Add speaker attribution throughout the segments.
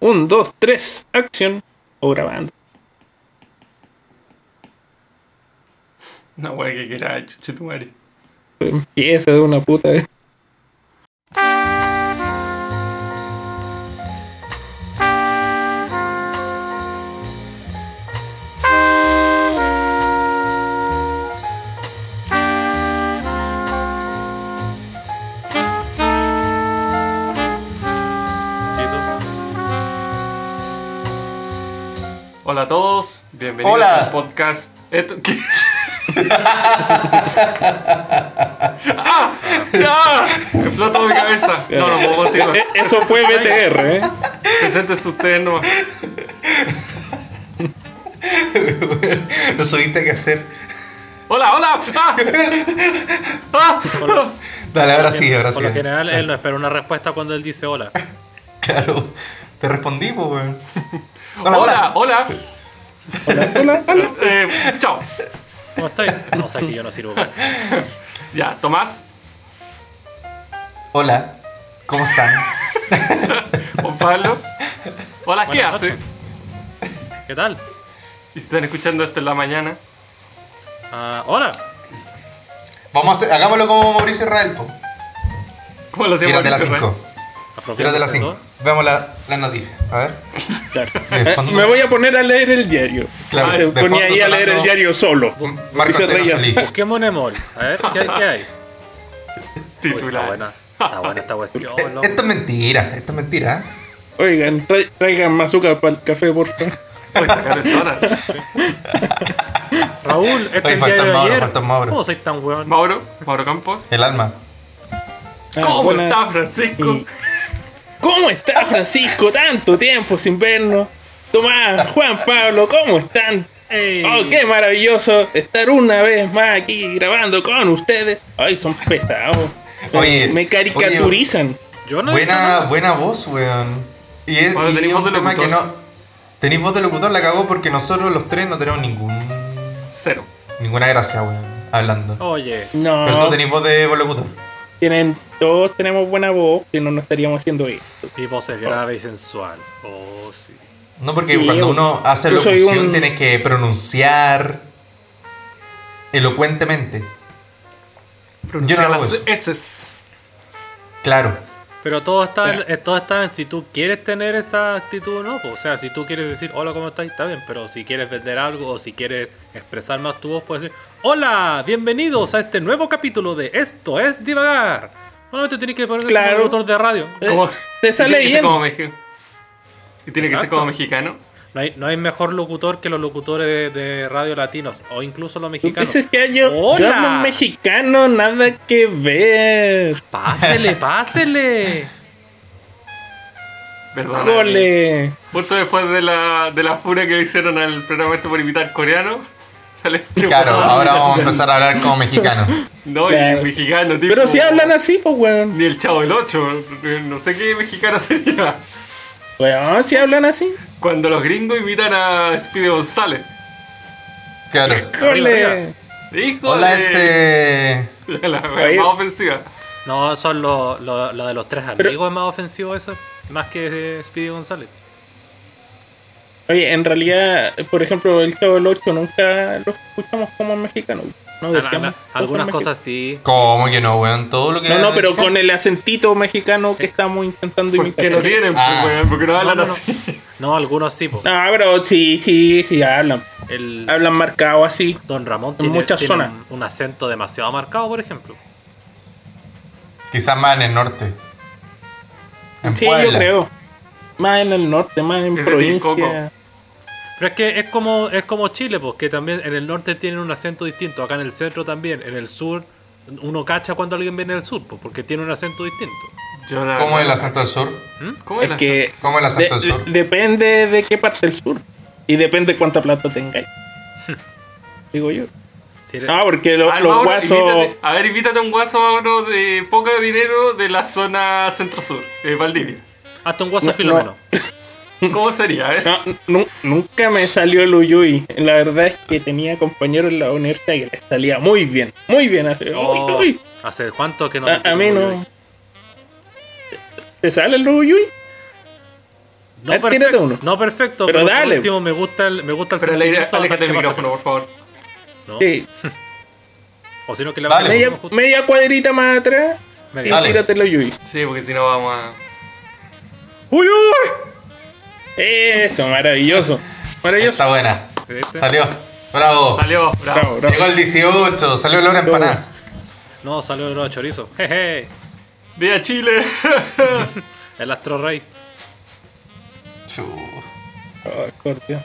Speaker 1: 1, 2, 3, acción. O grabando.
Speaker 2: Una wea que quiera, chuchetumare.
Speaker 1: Empieza de una puta vez.
Speaker 2: Hola a todos, bienvenidos
Speaker 3: Hola.
Speaker 2: al podcast. Esto- ¿qué? ¡Ah! ¡Ah! Explotó mi cabeza. No, no puedo continuar.
Speaker 1: Eh, Eso fue BTR, ¿eh?
Speaker 2: Preséntense ustedes nomás.
Speaker 3: No subiste que hacer.
Speaker 2: ¡Hola, hola! ¡Ah! ¡Ah! ¡Ah!
Speaker 3: Dale, ahora sí, ahora sí.
Speaker 4: Por lo general, él no espera una respuesta cuando él dice hola.
Speaker 3: Claro. Te respondí, pues, weón. Hola,
Speaker 2: ¡Hola,
Speaker 3: hola.
Speaker 2: hola!
Speaker 1: Hola, hola, hola.
Speaker 2: Eh, ¡Chao!
Speaker 4: ¿Cómo estoy? No, sé que yo no sirvo. para-
Speaker 2: Ya, Tomás,
Speaker 3: Hola. ¿Cómo están?
Speaker 2: Juan Pablo. Hola, ¿qué
Speaker 4: Buenas
Speaker 2: hace?
Speaker 4: noches. ¿Qué tal?
Speaker 2: Y si están escuchando esto en la mañana.
Speaker 4: Ah, hola.
Speaker 3: Vamos a hacer, hagámoslo como Mauricio Israel, po.
Speaker 2: ¿Cómo lo hacemos?
Speaker 3: Tírate las
Speaker 2: en Israel?
Speaker 3: 5. Tírate las 5. Veamos la- las noticias. A ver.
Speaker 1: Claro. Eh,
Speaker 3: De fondo.
Speaker 1: Me voy a poner a leer el diario. Ah,
Speaker 3: Claro,
Speaker 1: se
Speaker 3: de
Speaker 1: ponía
Speaker 3: fondo
Speaker 1: ahí a leer
Speaker 3: sonando-
Speaker 1: el diario solo.
Speaker 3: Marco
Speaker 1: Dice
Speaker 3: Antonio
Speaker 1: Reyes.
Speaker 3: Solís.
Speaker 4: Busquemos un emol. A ver, ¿qué, qué hay? Uy, está
Speaker 2: Titular.
Speaker 4: buena. Está buena esta cuestión,
Speaker 3: Eh,
Speaker 4: loco.
Speaker 3: Esto es mentira, esto es mentira. ¿eh?
Speaker 1: Oigan, tra- traigan más azúcar para el café, por favor.
Speaker 2: Uy, está calentona.
Speaker 4: Raúl, este
Speaker 3: Oye,
Speaker 4: es el
Speaker 3: falta
Speaker 4: diario de
Speaker 3: Mauro,
Speaker 4: ayer.
Speaker 3: falta Mauro.
Speaker 4: ¿Cómo soy tan weón?
Speaker 2: Mauro, Mauro Campos.
Speaker 3: El alma.
Speaker 1: Ah,
Speaker 2: ¿Cómo
Speaker 1: buena-
Speaker 2: está Francisco?
Speaker 1: Y- ¿Cómo está Francisco? Tanto tiempo sin vernos. Tomás, Juan Pablo, ¿cómo están?
Speaker 4: Ey.
Speaker 1: Oh, qué maravilloso estar una vez más aquí grabando con ustedes. Ay, son pesados. Eh,
Speaker 3: Oye,
Speaker 1: me caricaturizan.
Speaker 4: Yo no he dicho
Speaker 3: Buena,
Speaker 4: nada.
Speaker 3: buena voz, weón. Y es,
Speaker 2: Bueno,
Speaker 3: y
Speaker 2: tenéis
Speaker 3: es
Speaker 2: voz
Speaker 3: un
Speaker 2: de
Speaker 3: tema que no.
Speaker 2: locutor.
Speaker 3: Tenéis voz de locutor, la cagó porque nosotros los tres no tenemos ningún,
Speaker 2: Cero.
Speaker 3: ninguna gracia, weón, hablando.
Speaker 4: Oye,
Speaker 3: Pero tú
Speaker 1: No,
Speaker 3: tenéis voz de locutor.
Speaker 1: tienen, todos tenemos buena voz, si no, no estaríamos haciendo esto.
Speaker 4: mi voz es grave y sensual. Oh, sí.
Speaker 3: No, porque
Speaker 1: Sí,
Speaker 3: cuando
Speaker 1: weón.
Speaker 3: uno hace
Speaker 1: Yo soy
Speaker 3: locución
Speaker 1: un-
Speaker 3: tienes que pronunciar elocuentemente. Yo no
Speaker 2: Pronuncia
Speaker 3: hago
Speaker 2: las
Speaker 3: eso.
Speaker 2: S.
Speaker 3: Claro.
Speaker 4: Pero todo está,
Speaker 1: Ya.
Speaker 4: eh, todo está en si tú quieres tener esa actitud o no. pues, o sea, si tú quieres decir hola, ¿cómo estás? Está bien, pero si quieres vender algo o si quieres expresar más tu voz, puedes decir hola, bienvenidos a este nuevo capítulo de Esto es Divagar. Solamente tienes que poner
Speaker 1: Claro.
Speaker 4: como locutor de radio.
Speaker 1: Eh, te sale
Speaker 2: y tiene que ser
Speaker 1: bien.
Speaker 2: como meji- Y tiene que ser
Speaker 4: Exacto.
Speaker 2: como mexicano.
Speaker 4: No hay, no hay mejor locutor que los locutores de, de radio latinos o incluso los
Speaker 1: Tú
Speaker 4: mexicanos.
Speaker 1: dices que yo, yo
Speaker 4: Hola.
Speaker 1: hablo mexicano, nada que ver.
Speaker 4: Pásele, pásele.
Speaker 2: ¿Verdad?
Speaker 1: Jole.
Speaker 2: eh. Justo después de la, de la furia que le hicieron al programa este por imitar coreano. Sale este
Speaker 3: Claro,
Speaker 2: weón.
Speaker 3: ahora vamos a empezar a hablar como mexicano.
Speaker 2: No,
Speaker 1: Claro.
Speaker 2: y mexicano, tipo.
Speaker 1: Pero si hablan así, pues, weón.
Speaker 2: Ni el chavo del 8. No sé qué mexicano sería.
Speaker 1: Weón, si hablan así.
Speaker 2: Cuando los gringos imitan a Speedy González.
Speaker 3: Claro.
Speaker 1: Jole.
Speaker 2: Hijo
Speaker 3: Hola este,
Speaker 2: de-
Speaker 3: ese.
Speaker 2: La wea
Speaker 1: Oye.
Speaker 2: más ofensiva.
Speaker 4: No, son los lo, lo de los tres amigos
Speaker 1: Pero-
Speaker 4: es más ofensivo eso. Más que eh, Speedy González.
Speaker 1: Oye, en realidad, por ejemplo, el Chavo del 8 nunca lo escuchamos como mexicano. No,
Speaker 4: Al-
Speaker 1: decíamos
Speaker 4: al- algunas
Speaker 1: mexicanas.
Speaker 4: cosas sí.
Speaker 3: ¿Cómo que no, weón? Todo lo que.
Speaker 1: No, no, pero con el acentito mexicano que estamos intentando
Speaker 2: Porque
Speaker 1: imitar.
Speaker 2: no tienen,
Speaker 3: Ah.
Speaker 2: pues, weón, porque no hablan
Speaker 4: no, no.
Speaker 2: así.
Speaker 4: No, algunos sí, po.
Speaker 1: No, pero sí, sí, sí, hablan.
Speaker 4: El
Speaker 1: Hablan marcado así.
Speaker 4: Don Ramón tiene,
Speaker 1: ah, muchas
Speaker 4: tiene
Speaker 1: zonas.
Speaker 4: Un, un acento demasiado marcado, por ejemplo.
Speaker 3: Quizás más en el norte. En
Speaker 1: Sí,
Speaker 3: Puebla.
Speaker 1: yo creo. Más en el norte, más en
Speaker 2: Es de Texcoco.
Speaker 1: provincia.
Speaker 4: Pero es que es como, es como Chile, porque también en el norte tienen un acento distinto, acá en el centro también, en el sur uno cacha cuando alguien viene del sur, po, porque tiene un acento distinto.
Speaker 2: Yo la-
Speaker 3: ¿Cómo es el acento del sur?
Speaker 2: ¿Cómo
Speaker 1: Es
Speaker 2: la-
Speaker 1: que
Speaker 3: ¿Cómo es el acento
Speaker 1: de-
Speaker 3: del sur?
Speaker 1: de- depende de qué parte del sur. Y depende cuánta plata tengáis. Digo yo.
Speaker 4: Si eres-
Speaker 1: Ah, porque lo-
Speaker 2: Al
Speaker 1: los
Speaker 2: Mauro,
Speaker 1: guasos.
Speaker 2: invítate- a ver, invítate a un guaso, Mauro, de poco dinero de la zona centro-sur, de Valdivia.
Speaker 4: Hasta un guaso
Speaker 1: no,
Speaker 4: filomeno.
Speaker 2: ¿Cómo sería? A ver.
Speaker 1: No, nu- nunca me salió el Uyuy. La verdad es que tenía compañeros en la universidad que les salía muy bien. Muy bien. Así, uy,
Speaker 4: Oh,
Speaker 1: uy.
Speaker 4: ¿Hace cuánto que no
Speaker 1: A,
Speaker 4: te
Speaker 1: a mí no. ¿Te sale el Uyuy?
Speaker 4: No,
Speaker 1: Eh, tírate
Speaker 4: perfecto,
Speaker 1: uno.
Speaker 4: no perfecto,
Speaker 1: Pero
Speaker 4: pero, por
Speaker 1: dale.
Speaker 4: último me gusta el, me gusta el
Speaker 2: Pero Ale-
Speaker 4: sentimiento
Speaker 2: aléjate
Speaker 4: bastante
Speaker 2: del
Speaker 4: más
Speaker 2: micrófono, por favor.
Speaker 4: cercano, ¿no?
Speaker 1: Sí,
Speaker 4: O si no, que la
Speaker 3: Dale.
Speaker 1: media,
Speaker 4: Media- justo-
Speaker 1: media cuadrita más atrás y
Speaker 4: media.
Speaker 3: Dale.
Speaker 1: tíratelo, Yui.
Speaker 2: Sí, porque si no vamos a.
Speaker 1: ¡Uy, uy! Eso, maravilloso. Maravilloso.
Speaker 3: Está buena.
Speaker 4: ¿Viste?
Speaker 3: Salió. Bravo.
Speaker 2: Salió, bravo.
Speaker 1: Bravo, bravo.
Speaker 3: Llegó el 18. Salió el hora empanada.
Speaker 4: No, salió de nuevo chorizo. Jeje.
Speaker 2: ¡Viva Chile!
Speaker 4: El astro rey.
Speaker 3: Chu.
Speaker 1: Oh, Scorpio.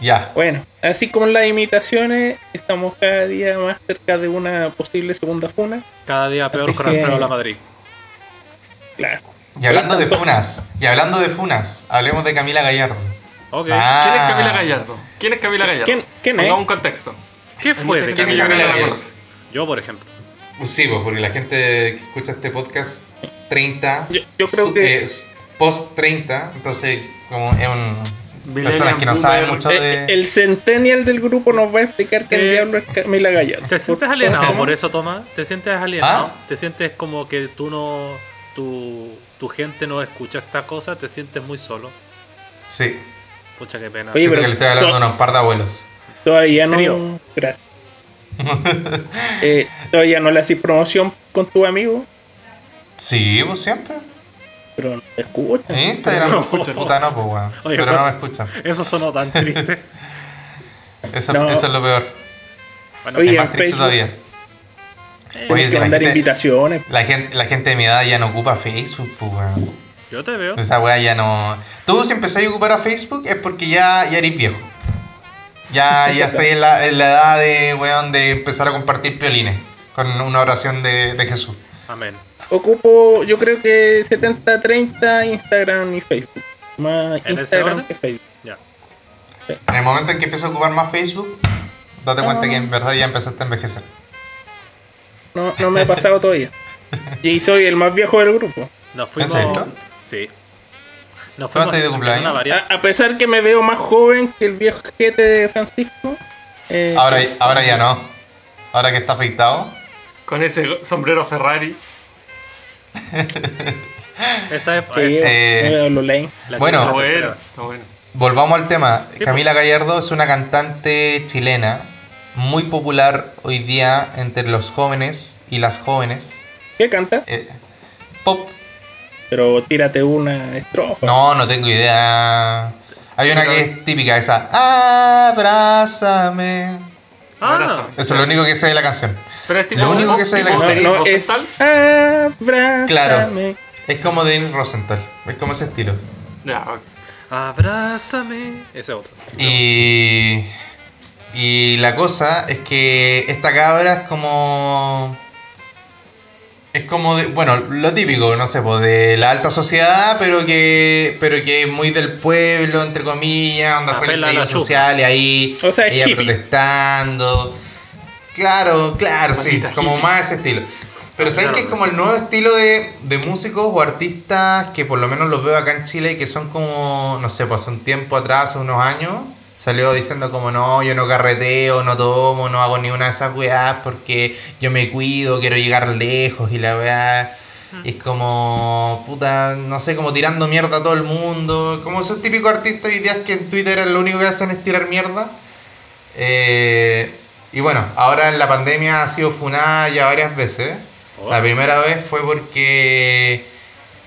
Speaker 3: Ya.
Speaker 1: Bueno, así como las imitaciones, estamos cada día más cerca de una posible segunda funa.
Speaker 4: Cada día peor
Speaker 1: Así
Speaker 4: con
Speaker 1: que-
Speaker 4: Alfredo la Madrid.
Speaker 1: Claro.
Speaker 3: Y hablando de funas. Y hablando de funas. Hablemos de Camila Gallardo.
Speaker 4: Ok.
Speaker 3: Ah.
Speaker 2: ¿Quién es Camila Gallardo? ¿Quién es Camila Gallardo?
Speaker 1: ¿Quién- quién es?
Speaker 2: Pongamos un contexto.
Speaker 4: ¿Qué fue
Speaker 2: Mucha
Speaker 4: de
Speaker 2: gente
Speaker 3: ¿Quién es
Speaker 4: Camila
Speaker 2: que no
Speaker 3: Camila
Speaker 2: la
Speaker 3: Gallardo?
Speaker 2: conoce.
Speaker 4: Yo, por ejemplo.
Speaker 3: Sí, pues, porque la gente que escucha este podcast 30,
Speaker 1: Yo- yo creo
Speaker 3: su-
Speaker 1: que-
Speaker 3: eh, s- post 30, entonces como es un
Speaker 2: Millennial
Speaker 3: personas que no
Speaker 2: boomer.
Speaker 3: saben mucho
Speaker 1: Eh,
Speaker 3: de
Speaker 1: eh, El centennial del grupo nos va a explicar que
Speaker 4: Eh,
Speaker 1: el diablo es Camila Gallardo.
Speaker 4: ¿Te sientes alienado por eso, Tomás? ¿Te sientes alienado?
Speaker 3: ¿Ah?
Speaker 4: ¿Te sientes como que tú no. Tu, tu gente no escucha esta cosa? ¿Te sientes muy solo?
Speaker 3: Sí,
Speaker 4: Pucha, qué pena.
Speaker 1: Oye,
Speaker 3: siento
Speaker 1: pero-
Speaker 3: que le estoy hablando a unos par de abuelos.
Speaker 1: Todavía no.
Speaker 4: Trío.
Speaker 1: Gracias. Eh, todavía no le haces promoción con tu amigo,
Speaker 3: Sí, pues siempre.
Speaker 1: pero no te escuchan.
Speaker 3: En Instagram,
Speaker 4: no me escuchan.
Speaker 3: puta no, pues weón.
Speaker 4: Oye,
Speaker 3: Pero
Speaker 4: eso-
Speaker 3: no me escuchan.
Speaker 4: Eso sonó tan triste.
Speaker 3: Eso,
Speaker 1: No.
Speaker 3: eso es lo peor.
Speaker 4: Bueno,
Speaker 1: Oye,
Speaker 3: es más
Speaker 1: en
Speaker 3: triste
Speaker 1: Facebook-
Speaker 3: todavía. Oye,
Speaker 1: Hay
Speaker 3: si
Speaker 1: que
Speaker 3: la
Speaker 1: mandar
Speaker 3: gente,
Speaker 1: invitaciones.
Speaker 3: la, gente, la gente de mi edad ya no ocupa Facebook, pues weón.
Speaker 4: yo te veo.
Speaker 3: Esa weá ya no. Tú si empezáis a ocupar a Facebook es porque ya, ya eres viejo. Ya, ya estáis en la, en la edad de weón de empezar a compartir piolines con una oración de, de Jesús.
Speaker 4: Amén.
Speaker 1: Ocupo, yo creo que 70-30 Instagram y Facebook. Más
Speaker 4: ¿En ese
Speaker 1: Instagram
Speaker 4: orden?
Speaker 1: que Facebook.
Speaker 4: Ya.
Speaker 3: En el momento en que empiezo a ocupar más Facebook, date cuenta que en verdad ya empezaste a envejecer.
Speaker 1: No, no me ha pasado todavía. Y soy el más viejo del grupo.
Speaker 4: Nos fuimos.
Speaker 3: ¿En serio?
Speaker 4: Sí. Nos
Speaker 3: ¿Cuándo
Speaker 4: fuimos
Speaker 3: estás de
Speaker 4: en
Speaker 3: cumpleaños?
Speaker 4: una variante.
Speaker 1: A, a pesar que me veo más joven que el viejete de Francisco. eh,
Speaker 3: Ahora, ahora ya no. Ahora que está afeitado.
Speaker 2: Con ese sombrero Ferrari.
Speaker 4: Esa es.
Speaker 1: que
Speaker 4: esa-
Speaker 3: eh,
Speaker 1: me veo lo lame.
Speaker 4: la
Speaker 3: bueno.
Speaker 2: Está
Speaker 4: que es la
Speaker 2: bueno,
Speaker 4: tercera.
Speaker 2: está bueno.
Speaker 3: Volvamos al tema.
Speaker 4: Sí,
Speaker 3: Camila Gallardo es una cantante chilena muy popular hoy día entre los jóvenes y las jóvenes.
Speaker 1: ¿Qué canta?
Speaker 3: Eh, pop
Speaker 1: Pero tírate una estrofa.
Speaker 3: No, no tengo idea. Hay una que es típica, esa. Abrázame.
Speaker 4: Ah,
Speaker 2: Abrázame.
Speaker 3: Eso es lo único que sé de la canción.
Speaker 2: Pero es tipo
Speaker 3: Lo único
Speaker 2: pop,
Speaker 3: que sé de la
Speaker 2: tipo
Speaker 1: No,
Speaker 3: canción.
Speaker 2: serie,
Speaker 1: no, es.
Speaker 2: horizontal.
Speaker 1: Abrázame.
Speaker 3: Claro. Es como Denis Rosenthal. Es como ese estilo.
Speaker 2: Ya, ok.
Speaker 4: abrázame. Ese otro.
Speaker 3: Y. Y la cosa es que esta cabra es como. Es como de. Bueno, lo típico, no sé, pues de la alta sociedad, pero que. Pero que es muy del pueblo, entre comillas, onda fue el
Speaker 4: Apela a la
Speaker 3: estallido
Speaker 4: chupa.
Speaker 3: social y ahí.
Speaker 1: O sea, es
Speaker 3: ella
Speaker 1: hippie.
Speaker 3: protestando. Claro, claro, sí.
Speaker 2: Maldita
Speaker 3: Como
Speaker 2: hippie. Ah,
Speaker 3: más ese estilo. Pero ¿saben
Speaker 4: Claro.
Speaker 3: que es como el nuevo estilo de, de músicos o artistas que por lo menos los veo acá en Chile y que son como, no sé, pues hace un tiempo atrás, hace unos años, salió diciendo como no, yo no carreteo, no tomo, no hago ni una de esas weás porque yo me cuido, quiero llegar lejos y la weá. Y es como, puta, no sé, como tirando mierda a todo el mundo. Como esos típicos artistas y ideas que en Twitter lo único que hacen es tirar mierda. Eh, y bueno, ahora en la pandemia ha sido funada ya varias veces.
Speaker 4: Oh.
Speaker 3: La primera vez fue porque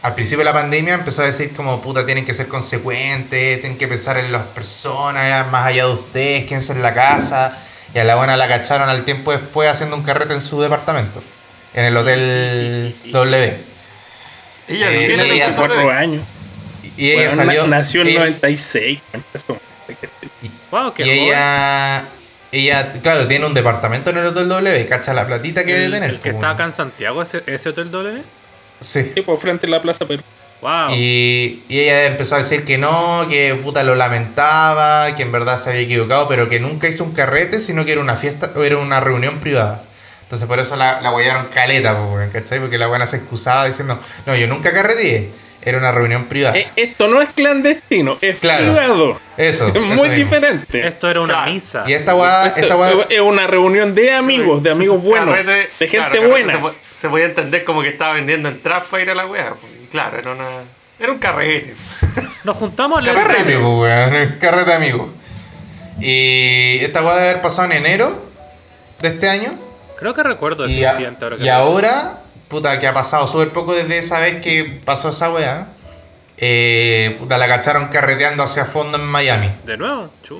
Speaker 3: al principio de la pandemia empezó a decir como puta, tienen que ser consecuentes, tienen que pensar en las personas, más allá de ustedes, quédense en la casa. Y a la buena la cacharon al tiempo después haciendo un carrete en su departamento, en el Hotel W.
Speaker 2: Ella
Speaker 3: Eh,
Speaker 2: viene
Speaker 3: ella
Speaker 2: de
Speaker 3: sacó-
Speaker 1: Cuatro años.
Speaker 3: Y y ella
Speaker 1: Bueno,
Speaker 3: salió...
Speaker 1: na- Nació en
Speaker 3: ella-
Speaker 1: 96. Eso,
Speaker 4: Wow, qué
Speaker 3: y ella, ella, claro, tiene un departamento en el Hotel W, cacha la platita que debe
Speaker 4: el,
Speaker 3: tener.
Speaker 4: el que
Speaker 3: pues,
Speaker 4: está
Speaker 3: bueno.
Speaker 4: acá en Santiago, ese, ese hotel W.
Speaker 3: Sí.
Speaker 1: Sí, por frente a la plaza, pero.
Speaker 4: Wow.
Speaker 3: Y, y ella empezó a decir que no, que puta lo lamentaba, que en verdad se había equivocado, pero que nunca hizo un carrete, sino que era una fiesta, o era una reunión privada. Entonces por eso la, la guayaron caleta, po, weón, ¿cachai? Porque la buena se excusaba diciendo, no, yo nunca carreteé, era una reunión privada.
Speaker 1: Eh, esto no es clandestino, es
Speaker 3: Ah. Claro.
Speaker 1: privado.
Speaker 3: Eso.
Speaker 1: Es
Speaker 3: eso
Speaker 1: muy
Speaker 3: mismo.
Speaker 1: diferente.
Speaker 4: Esto era una
Speaker 2: Claro.
Speaker 4: misa.
Speaker 3: Y esta guada, esta
Speaker 1: Esto
Speaker 3: guada-
Speaker 1: es una reunión de amigos, de amigos buenos,
Speaker 2: Carrete-
Speaker 1: de
Speaker 2: claro,
Speaker 1: gente
Speaker 2: carrete Se,
Speaker 1: buena.
Speaker 2: po- se podía entender como que estaba vendiendo en trap para ir a la wea. pues, y Claro, era una. Era un carrete.
Speaker 4: Nos juntamos a leer.
Speaker 3: Carrete, pues, weón. Carrete amigo. Y esta weá debe haber pasado en enero de este año.
Speaker 4: Creo que recuerdo ese
Speaker 3: Y, a-
Speaker 4: incidente ahora que
Speaker 3: y ahora, puta, que ha pasado súper poco desde esa vez que pasó esa weá. Eh, puta, la cacharon carreteando hacia fondo en Miami.
Speaker 4: De nuevo, chu.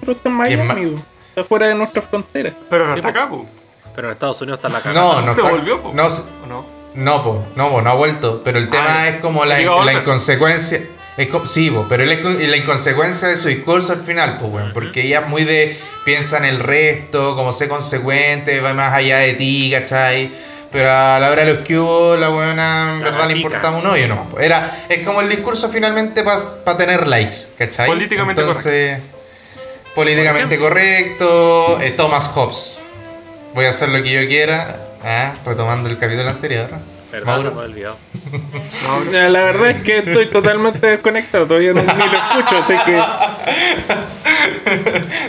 Speaker 1: Pero está en
Speaker 3: ¿Quién
Speaker 1: Miami,
Speaker 3: más?
Speaker 1: weón. está fuera de nuestras fronteras.
Speaker 2: Pero no
Speaker 4: Sí,
Speaker 2: está
Speaker 4: po.
Speaker 2: acá, po.
Speaker 4: Pero en Estados Unidos está la cagada.
Speaker 3: No, no
Speaker 2: ¿Pero
Speaker 3: está.
Speaker 2: volvió, po?
Speaker 3: No, se-
Speaker 2: ¿O no?
Speaker 3: No, po, no, po, no ha vuelto. Pero el tema
Speaker 2: Ah,
Speaker 3: es como la,
Speaker 2: digo,
Speaker 3: la
Speaker 2: Walter.
Speaker 3: inconsecuencia. es co- sí, po, pero es la inconsecuencia de su discurso al final, pues, weón. Porque ella es muy de piensa en el resto, como sé consecuente, va más allá de ti, ¿cachai? Pero a la hora de los que hubo, la weona en
Speaker 4: La
Speaker 3: verdad le
Speaker 4: pica.
Speaker 3: importaba un hoyo, ¿no? po. Era, es como el discurso finalmente para tener likes, ¿cachai?
Speaker 2: Políticamente
Speaker 3: Entonces, Políticamente correcto, eh, Thomas Hobbes. Voy a hacer lo que yo quiera. Ah, retomando el capítulo anterior.
Speaker 4: Verdad,
Speaker 3: Mauro.
Speaker 4: no me he olvidado.
Speaker 1: Eh, La verdad es que estoy totalmente desconectado, todavía no, ni lo escucho, así que.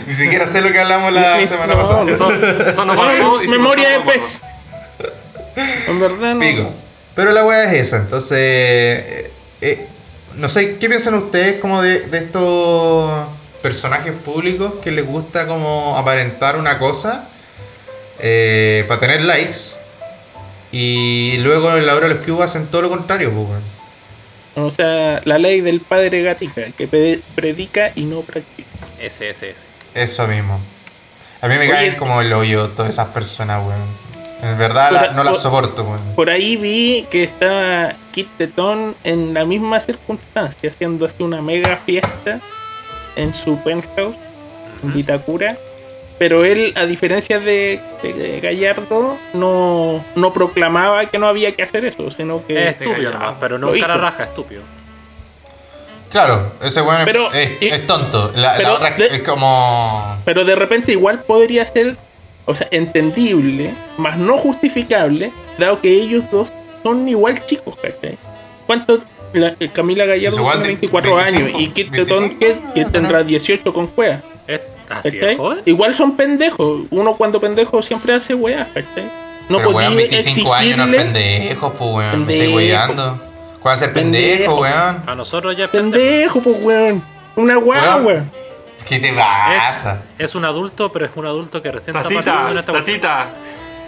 Speaker 3: Ni siquiera sé lo que hablamos la
Speaker 1: ni-
Speaker 3: semana
Speaker 1: no,
Speaker 3: pasada.
Speaker 1: no.
Speaker 2: Eso, eso no pasó. y se
Speaker 1: Memoria de
Speaker 2: pasó,
Speaker 1: pez. En verdad no.
Speaker 3: Pico. Pero la weá es esa, entonces. eh, eh, no sé, ¿qué piensan ustedes como de, de estos personajes públicos que les gusta como aparentar una cosa eh, para tener likes? Y luego en la hora de los que hubo hacen todo lo contrario, pues, weón.
Speaker 1: O sea, la ley del padre Gatica, que pede- predica y no practica.
Speaker 4: Ese, ese, ese.
Speaker 3: Eso mismo. A mí me
Speaker 1: Oye,
Speaker 3: caen como el hoyo todas esas personas, weón. En verdad la-
Speaker 1: Puta,
Speaker 3: no las
Speaker 1: o-
Speaker 3: soporto, weón.
Speaker 1: Por ahí vi que estaba Kit Teton en la misma circunstancia, haciendo así una mega fiesta en su penthouse en Vitacura. Pero él, a diferencia de, de Gallardo, no, no proclamaba que no había que hacer eso, sino que.
Speaker 4: Es estúpido
Speaker 2: callado.
Speaker 4: nomás, pero no
Speaker 1: Lo
Speaker 4: cara
Speaker 1: hizo.
Speaker 4: raja, estúpido.
Speaker 3: Claro, ese weón es-
Speaker 1: Pero-
Speaker 3: es,
Speaker 1: y-
Speaker 3: es tonto. La, la
Speaker 1: pero
Speaker 3: otra es,
Speaker 1: de-
Speaker 3: es como.
Speaker 1: Pero de repente igual podría ser, o sea, entendible, más no justificable, dado que ellos dos son igual chicos, ¿cachai? ¿Cuánto? la- eh, Camila Gallardo
Speaker 3: Ese weón
Speaker 1: tiene
Speaker 3: tiene
Speaker 1: 24 años y
Speaker 3: 25,
Speaker 1: Kit Teton que,
Speaker 3: 25,
Speaker 1: que
Speaker 3: ah,
Speaker 1: tendrá
Speaker 3: no.
Speaker 1: 18 con juega.
Speaker 4: Es así
Speaker 1: ¿cachai?
Speaker 4: es, joven.
Speaker 1: Igual son pendejos. Uno cuando pendejo siempre hace weas, ¿cachai? No
Speaker 3: pero weón,
Speaker 1: podía
Speaker 3: 25 años no es
Speaker 1: exigirle...
Speaker 3: pendejo, pues weón. Me estoy
Speaker 1: Pendejo.
Speaker 3: weyando. ¿Cuál va a ser pendejo,
Speaker 1: Pendejo.
Speaker 3: weón?
Speaker 4: A nosotros ya es pendejo.
Speaker 1: Pendejo, pues weón. Una guagua.
Speaker 3: Weón. ¿Qué te pasa?
Speaker 4: Es, es un adulto, pero es un adulto que recién está partiendo en
Speaker 2: Tatita,
Speaker 4: esta
Speaker 2: tatita.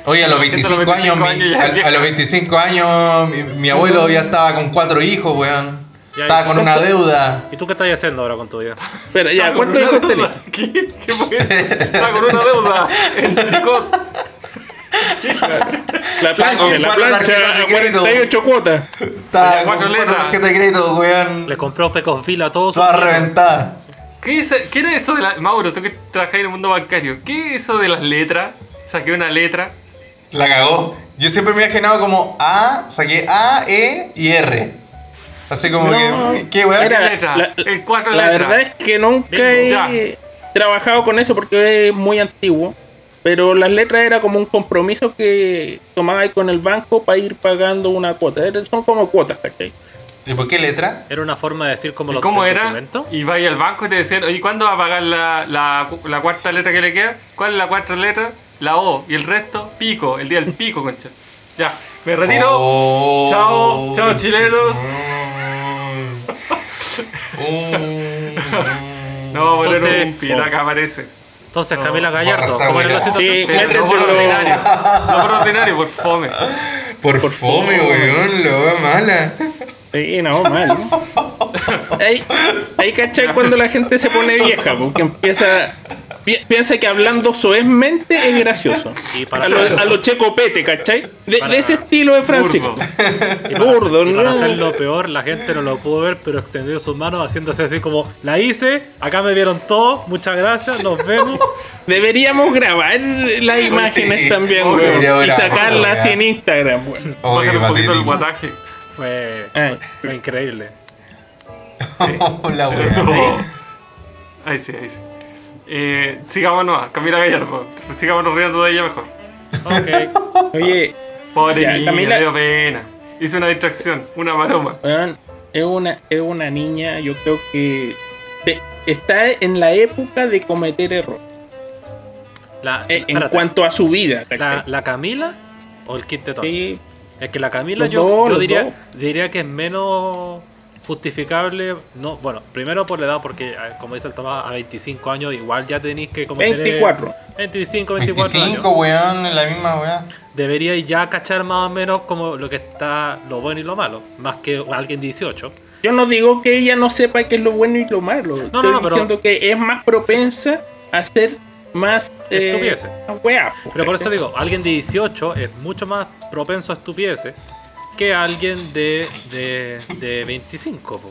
Speaker 3: Oye, a los
Speaker 2: Gente, a los
Speaker 3: 25 años,
Speaker 2: 25
Speaker 3: mi-
Speaker 2: años ya es
Speaker 3: a, a
Speaker 2: vieja.
Speaker 3: los 25 años, mi, mi abuelo ya estaba con cuatro hijos, weón.
Speaker 4: Ya,
Speaker 3: Estaba
Speaker 4: y-
Speaker 3: con una deuda.
Speaker 4: ¿Y tú qué estás haciendo ahora con tu vida?
Speaker 1: Pero ya,
Speaker 2: Está con
Speaker 1: ¿cuántos
Speaker 2: una
Speaker 1: hijos tenés?
Speaker 2: deuda. ¿Qué? ¿Qué fue eso? Está con una deuda. El tricot.
Speaker 1: La plancha,
Speaker 3: con
Speaker 1: la
Speaker 3: cuatro
Speaker 1: plancha,
Speaker 3: tarjetas de crédito.
Speaker 1: 48 cuotas.
Speaker 3: Estaba
Speaker 2: Ya,
Speaker 3: con
Speaker 2: cuatro
Speaker 3: cuatro
Speaker 2: letras.
Speaker 3: tarjetas de crédito, weón.
Speaker 4: Le compró Pecosville a todos. sus
Speaker 3: Toda
Speaker 4: amigos.
Speaker 3: reventada.
Speaker 2: ¿Qué, es, ¿Qué era eso de la... Mauro, tú que trabajas en el mundo bancario, ¿qué es eso de las letras? Saqué una letra.
Speaker 3: La cagó. Yo siempre me he imaginado como A, saqué A, E y R. Así como
Speaker 1: No,
Speaker 3: que, ¿qué weón?
Speaker 1: era-
Speaker 2: letra, el cuatro
Speaker 1: la
Speaker 2: letras.
Speaker 1: verdad es que nunca he
Speaker 2: Bingo,
Speaker 1: trabajado con eso porque es muy antiguo. Pero las letras era como un compromiso que tomaba con el banco para ir pagando una cuota. Era- Son como cuotas, ¿cachai?
Speaker 3: ¿Y por qué letra?
Speaker 4: Era una forma de decir como
Speaker 2: ¿Y
Speaker 4: los
Speaker 2: cómo
Speaker 4: los
Speaker 2: era?
Speaker 4: documentos.
Speaker 2: Y vais al banco y te decían, oye, ¿cuándo va a pagar la, la, la cuarta letra que le queda? ¿Cuál es la cuarta letra? La O. Y el resto, pico. El día del pico, concha. Ya, me retiro.
Speaker 3: Oh,
Speaker 2: Chao, chao, chilenos.
Speaker 3: Oh.
Speaker 2: No, voy a poner un
Speaker 4: Entonces-
Speaker 2: pin, acá aparece.
Speaker 4: Entonces,
Speaker 2: No.
Speaker 4: Camila Gallardo,
Speaker 3: Barra,
Speaker 4: ¿cómo era la
Speaker 3: está
Speaker 1: Sí,
Speaker 4: situación?
Speaker 1: buena.
Speaker 2: Pero no por
Speaker 1: métetelo.
Speaker 2: ordinario. No por ordinario, por fome.
Speaker 3: Por, fome, weón, la weá mala.
Speaker 1: Sí, no, mal. ¿no? Ahí, ahí cachai cuando la gente se pone vieja, porque empieza. pi- Piensa que hablando soezmente es gracioso.
Speaker 4: Y para-
Speaker 1: A lo, a lo checo pete, ¿cachai? De, de ese estilo de Francisco.
Speaker 2: Burgo.
Speaker 4: Y para,
Speaker 1: Burdo,
Speaker 4: y para
Speaker 1: no.
Speaker 4: hacerlo peor, la gente no lo pudo ver, pero extendió sus manos haciéndose así como, la hice, acá me vieron todos, muchas gracias, nos vemos.
Speaker 1: Deberíamos grabar las imágenes
Speaker 3: Sí,
Speaker 1: también,
Speaker 3: obvio,
Speaker 1: weón. Y
Speaker 3: deberíamos
Speaker 1: sacarlas
Speaker 3: grabar.
Speaker 1: en Instagram, weón.
Speaker 3: Oye,
Speaker 2: Bajar un poquito el
Speaker 3: patético.
Speaker 2: guataje.
Speaker 4: Fue,
Speaker 1: Ay.
Speaker 4: fue increíble.
Speaker 3: La
Speaker 2: Estuvo-
Speaker 3: weá.
Speaker 2: Ahí sí, ahí sí. Eh, sigámonos, Camila Gallardo. Sigámonos riendo de ella mejor.
Speaker 4: Ok,
Speaker 1: Oye,
Speaker 2: Pobre
Speaker 1: Ya,
Speaker 2: niña,
Speaker 1: Camila-
Speaker 2: me dio pena. Hice una distracción, una maroma.
Speaker 1: weón, es una, es una niña, yo creo que te- está en la época de cometer error.
Speaker 4: la,
Speaker 1: eh, En
Speaker 4: espérate,
Speaker 1: Eh, cuanto a su vida,
Speaker 4: la,
Speaker 1: ¿cachai?
Speaker 4: la Camila o el Kit de Tom?
Speaker 1: Sí,
Speaker 4: Es que la Camila
Speaker 1: Los
Speaker 4: yo,
Speaker 1: dos,
Speaker 4: yo
Speaker 1: los
Speaker 4: diría,
Speaker 1: dos.
Speaker 4: diría que es menos justificable. no Bueno, primero por la edad, porque eh, como dice el Tomás, a 25 años igual ya tenéis que como tener
Speaker 1: 24.
Speaker 4: 25, 24
Speaker 3: 25,
Speaker 4: años.
Speaker 3: weón, en la misma weá.
Speaker 4: Deberíais ya cachar más o menos como lo que está lo bueno y lo malo, más que alguien 18.
Speaker 1: Yo no digo que ella no sepa qué es lo bueno y lo malo.
Speaker 4: no,
Speaker 1: Estoy
Speaker 4: no, pero-
Speaker 1: diciendo que es más propensa a ser más. eh,
Speaker 4: Estupideces.
Speaker 1: weá,
Speaker 4: Pero por eso digo, alguien de 18 es mucho más propenso a estupideces que alguien de, de, de 25. po.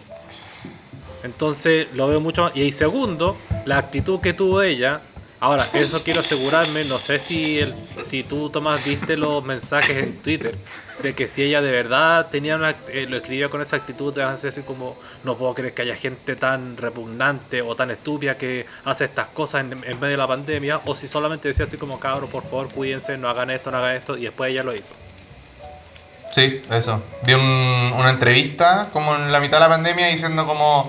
Speaker 4: Entonces lo veo mucho más. Y ahí segundo, la actitud que tuvo ella. Ahora, eso quiero asegurarme, no sé si, el- si tú, Tomás, viste los mensajes en Twitter de que si ella de verdad tenía una, act- eh, lo escribía con esa actitud de hacer así como no puedo creer que haya gente tan repugnante o tan estúpida que hace estas cosas en, en medio de la pandemia o si solamente decía así como cabros, por favor, cuídense, no hagan esto, no hagan esto y después ella lo hizo.
Speaker 3: Sí, eso. Dio un- una entrevista como en la mitad de la pandemia diciendo como,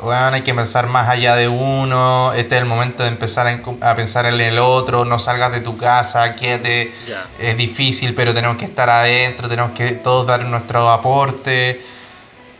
Speaker 3: weón, hay que pensar más allá de uno, este es el momento de empezar a, encu- a pensar en el otro, no salgas de tu casa, quédate,
Speaker 4: Ya.
Speaker 3: es difícil, pero tenemos que estar adentro, tenemos que todos dar nuestro aporte.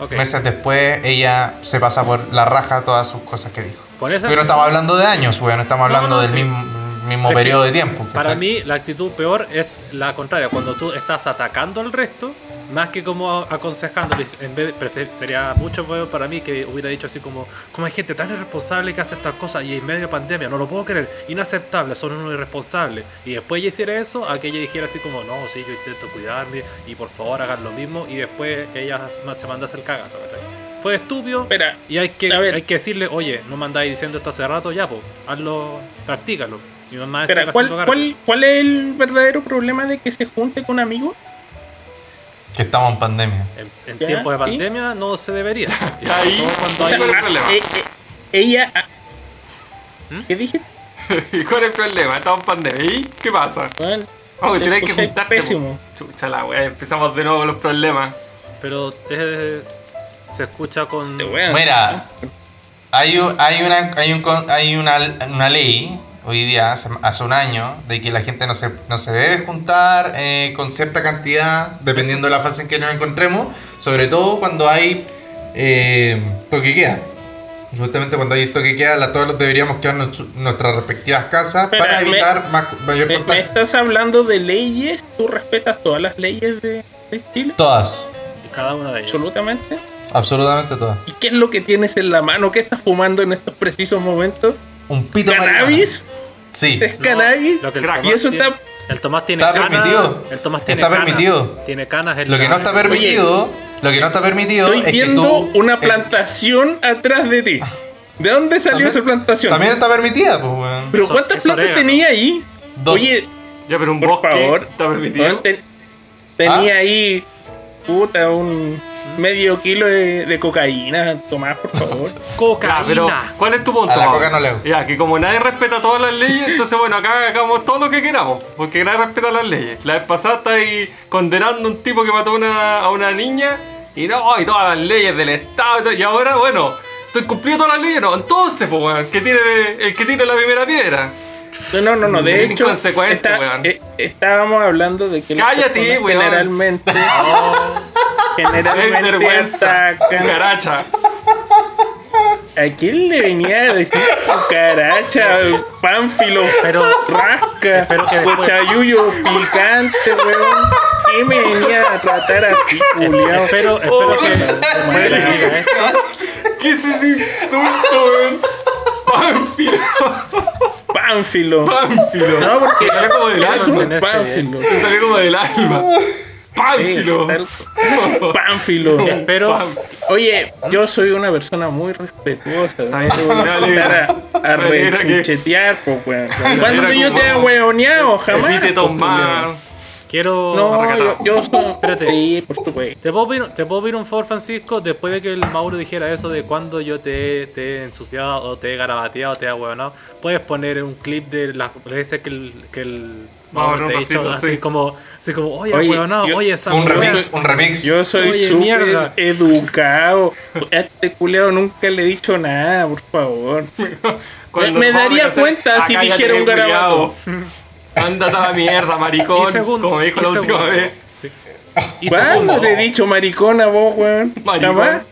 Speaker 4: Ok,
Speaker 3: Meses después ella se pasa por la raja todas sus cosas que dijo.
Speaker 4: con esa...
Speaker 3: Pero no estamos hablando de años, weón, estamos
Speaker 4: No,
Speaker 3: hablando
Speaker 4: no,
Speaker 3: del
Speaker 4: sí.
Speaker 3: mismo, mismo
Speaker 4: Es que
Speaker 3: periodo de tiempo.
Speaker 4: Para
Speaker 3: ¿cachai?
Speaker 4: mí, la actitud peor es la contraria, cuando tú estás atacando al resto, más que como aconsejándoles. En vez de- prefer- sería mucho peor para mí que hubiera dicho así como: como hay gente tan irresponsable que hace estas cosas y en medio de pandemia, no lo puedo creer, inaceptable, son unos irresponsables. Y después ella hiciera eso, a que ella dijera así como: no, sí, yo intento cuidarme y por favor hagan lo mismo, y después ella se manda a hacer cagazo. ¿cachai? Fue estúpido.
Speaker 1: Espera,
Speaker 4: Y hay que,
Speaker 1: A ver.
Speaker 4: hay que decirle, oye, no me andáis diciendo esto hace rato, ya, pues, hazlo, practícalo. Mi mamá
Speaker 1: espera,
Speaker 4: sigue
Speaker 1: ¿cuál,
Speaker 4: haciendo carga.
Speaker 1: cuál, ¿cuál es el verdadero problema de que se junte con amigos?
Speaker 3: Que estamos en pandemia.
Speaker 4: En, en
Speaker 1: Ya,
Speaker 4: tiempos de
Speaker 1: ¿y?
Speaker 4: pandemia no se debería. Y sobre
Speaker 2: Ahí,
Speaker 4: todo cuando
Speaker 1: O sea,
Speaker 4: hay-
Speaker 2: ¿cuál es el
Speaker 1: ah,
Speaker 2: problema?
Speaker 1: eh, eh, ella. ah,
Speaker 4: ¿Mm?
Speaker 1: ¿Qué dije?
Speaker 2: ¿Y cuál es el problema? Estamos en pandemia. ¿Y qué pasa?
Speaker 1: Bueno,
Speaker 2: Vamos,
Speaker 1: te
Speaker 2: si no hay que
Speaker 1: escucháis
Speaker 2: juntarse.
Speaker 1: Pésimo.
Speaker 2: po. Chucha la wea, empezamos de nuevo con los problemas.
Speaker 4: Pero eh, se escucha con...
Speaker 1: Te wean.
Speaker 3: Mira, hay, un- hay, una, hay, un, con- hay una, una ley hoy día, hace, hace un año, de que la gente no se, no se debe juntar eh, con cierta cantidad, dependiendo de la fase en que nos encontremos, sobre todo cuando hay eh, toque queda. Justamente cuando hay toque queda, la- todos los deberíamos quedar en su- nuestras respectivas casas
Speaker 1: Espera,
Speaker 3: para
Speaker 1: me-
Speaker 3: evitar más- mayor
Speaker 1: ¿Me, me
Speaker 3: contagio.
Speaker 1: estás hablando de leyes? ¿Tú respetas todas las leyes de, de Chile?
Speaker 3: Todas,
Speaker 4: Cada uno de ellos.
Speaker 1: Absolutamente.
Speaker 3: absolutamente todas.
Speaker 1: ¿Y qué es lo que tienes en la mano? ¿Qué estás fumando en estos precisos momentos?
Speaker 3: Un pito marihuana.
Speaker 1: ¿Cannabis?
Speaker 3: Sí.
Speaker 1: ¿Es
Speaker 4: No,
Speaker 1: cannabis?
Speaker 4: lo que el
Speaker 2: Crack.
Speaker 4: Tomás
Speaker 1: Y eso
Speaker 4: tiene-
Speaker 1: está-
Speaker 4: El Tomás tiene
Speaker 3: Está
Speaker 4: canas-
Speaker 3: permitido.
Speaker 4: El Tomás tiene
Speaker 3: Está
Speaker 4: canas.
Speaker 3: permitido.
Speaker 4: Tiene canas en
Speaker 3: Lo que
Speaker 4: la-
Speaker 3: no está permitido, lo que no está permitido
Speaker 1: Estoy
Speaker 3: es que
Speaker 1: viendo
Speaker 3: tú
Speaker 1: una
Speaker 3: eh,
Speaker 1: plantación atrás de ti. ¿De dónde salió
Speaker 3: También-
Speaker 1: esa plantación?
Speaker 3: También está permitida, pues, weón.
Speaker 1: ¿Pero
Speaker 4: Eso-
Speaker 1: cuántas
Speaker 4: eso
Speaker 1: plantas
Speaker 4: orégano.
Speaker 1: tenía ahí?
Speaker 3: Dos.
Speaker 1: Oye,
Speaker 2: Ya, pero un
Speaker 1: por
Speaker 2: bosque
Speaker 1: favor.
Speaker 2: está permitido.
Speaker 1: weón, ten- tenía ahí, puta, un medio kilo de, de cocaína. Tomás, por favor.
Speaker 4: Cocaína.
Speaker 2: Ya, pero ¿cuál es tu punto?
Speaker 3: A la
Speaker 2: Mau?
Speaker 3: coca no le hago.
Speaker 2: Ya, que como nadie respeta todas las leyes, entonces bueno, acá hagamos todo lo que queramos, porque nadie respeta las leyes. La vez pasada estáis condenando a un tipo que mató a una, a una niña y no, y todas las leyes del Estado y, todo, y ahora, bueno, estoy cumpliendo todas las leyes, no, entonces, pues weón, que tiene- el que tiene la primera piedra.
Speaker 1: No, no, no, no. De
Speaker 2: Bien
Speaker 1: hecho,
Speaker 2: inconsecuente, weón.
Speaker 1: eh, estábamos hablando de que las
Speaker 2: Cállate,
Speaker 1: personas
Speaker 2: weón.
Speaker 1: generalmente,
Speaker 2: ¡Qué
Speaker 1: generalmente
Speaker 2: vergüenza!
Speaker 1: atacan.
Speaker 2: ¡Caracha!
Speaker 1: ¿A quién le venía a decir cucaracha, pánfilo,
Speaker 4: Pero-
Speaker 1: rasca,
Speaker 4: espero que después-
Speaker 1: cochayuyo picante, weón? ¿Qué me venía a tratar así, culiao?
Speaker 4: Espero, espero
Speaker 2: Oh,
Speaker 4: que
Speaker 2: concha.
Speaker 4: Bueno, le diga esto.
Speaker 2: ¿Qué es ese insulto, weón? ¡Pánfilo!
Speaker 1: Pánfilo.
Speaker 2: ¡Pánfilo!
Speaker 1: No, porque
Speaker 2: Salió como del
Speaker 1: es un
Speaker 2: alma.
Speaker 4: Tenerse
Speaker 1: pánfilo.
Speaker 2: Salió como del alma. ¡Pánfilo!
Speaker 1: Pánfilo.
Speaker 4: Espero-
Speaker 2: Pam.
Speaker 1: Oye, yo soy una persona muy respetuosa.
Speaker 2: bien,
Speaker 1: No te voy
Speaker 2: me
Speaker 1: a
Speaker 2: alegra.
Speaker 1: empezar a, a
Speaker 2: Me alegra que-
Speaker 1: rechuchetear, po, weón.
Speaker 2: alegra
Speaker 1: ¿Cuándo yo
Speaker 2: como-
Speaker 1: te he hueoneado? Jamás. pues,
Speaker 2: Epítetos
Speaker 1: po,
Speaker 2: más.
Speaker 4: Quiero...
Speaker 1: culiao. No, yo, yo soy.
Speaker 4: Espérate.
Speaker 1: Sí, por supuesto.
Speaker 4: ¿Te puedo, pedir, ¿Te puedo pedir un favor, Francisco? Después de que el Mauro dijera eso de cuando yo te, he- te he ensuciado o te he garabateado o te he ahueonado, puedes poner un clip de las veces que el, que el
Speaker 2: Mauro
Speaker 4: Mauro te ha dicho
Speaker 2: Rafita,
Speaker 4: así,
Speaker 2: sí.
Speaker 4: como, así como, oye,
Speaker 1: Oye,
Speaker 4: ahueonado,
Speaker 1: yo-
Speaker 4: oye, esa
Speaker 3: Un
Speaker 4: weona".
Speaker 3: remix, un remix.
Speaker 1: Yo soy
Speaker 4: Oye,
Speaker 1: súper
Speaker 4: mierda.
Speaker 1: educado. A este culeo nunca le he dicho nada, por favor. Me- me
Speaker 2: Mauro
Speaker 1: daría
Speaker 2: Casal-
Speaker 1: cuenta si
Speaker 2: Ah, cállate,
Speaker 1: dijera un garabato.
Speaker 2: culiao. Ándate a la mierda, maricón.
Speaker 4: Y segundo,
Speaker 2: como me dijo
Speaker 4: y
Speaker 2: la última
Speaker 4: segundo.
Speaker 2: vez.
Speaker 4: Sí. Y
Speaker 1: ¿Cuándo
Speaker 4: segundo,
Speaker 1: te he dicho maricona vos, weón?
Speaker 2: Maricón.
Speaker 1: Jamás.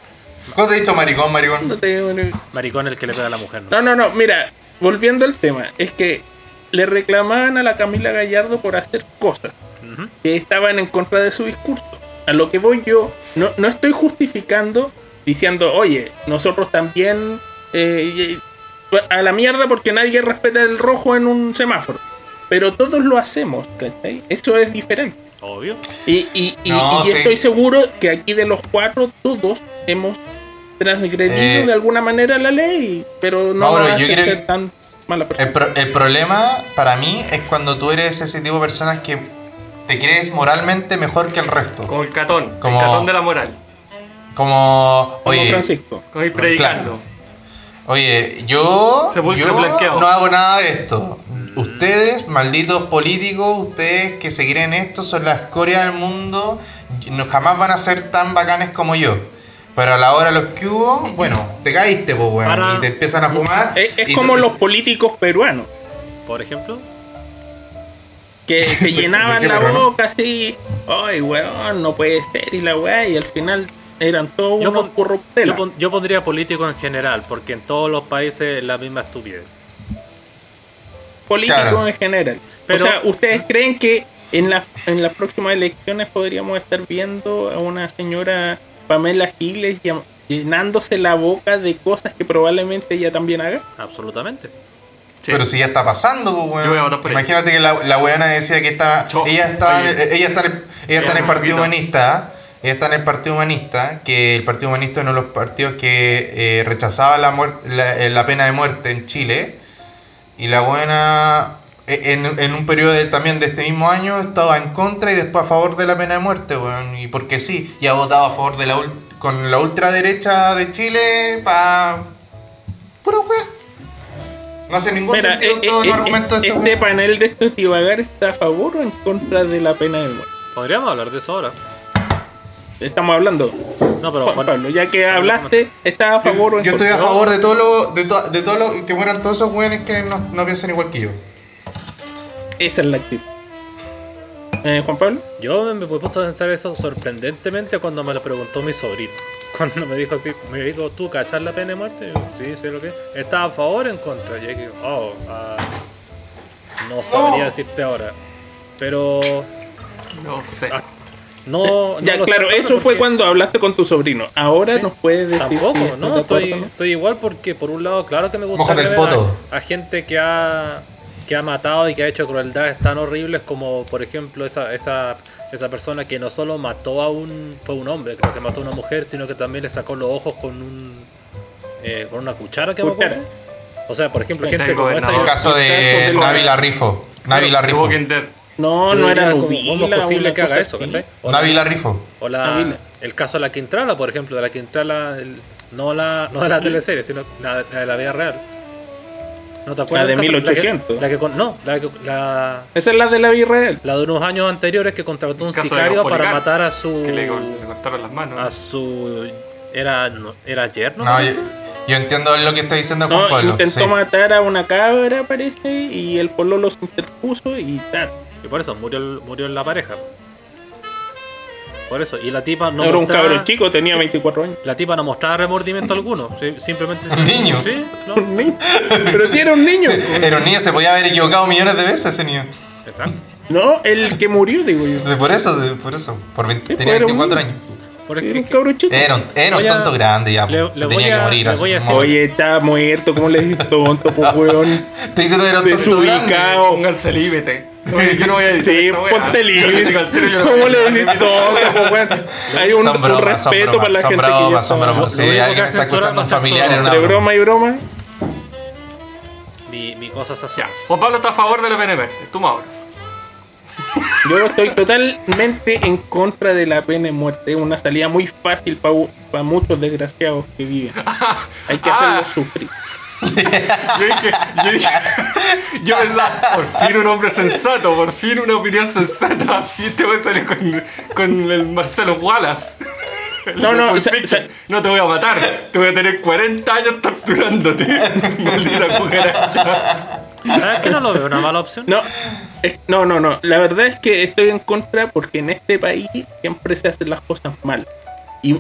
Speaker 3: ¿Cuándo he dicho maricón, maricón?
Speaker 1: No te digo ni-
Speaker 4: maricón el que le pega a la mujer. ¿no?
Speaker 1: No, no, no, mira, volviendo al tema, es que le reclamaban a la Camila Gallardo por hacer cosas
Speaker 4: Ujú.
Speaker 1: que estaban en contra de su discurso. A lo que voy yo, no, no estoy justificando diciendo, oye, nosotros también eh, y- a la mierda porque nadie respeta el rojo en un semáforo. Pero todos lo hacemos, ¿cachai? Eso es diferente.
Speaker 4: Obvio.
Speaker 1: Y, y- y-
Speaker 3: No,
Speaker 1: y
Speaker 3: sí.
Speaker 1: estoy seguro que aquí de los cuatro, todos hemos transgredido
Speaker 3: Eh,
Speaker 1: de alguna manera la ley, pero no
Speaker 3: Mauro,
Speaker 1: nos hace
Speaker 3: yo creo-
Speaker 1: ser tan mala persona.
Speaker 3: El, pro- el problema para mí es cuando tú eres ese tipo de personas que te crees moralmente mejor que el resto.
Speaker 2: Como el catón,
Speaker 3: Como-
Speaker 2: el catón de la moral.
Speaker 3: Como,
Speaker 1: Como
Speaker 3: Eh, oye,
Speaker 1: Francisco.
Speaker 2: Como ir predicando.
Speaker 3: oye, yo,
Speaker 2: Sepulcro
Speaker 3: yo
Speaker 2: blanqueado.
Speaker 3: no hago nada de esto. Ustedes, malditos políticos, ustedes que se creen esto, son la escoria del mundo, no, jamás van a ser tan bacanes como yo. Pero a la hora de los que hubo, bueno, te caíste, pues, weón,
Speaker 4: Para-
Speaker 3: y te empiezan a fumar.
Speaker 1: Es, es
Speaker 3: y
Speaker 1: como
Speaker 3: se-
Speaker 1: los políticos peruanos,
Speaker 4: Por ejemplo,
Speaker 1: que se llenaban
Speaker 3: ¿Qué
Speaker 1: la
Speaker 3: peruano?
Speaker 1: boca así, ay, weón, no puede ser, y la weá, y al final eran todos
Speaker 4: Yo
Speaker 1: unos
Speaker 4: pon- yo,
Speaker 1: corruptelas.
Speaker 4: pon- yo pondría político en general, porque en todos los países es la misma estupidez.
Speaker 1: políticos
Speaker 3: Claro.
Speaker 1: en general.
Speaker 4: Pero-
Speaker 1: o sea, ¿ustedes creen que en, la- en las próximas elecciones podríamos estar viendo a una señora Pamela Giles llam- llenándose la boca de cosas que probablemente ella también haga?
Speaker 4: Absolutamente.
Speaker 2: Sí.
Speaker 3: Pero si ya está pasando, pues, weón.
Speaker 2: Yo voy a votar por ella.
Speaker 3: Imagínate que la, la weona decía que estaba.
Speaker 2: Yo,
Speaker 3: ella estaba, en-
Speaker 2: oye.
Speaker 3: ella está en el, ella está en el
Speaker 2: Yo,
Speaker 3: Partido
Speaker 2: mira.
Speaker 3: Humanista. ¿eh? Ella está en el Partido Humanista, que el Partido Humanista es uno de los partidos que eh, rechazaba la, muerte, la, eh, la pena de muerte en Chile. Y la buena, en, en un periodo de- también de este mismo año, estaba en contra y después a favor de la pena de muerte, weón. Y porque sí, y ha votado a favor de la ul- con la ultraderecha de Chile para... Pura weá. No hace ningún
Speaker 1: Mira,
Speaker 3: sentido
Speaker 1: eh,
Speaker 3: todo
Speaker 1: eh,
Speaker 3: el argumento de
Speaker 1: eh,
Speaker 3: este
Speaker 1: este
Speaker 3: weón.
Speaker 1: panel de estos divagar está a favor o en contra de la pena de muerte.
Speaker 4: Podríamos hablar de eso ahora.
Speaker 1: Estamos hablando.
Speaker 4: No, pero
Speaker 1: Juan
Speaker 4: Juan-
Speaker 1: Pablo, ya que hablaste, ¿estás a eh, favor o en
Speaker 3: Yo estoy
Speaker 1: contra?
Speaker 3: a favor de todo lo, de to- de todo lo- que mueran todos esos weones que no, no piensan igual que yo.
Speaker 1: Esa es la actitud. Eh, Juan Pablo,
Speaker 4: Yo me, me puse a pensar eso sorprendentemente cuando me lo preguntó mi sobrino. Cuando me dijo así, me dijo, ¿tú cachas la pena de muerte? Yo, sí, sé lo que es. ¿Estás a favor o en contra? Y yo dije, oh, ah, no sabría decirte ahora. Pero
Speaker 2: No sé.
Speaker 4: Ah, no...
Speaker 1: ya
Speaker 4: no lo
Speaker 1: claro,
Speaker 4: sé
Speaker 1: eso fue
Speaker 4: porque-
Speaker 1: cuando hablaste con tu sobrino. Ahora
Speaker 4: Sí.
Speaker 1: nos puedes decir. si
Speaker 4: Tampoco,
Speaker 1: estás
Speaker 4: ¿no?
Speaker 1: de acuerdo,
Speaker 4: Estoy,
Speaker 1: ¿no?
Speaker 4: estoy igual porque, por un lado, claro que me gusta
Speaker 3: Mójate el
Speaker 4: ver
Speaker 3: poto.
Speaker 4: a, a gente que ha, que ha matado y que ha hecho crueldades tan horribles como, por ejemplo, esa, esa, esa persona que no solo mató a un... Fue un hombre, creo que mató a una mujer, sino que también le sacó los ojos con un... eh, con una cuchara que me
Speaker 1: Cuchara.
Speaker 4: acuerdo. O sea, por ejemplo,
Speaker 2: Ese
Speaker 4: gente
Speaker 2: es el
Speaker 4: como esta...
Speaker 2: gobernador.
Speaker 3: El caso
Speaker 1: caso
Speaker 3: de
Speaker 1: del-
Speaker 3: Navi Larrifo. Navi
Speaker 2: The
Speaker 3: Larrifo.
Speaker 2: Walking Dead.
Speaker 1: No,
Speaker 4: yo
Speaker 1: no era
Speaker 4: diría como,
Speaker 1: Nubila.
Speaker 4: ¿Cómo es posible
Speaker 1: una
Speaker 4: que haga
Speaker 1: cosa
Speaker 4: eso?
Speaker 1: así.
Speaker 4: ¿cachai? O
Speaker 3: Navi
Speaker 4: la-
Speaker 3: Larrifo.
Speaker 4: O la,
Speaker 1: Avila.
Speaker 4: el caso de la Quintrala, por ejemplo, de la Quintrala, el- no, la, no de la teleserie, sino la, la de la vida real. ¿No te acuerdas?
Speaker 1: de
Speaker 4: del caso?
Speaker 1: 1800.
Speaker 4: La que, la que con- no, la, que- la,
Speaker 1: Esa es la de la Virreal.
Speaker 4: la de unos años anteriores que contrató un
Speaker 2: caso de
Speaker 4: sicario para
Speaker 2: Policarpo,
Speaker 4: matar a su.
Speaker 2: Que le, col- le cortaron las manos.
Speaker 1: Ah,
Speaker 4: a su. Era, no, era yerno.
Speaker 3: No,
Speaker 4: ¿no?
Speaker 3: yo, yo entiendo lo que está diciendo Juan
Speaker 1: No,
Speaker 3: Pablo.
Speaker 1: intentó
Speaker 3: Ah, sí.
Speaker 1: matar a una cabra, parece, y el polo los interpuso y tal.
Speaker 4: Y por eso murió, el- murió la pareja. Por eso. Y la tipa no.
Speaker 1: Era un
Speaker 4: mostraba-
Speaker 1: cabrón chico, tenía 24 años.
Speaker 4: La tipa no mostraba remordimiento alguno. sí, simplemente.
Speaker 3: Un niño.
Speaker 4: Sí, no,
Speaker 1: Un niño. Pero si era un niño.
Speaker 3: Sí, Era un niño, se podía haber equivocado millones de veces ese niño.
Speaker 4: exacto.
Speaker 1: No, el que murió, digo yo.
Speaker 3: De- Por eso, de- por eso. Por veinte-
Speaker 1: Sí, pues,
Speaker 3: tenía
Speaker 1: era un
Speaker 3: 24
Speaker 1: niño.
Speaker 3: años.
Speaker 4: Por
Speaker 1: Era un
Speaker 4: ejemplo,
Speaker 1: cabrón chico.
Speaker 3: Era un, era un
Speaker 4: Voy a-
Speaker 3: tonto grande ya.
Speaker 4: le-
Speaker 3: po. se
Speaker 4: le voy
Speaker 3: tenía
Speaker 4: a-
Speaker 3: que morir.
Speaker 4: le
Speaker 3: así
Speaker 4: voy a
Speaker 3: como-
Speaker 4: decir-
Speaker 1: Oye, está muerto, ¿cómo le dices tonto, po, weón?
Speaker 3: Te diciendo que era un tonto grande.
Speaker 1: Desubicado.
Speaker 2: Ah, Pónganse límite. Oye, Yo no voy a editar
Speaker 1: Sí,
Speaker 2: esta wea.
Speaker 1: ponte
Speaker 2: Yo le digo
Speaker 1: libre.
Speaker 2: al tiro, yo no
Speaker 1: ¿Cómo
Speaker 2: voy a
Speaker 1: le
Speaker 2: editar.
Speaker 1: decís tonto, po, weón? Hay un,
Speaker 3: Son
Speaker 1: un
Speaker 3: bromas, son
Speaker 1: respeto
Speaker 3: bromas,
Speaker 1: para la
Speaker 3: son
Speaker 1: gente que ya
Speaker 3: bromas,
Speaker 1: está
Speaker 3: son bromas.
Speaker 4: Lo
Speaker 3: Si
Speaker 4: único que
Speaker 3: alguien está
Speaker 4: censuran
Speaker 3: escuchando
Speaker 4: va a
Speaker 3: un
Speaker 4: ser
Speaker 3: familiar
Speaker 4: solo
Speaker 3: en una
Speaker 1: Entre
Speaker 3: broma.
Speaker 1: broma y broma.
Speaker 4: mi, mi cosa es así.
Speaker 2: Ya. Juan Pablo está a favor de la PNP. Tú, Mauro.
Speaker 1: Yo estoy totalmente en contra de la pena de muerte. Es una salida muy fácil para muchos desgraciados que viven. Hay que
Speaker 2: Ah.
Speaker 1: hacerlos sufrir.
Speaker 2: Yo dije, yo dije, yo pensaba, por fin un hombre sensato, por fin una opinión sensata. Y este güey sale con, con el Marcelo Wallace. El
Speaker 1: No,
Speaker 2: de
Speaker 1: no,
Speaker 2: Pulp
Speaker 1: sa-
Speaker 2: Fiction.
Speaker 1: sa-
Speaker 2: no te voy a matar, te voy a tener 40 años torturándote, maldita cucaracha.
Speaker 4: ¿Sabes que no lo veo una mala opción?
Speaker 1: No, Es- No, no, no. La verdad es que estoy en contra porque en este país siempre se hacen las cosas mal. Y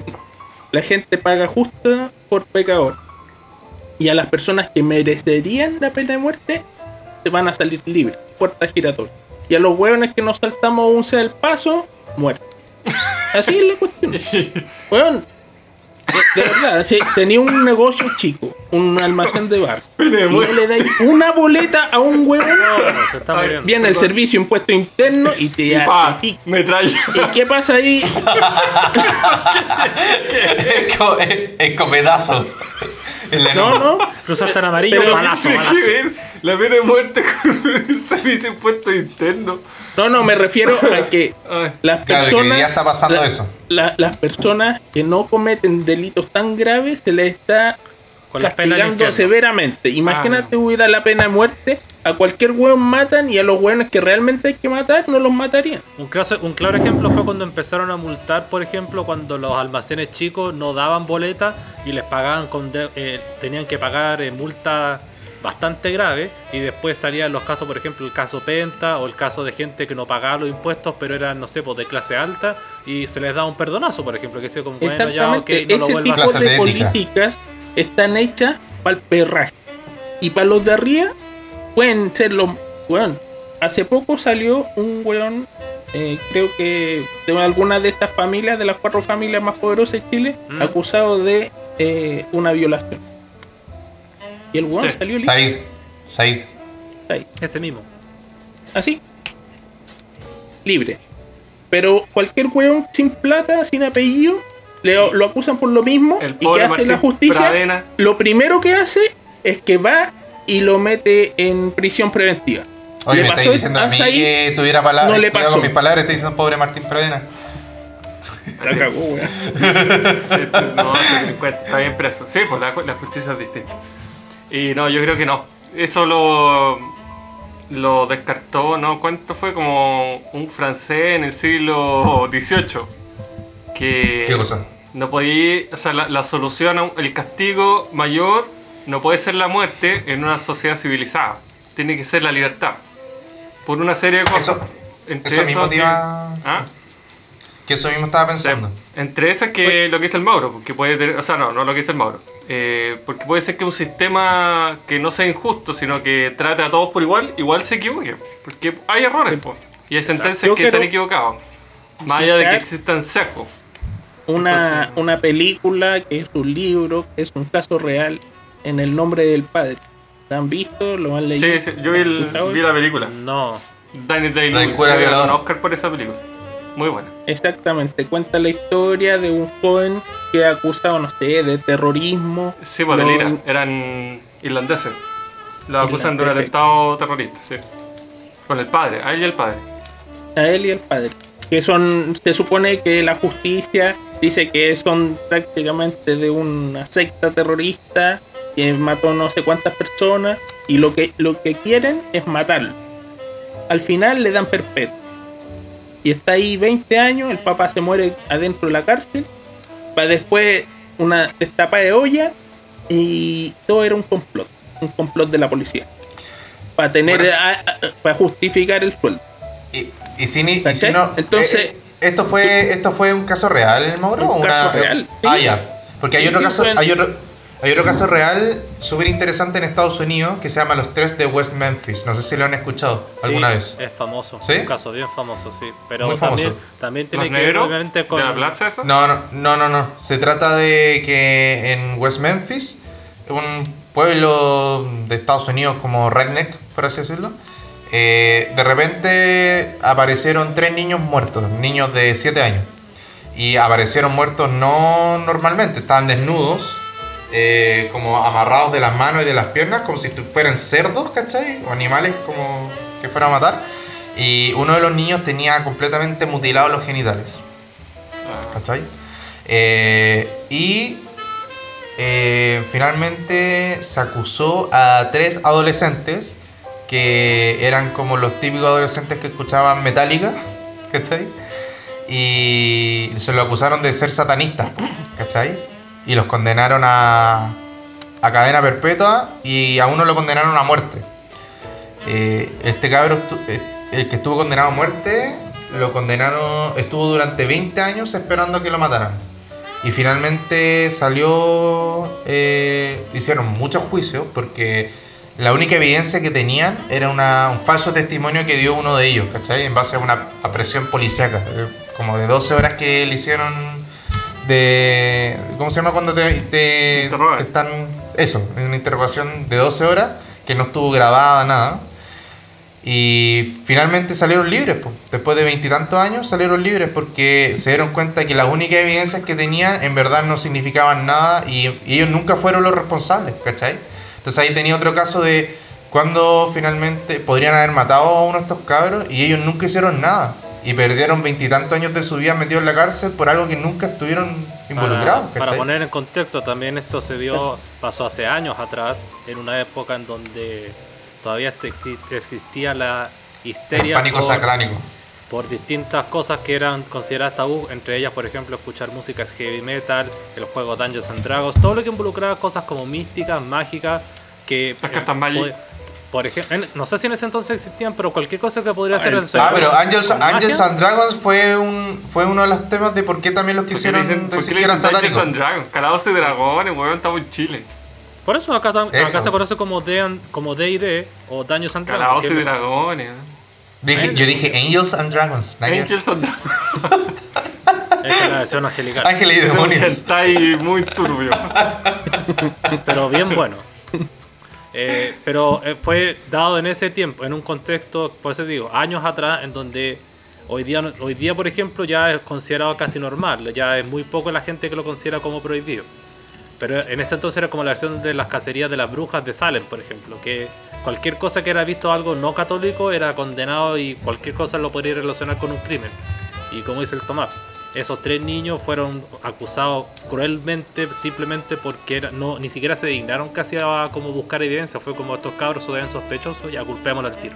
Speaker 1: la gente paga justo por pecador. Y a las personas que merecerían la pena de muerte se van a salir libres. Puerta giratoria. Y a los hueones que nos saltamos un sea el paso, muerto. Así es la cuestión. Hueón. De, de verdad, si tenía un negocio chico, un almacén de bar. Y no le dais una boleta a un hueón.
Speaker 4: No, se está
Speaker 2: Ay,
Speaker 4: muriendo.
Speaker 1: Viene el servicio impuesto interno y te hace
Speaker 2: Pa,
Speaker 1: pic.
Speaker 2: me trae.
Speaker 1: ¿Y qué pasa ahí?
Speaker 3: Esco- eh, Escopedazo. En la
Speaker 1: No,
Speaker 3: nuca.
Speaker 1: no.
Speaker 4: Cruzaste en amarillo,
Speaker 1: Pero-
Speaker 4: balazo,
Speaker 2: Tiene
Speaker 4: balazo.
Speaker 2: que ver la pena de muerte con un servicio impuesto interno.
Speaker 1: No, no, me refiero a que
Speaker 2: Ay.
Speaker 1: las
Speaker 3: Claro,
Speaker 1: personas.
Speaker 3: que hoy día está pasando eso.
Speaker 1: la- las personas que no cometen delitos tan graves se les está
Speaker 4: Con las penas del
Speaker 1: castigando
Speaker 4: infierno. Ah,
Speaker 1: severamente. Imagínate hubiera la pena de muerte, a cualquier hueón matan y a los hueones que realmente hay que matar no los matarían.
Speaker 4: Un claro, un claro ejemplo fue cuando empezaron a multar, por ejemplo, cuando los almacenes chicos no daban boletas y les pagaban con de- eh, tenían que pagar eh, multas bastante graves y después salían los casos, por ejemplo, el caso Penta o el caso de gente que no pagaba los impuestos, pero eran, no sé, pues de clase alta y se les da un perdonazo, por ejemplo, que sea como, bueno, ya, ok,
Speaker 1: Exactamente,
Speaker 4: no lo
Speaker 1: ese
Speaker 4: vuelvas a
Speaker 1: tipo
Speaker 4: hacer.
Speaker 3: Clase
Speaker 1: de
Speaker 3: de ética.
Speaker 1: políticas están hechas para el perraje. Y para los de arriba, pueden ser los. Weón, hace poco salió un weón, eh, creo que de alguna de estas familias, de las cuatro familias más poderosas de Chile,
Speaker 4: Mm.
Speaker 1: acusado de eh, una violación. Y el weón
Speaker 2: Sí.
Speaker 1: salió libre.
Speaker 3: Said. Said.
Speaker 1: Ahí.
Speaker 4: Ese mismo.
Speaker 1: Así. Libre. Pero cualquier weón sin plata, sin apellido, le- lo acusan por lo mismo.
Speaker 2: El
Speaker 1: y que
Speaker 2: pobre
Speaker 1: hace
Speaker 2: Martín
Speaker 1: la justicia.
Speaker 2: Pradena.
Speaker 1: Lo primero que hace es que va y lo mete en prisión preventiva.
Speaker 3: Oye,
Speaker 1: Le
Speaker 3: me
Speaker 1: pasó
Speaker 3: estáis diciendo a mí
Speaker 1: Azaí,
Speaker 3: que tuviera palabras.
Speaker 1: no le
Speaker 3: cuidado
Speaker 1: pasó.
Speaker 3: con mis palabras, estáis diciendo pobre Martín Pradena.
Speaker 1: La cagó, weón.
Speaker 2: No, este delincuente, está bien preso. Sí, pues la, la justicia es distinta. Y no, yo creo que no. Eso lo, lo descartó, ¿no? ¿Cuánto fue? Como un francés en el siglo XVIII. Que
Speaker 3: ¿Qué cosa?
Speaker 2: No podía, o sea, la, la solución, a un- el castigo mayor no puede ser la muerte en una sociedad civilizada. Tiene que ser la libertad. Por una serie de cosas.
Speaker 3: Eso-
Speaker 2: Entre
Speaker 3: eso mismo
Speaker 2: esas
Speaker 3: te
Speaker 2: que-
Speaker 3: iba-
Speaker 2: ¿Ah?
Speaker 3: Que eso mismo estaba
Speaker 2: Sí.
Speaker 3: pensando.
Speaker 2: Entre esas que
Speaker 4: Pues-
Speaker 2: lo que dice el Mauro, porque puede tener- o sea, no, no lo que dice el Mauro, Eh, porque puede ser que un sistema que no sea injusto, sino que trate a todos por igual, igual se equivoque, porque hay errores, po, y hay sentencias
Speaker 1: Yo
Speaker 2: que se han
Speaker 1: creo-
Speaker 2: equivocado, más
Speaker 1: Sí,
Speaker 2: allá de que
Speaker 1: claro.
Speaker 2: existan sesgos.
Speaker 1: Una,
Speaker 2: Entonces-
Speaker 1: una película que es un libro, que es un caso real en el nombre del padre. ¿La han visto? ¿Lo han leído?
Speaker 2: Sí, sí, yo vi, el- vi la película,
Speaker 4: No.
Speaker 2: Daniel Day
Speaker 3: La cura violador.
Speaker 2: Oscar por esa película, muy buena.
Speaker 1: Exactamente, cuenta la historia de un joven que acusado, no sé, de terrorismo.
Speaker 2: Sí, pues
Speaker 1: Lo-
Speaker 2: del Irán, eran irlandeses, lo acusan de un
Speaker 1: Irlandeses.
Speaker 2: atentado terrorista, sí. Con el padre, ahí el padre.
Speaker 1: A él y el padre. Que son, se supone que la justicia dice que son prácticamente de una secta terrorista que mató no sé cuántas personas y lo que, lo que quieren es matarlo. Al final le dan perpetuo. Y está ahí 20 años, el papá se muere adentro de la cárcel, para después una destapa de olla y todo era un complot, un complot de la policía. Para tener,
Speaker 3: Bueno.
Speaker 1: para justificar el sueldo.
Speaker 3: Y, y si, ni- y si
Speaker 1: ¿Cachai?
Speaker 3: no.
Speaker 1: Entonces-
Speaker 3: eh, ¿esto, fue, ¿Esto fue un caso real, Mauro?
Speaker 1: Un
Speaker 3: o una-
Speaker 1: caso real, sí.
Speaker 3: Ah, ya. Porque hay
Speaker 1: Sí,
Speaker 3: otro
Speaker 1: sí,
Speaker 3: caso.
Speaker 1: fue en-
Speaker 3: Hay otro, hay otro caso real súper interesante en Estados Unidos que se llama Los Tres de West Memphis. No sé si lo han escuchado alguna
Speaker 4: Sí,
Speaker 3: vez.
Speaker 4: Es famoso.
Speaker 3: ¿Sí?
Speaker 4: Un caso bien famoso, sí. Pero
Speaker 3: Muy famoso.
Speaker 4: también, también tiene
Speaker 2: ¿Los
Speaker 4: que ver
Speaker 2: negros?
Speaker 4: obviamente con.
Speaker 2: ¿De la plaza eso?
Speaker 3: No, no, no, no, no. Se trata de que en West Memphis, un pueblo de Estados Unidos como Redneck, por así decirlo, eh, de repente aparecieron tres niños muertos, niños de 7 años. Y aparecieron muertos no normalmente, estaban desnudos, eh, como amarrados de las manos y de las piernas, como si tu- fueran cerdos, ¿cachai? O animales como que fueran a matar. Y uno de los niños tenía completamente mutilados los genitales.
Speaker 2: Ah,
Speaker 3: ¿cachai? Eh, y eh, finalmente se acusó a tres adolescentes que eran como los típicos adolescentes que escuchaban Metallica, ¿cachai? Y se lo acusaron de ser satanistas, po, ¿cachai? Y los condenaron a, a cadena perpetua y a uno lo condenaron a muerte. Eh, este cabro estu- eh, el que estuvo condenado a muerte, lo condenaron, estuvo durante 20 años esperando que lo mataran. Y finalmente salió, eh, hicieron muchos juicios porque la única evidencia que tenían era una- un falso testimonio que dio uno de ellos, ¿cachai? En base a una a presión policíaca, eh, como de 12 horas que le hicieron de... ¿Cómo se llama cuando te, te,
Speaker 2: Interrogar.
Speaker 3: te están... Eso, una interrogación de 12 horas que no estuvo grabada, nada. Y finalmente salieron libres, po. después de veintitantos años salieron libres porque se dieron cuenta que las únicas evidencias que tenían en verdad no significaban nada y, y ellos nunca fueron los responsables, ¿cachai? Entonces ahí tenía otro caso de cuando finalmente podrían haber matado a uno de estos cabros y ellos nunca hicieron nada y perdieron veintitantos años de su vida metidos en la cárcel por algo que nunca estuvieron involucrados,
Speaker 4: Para, para
Speaker 3: ¿cachai?
Speaker 4: poner en contexto, también esto se dio, pasó hace años atrás, en una época en donde todavía este exi- existía la histeria
Speaker 3: Pánico
Speaker 4: por-
Speaker 3: sacránico.
Speaker 4: por distintas cosas que eran consideradas tabú, entre ellas, por ejemplo, escuchar música heavy metal, el juego Dungeons and Dragons, todo lo que involucraba cosas como místicas, mágicas, que... eh,
Speaker 2: Las cartas Magic.
Speaker 4: Por, ejemplo, no sé si en ese entonces existían, pero cualquier cosa que podría ser...
Speaker 2: el-
Speaker 3: Ah, pero
Speaker 4: Angels
Speaker 3: Angels, Angels and Dragons fue un fue uno de los temas de por qué también los
Speaker 2: ¿Por qué le
Speaker 3: quisieron
Speaker 2: dicen, ¿por qué
Speaker 3: decir
Speaker 2: le
Speaker 3: que eran
Speaker 2: dicen Dungeons
Speaker 3: satánicos.
Speaker 2: and Dragons? Calados y dragones, weón, estamos en Chile.
Speaker 4: Por eso acá, tam- acá
Speaker 3: Eso.
Speaker 4: se conoce como D&D como D&D o Dungeons and Dragons.
Speaker 2: Calados y
Speaker 4: que-
Speaker 2: dragones.
Speaker 3: Dije- yo dije Angels and Dragons. nada que ver.
Speaker 2: Angels and Dragons.
Speaker 4: es que la versión angelical.
Speaker 3: Ángeles y
Speaker 2: Es un
Speaker 3: demonios.
Speaker 2: hentai muy turbio.
Speaker 4: pero bien bueno. Eh, pero eh, fue dado en ese tiempo, en un contexto, por eso digo, años atrás, en donde hoy día, no- hoy día por ejemplo, ya es considerado casi normal, ya es muy poco la gente que lo considera como prohibido. Pero en ese entonces era como la versión de las cacerías de las brujas de Salem, por ejemplo, que cualquier cosa que era visto algo no católico era condenado y cualquier cosa lo podría relacionar con un crimen. Y como dice el Tomás, esos tres niños fueron acusados cruelmente simplemente porque era- no, ni siquiera se dignaron casi a como buscar evidencia. Fue como estos cabros se ven sospechosos, ya culpémoslo al tiro.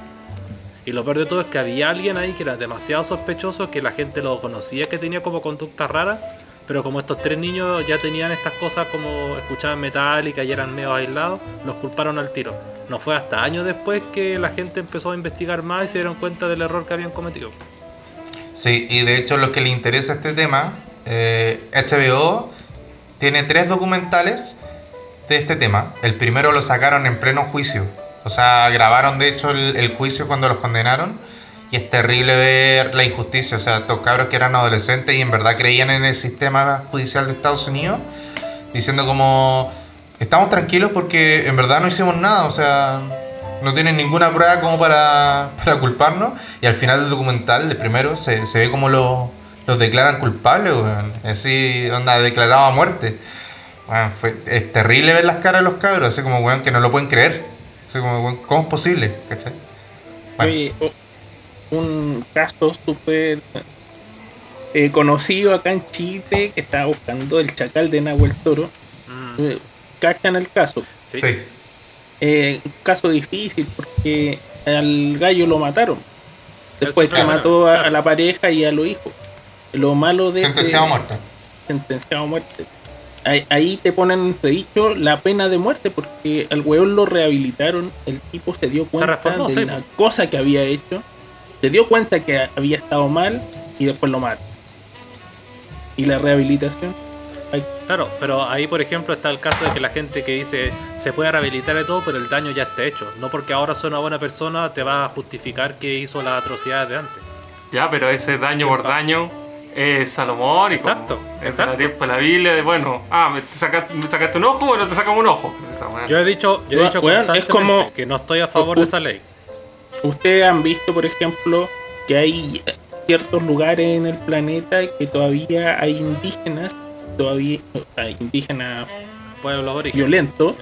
Speaker 4: Y lo peor de todo es que había alguien ahí que era demasiado sospechoso, que la gente lo conocía, que tenía como conductas raras, pero como estos tres niños ya tenían estas cosas como escuchaban metálica y eran medio aislados, los culparon al tiro. No fue hasta años después que la gente empezó a investigar más y se dieron cuenta del error que habían cometido.
Speaker 3: Sí, y de hecho, a los que les interesa este tema, eh, HBO tiene tres documentales de este tema. El primero lo sacaron en pleno juicio. O sea, grabaron de hecho el, el juicio cuando los condenaron. Y es terrible ver la injusticia. O sea, estos cabros que eran adolescentes y en verdad creían en el sistema judicial de Estados Unidos, diciendo como, estamos tranquilos porque en verdad no hicimos nada. O sea, no tienen ninguna prueba como para, para culparnos. Y al final del documental, el primero, se, se ve como los, los declaran culpables. weón. Así, onda, declarado a muerte. Weón, fue, es terrible ver las caras de los cabros, así como, weón, que no lo pueden creer. Así como, weón, ¿cómo es posible? ¿Cachai? Bueno.
Speaker 1: Oye, o- un caso súper eh, conocido acá en Chile que estaba buscando el chacal de Nahuel Toro.
Speaker 4: Mm,
Speaker 1: Eh, Cachan el caso.
Speaker 4: Sí.
Speaker 3: Sí.
Speaker 1: Eh, un caso difícil porque al gallo lo mataron. Después que
Speaker 4: Claro,
Speaker 1: mató a,
Speaker 4: claro.
Speaker 1: a la pareja y a los hijos. Lo malo de.
Speaker 3: Sentenciado a
Speaker 1: este-
Speaker 3: muerte.
Speaker 1: sentenciado a muerte. Ahí, ahí te ponen en entredicho la pena de muerte porque al weón lo rehabilitaron, el tipo se dio cuenta
Speaker 4: reformó,
Speaker 1: de
Speaker 4: sí.
Speaker 1: la cosa que había hecho, se dio cuenta que había estado mal y después lo mata. Y la rehabilitación. ay,
Speaker 4: Claro, pero ahí por ejemplo está el caso de que la gente que dice se puede rehabilitar de todo, pero el daño ya está hecho. No porque ahora soy una buena persona te va a justificar que hizo las atrocidades de antes.
Speaker 2: Ya, pero ese daño por daño es salomónico.
Speaker 4: Exacto,
Speaker 2: Es
Speaker 4: exacto.
Speaker 2: la tiempo, la Biblia, de, bueno, ah, ¿me, te sacaste, me sacaste un ojo o no te sacamos un ojo? Esa weá.
Speaker 4: Yo he dicho, yo he
Speaker 1: Weón,
Speaker 4: dicho
Speaker 1: weón, es
Speaker 4: constantemente
Speaker 1: como-
Speaker 4: que no estoy a favor de esa ley.
Speaker 1: Ustedes han visto, por ejemplo, que hay ciertos lugares en el planeta que todavía hay indígenas, todavía hay indígenas
Speaker 4: Pueblos origen.
Speaker 1: violentos,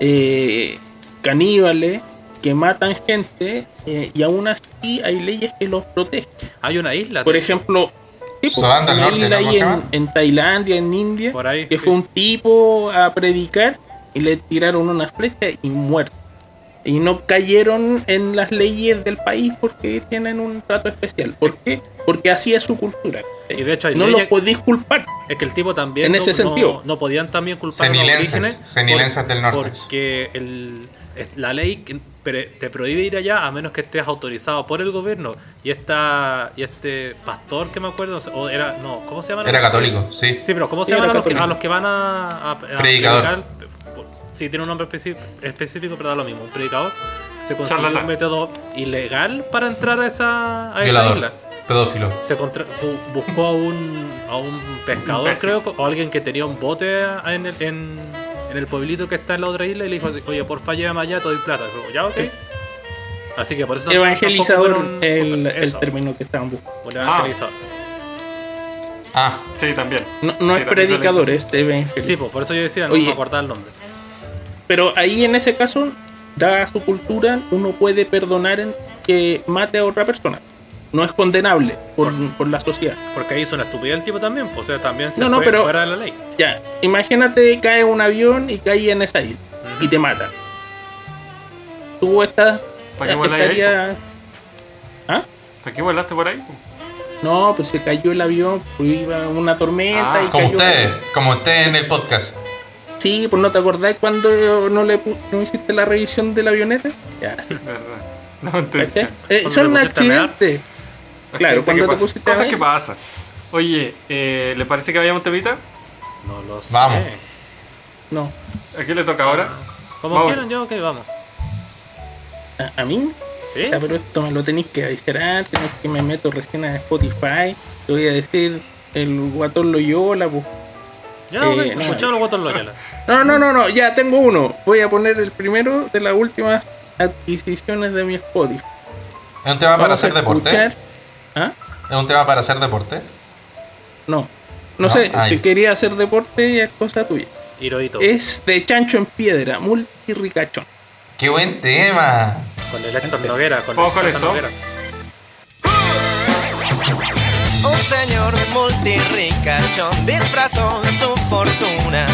Speaker 1: eh, caníbales, que matan gente eh, y aún así hay leyes que los protegen.
Speaker 4: Hay una isla.
Speaker 1: Por
Speaker 4: de hecho.
Speaker 1: ejemplo, sí, pues,
Speaker 3: Sudán del
Speaker 1: una
Speaker 3: Norte,
Speaker 1: isla
Speaker 3: ¿no?
Speaker 1: ahí
Speaker 3: ¿Cómo se
Speaker 1: en,
Speaker 3: llama?
Speaker 1: en Tailandia, en India,
Speaker 4: Por ahí,
Speaker 1: que
Speaker 4: sí.
Speaker 1: fue un tipo a predicar y le tiraron una flecha y muerto. Y no cayeron en las leyes del país porque tienen un trato especial. ¿Por qué? Porque así es su cultura.
Speaker 4: Y de hecho hay
Speaker 1: no
Speaker 4: leyes-
Speaker 1: los podéis culpar.
Speaker 4: Es que el tipo también.
Speaker 1: En
Speaker 4: no-
Speaker 1: ese
Speaker 4: no-
Speaker 1: sentido.
Speaker 4: No podían también culpar a los
Speaker 3: Senilenses,
Speaker 4: orígenes.
Speaker 3: senilenses del norte.
Speaker 4: Porque el, es- la ley que pre- te prohíbe ir allá a menos que estés autorizado por el gobierno. Y esta y este pastor que me acuerdo, o era, no, ¿cómo se llama?
Speaker 3: Era católico, sí.
Speaker 4: Sí, pero ¿cómo se
Speaker 1: Sí,
Speaker 4: llaman
Speaker 1: era
Speaker 4: a los, que,
Speaker 1: católico.
Speaker 4: a los que van a, a- a
Speaker 3: Predicador.
Speaker 4: predicar? Sí, tiene un nombre especi- específico, pero da lo mismo. Un predicador se consiguió
Speaker 2: Charlatán.
Speaker 4: un método ilegal para entrar a Ah, esa, a esa isla.
Speaker 3: Violador. Pedófilo.
Speaker 4: Se contra- bu- buscó a un, a un pescador,
Speaker 2: Imbécil.
Speaker 4: creo, o alguien que tenía un bote a- en el, en, en el pueblito que está en la otra isla y le dijo, oye, porfa, llévame allá, te doy plata. Dijo, ya, ok. Así que por eso... tampoco
Speaker 1: Evangelizador,
Speaker 4: fueron-
Speaker 1: el, el
Speaker 4: eso,
Speaker 1: término que estaban buscando.
Speaker 4: un evangelizador.
Speaker 3: Ah,
Speaker 2: Sí, también.
Speaker 1: No, no
Speaker 2: Sí,
Speaker 1: es
Speaker 2: también se le
Speaker 1: predicador,
Speaker 2: dice
Speaker 1: es evangelizador.
Speaker 4: Sí, pues, por eso yo decía, no
Speaker 1: Oye.
Speaker 4: me acordaba el nombre.
Speaker 1: Pero ahí en ese caso, dada su cultura, uno puede perdonar en que mate a otra persona. No es condenable por, por la sociedad.
Speaker 4: Porque hizo una estupidez el tipo también, pues, o sea, también se
Speaker 1: No, no,
Speaker 4: fue
Speaker 1: pero-
Speaker 4: fuera de la ley.
Speaker 1: Ya, imagínate cae un avión y cae en esa isla y te mata. Tú estás.
Speaker 2: ¿Para qué voláis ahí,
Speaker 1: estarías- ¿Ah?
Speaker 2: ¿Para qué volaste por ahí?
Speaker 1: No, pues se cayó el avión, pues iba una tormenta
Speaker 2: Ah,
Speaker 1: y
Speaker 3: como
Speaker 1: cayó-
Speaker 3: ustedes, como ustedes en el podcast.
Speaker 1: Sí, pues no te acordás cuando no le pu- no hiciste la revisión de la avioneta. Ya,
Speaker 2: Verdad. La manutención.
Speaker 1: ¿cachai? Eh,
Speaker 4: Cuando
Speaker 1: son
Speaker 4: te pusiste a mear.
Speaker 1: accidentes. Claro, cuando
Speaker 2: Accidente que
Speaker 1: te
Speaker 2: pasa.
Speaker 1: pusiste a
Speaker 2: Cosas
Speaker 1: ver.
Speaker 2: que pasan. Oye, eh, ¿le parece que vayamos temita?
Speaker 4: No lo sé.
Speaker 3: Vamos.
Speaker 1: No,
Speaker 2: ¿A quién le toca ahora?
Speaker 1: Ah.
Speaker 4: Como
Speaker 2: Vamos.
Speaker 4: quieran, yo, ok, vamos.
Speaker 1: a, a mí.
Speaker 4: ¿Sí?
Speaker 1: Ya, pues, pero esto me lo tenéis que avisar antes, no es que me meto recién a Spotify. Te voy a decir el guatón Loyola. pues.
Speaker 4: Ya, ok,
Speaker 1: Eh, no.
Speaker 4: escuchamos los guatos loyola.
Speaker 1: No, no, no, no, ya tengo uno. Voy a poner el primero de las últimas adquisiciones de mi Spotify.
Speaker 3: ¿Es un tema para
Speaker 1: Vamos a
Speaker 3: hacer deporte?
Speaker 1: escuchar- ¿Ah?
Speaker 3: ¿Es un tema para hacer deporte?
Speaker 1: No. no. sé,
Speaker 3: ay.
Speaker 1: si quería hacer deporte ya es cosa tuya.
Speaker 4: Hirohito.
Speaker 1: Es de Chancho en Piedra, multirricachón.
Speaker 3: ¡Qué buen tema!
Speaker 4: Con el Héctor Noguera. Con el
Speaker 2: Ojo con
Speaker 4: Héctor
Speaker 2: eso.
Speaker 4: Noguera.
Speaker 5: Un señor multirricachón disfrazó su fortuna.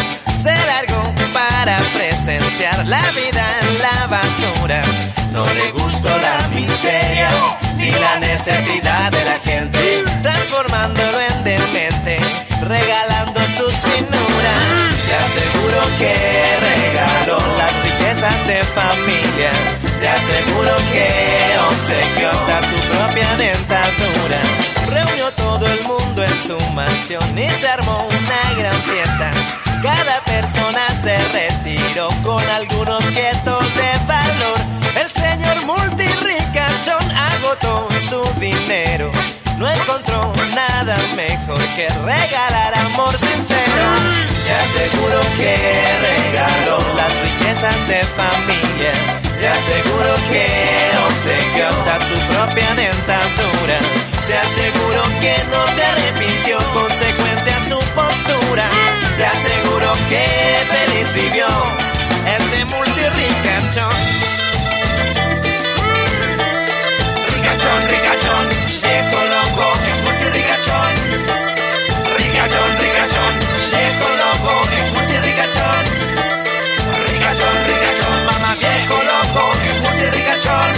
Speaker 5: Se largó para presenciar la vida en la basura. No le gustó la miseria ni la necesidad de la gente. Transformándolo en demente, regalando sus finuras. Te aseguro que regaló las riquezas de familia. Te aseguro que obsequió hasta su propia dentadura. Reunió todo el mundo en su mansión y se armó una gran fiesta. Cada persona se retiró con algún objeto de valor. El señor multirricachón agotó su dinero. No encontró nada mejor que regalar amor sincero. Te aseguro que regaló las riquezas de familia. Te aseguro que obsequió hasta su propia dentadura. Te aseguro que no se arrepintió consecuente a su postura. Te aseguro que feliz vivió este multirricachón. Ricachón, ricachón, viejo loco, es multirricachón. Ricachón, ricachón, viejo loco, es multirricachón. Ricachón, ricachón, mamá, viejo loco, es multirricachón.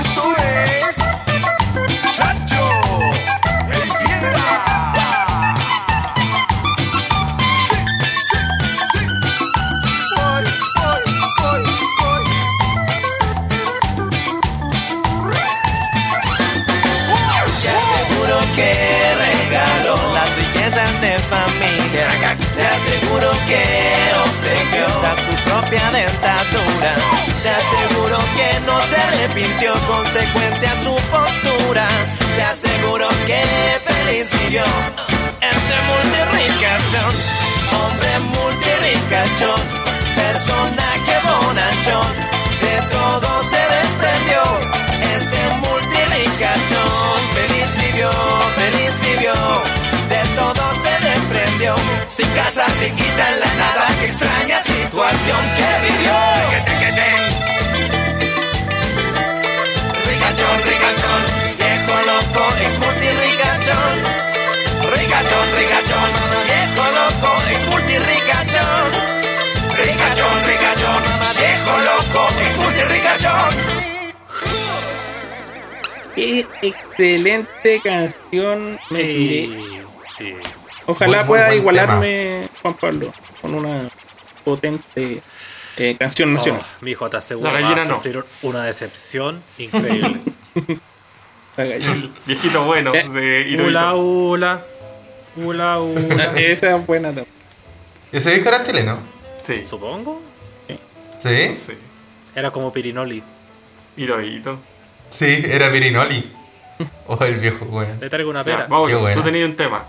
Speaker 6: Esto es Chancho en piedra. Voy, voy, voy, voy.
Speaker 5: Te aseguro que regaló las riquezas de familia. Te aseguro que obsequió hasta su propia dentadura. Te aseguro que no se arrepintió consecuente a su postura. Te aseguro que feliz vivió este multirricachón. Hombre multirricachón, personaje bonachón. De todo se desprendió este multirricachón. Feliz vivió, feliz vivió, de todo se desprendió. Sin casa, sin quita en la nada, qué extraña situación que vivió. Ricachón, ricachón, viejo loco, es multirricachón. Ricachón, ricachón, viejo loco, es multirricachón. Ricachón, ricachón, viejo loco, es multirricachón.
Speaker 1: Qué excelente canción me tiré.
Speaker 4: Sí. sí.
Speaker 1: Ojalá
Speaker 3: Muy, muy
Speaker 1: pueda
Speaker 3: buen
Speaker 1: igualarme Juan Pablo con una potente eh, canción nacional.
Speaker 4: Oh, mi hijo te aseguro
Speaker 2: La
Speaker 4: va
Speaker 2: gallina
Speaker 4: a
Speaker 2: no.
Speaker 4: sufrir una decepción increíble.
Speaker 1: La gallina.
Speaker 2: El viejito bueno
Speaker 1: Eh,
Speaker 2: de
Speaker 4: ula,
Speaker 2: Hirohito.
Speaker 4: ula. Ula, ula.
Speaker 1: Esa es buena también.
Speaker 3: Ese disco era chileno.
Speaker 2: Sí,
Speaker 4: Supongo.
Speaker 3: ¿Sí?
Speaker 2: sí.
Speaker 4: Era como Pirinoli.
Speaker 2: Hirohito.
Speaker 3: Sí, era Pirinoli. Oh, el viejo, weón.
Speaker 4: Le traigo una
Speaker 2: Ya,
Speaker 4: pera.
Speaker 2: Mauro,
Speaker 3: Qué buena.
Speaker 2: tú tenías un tema.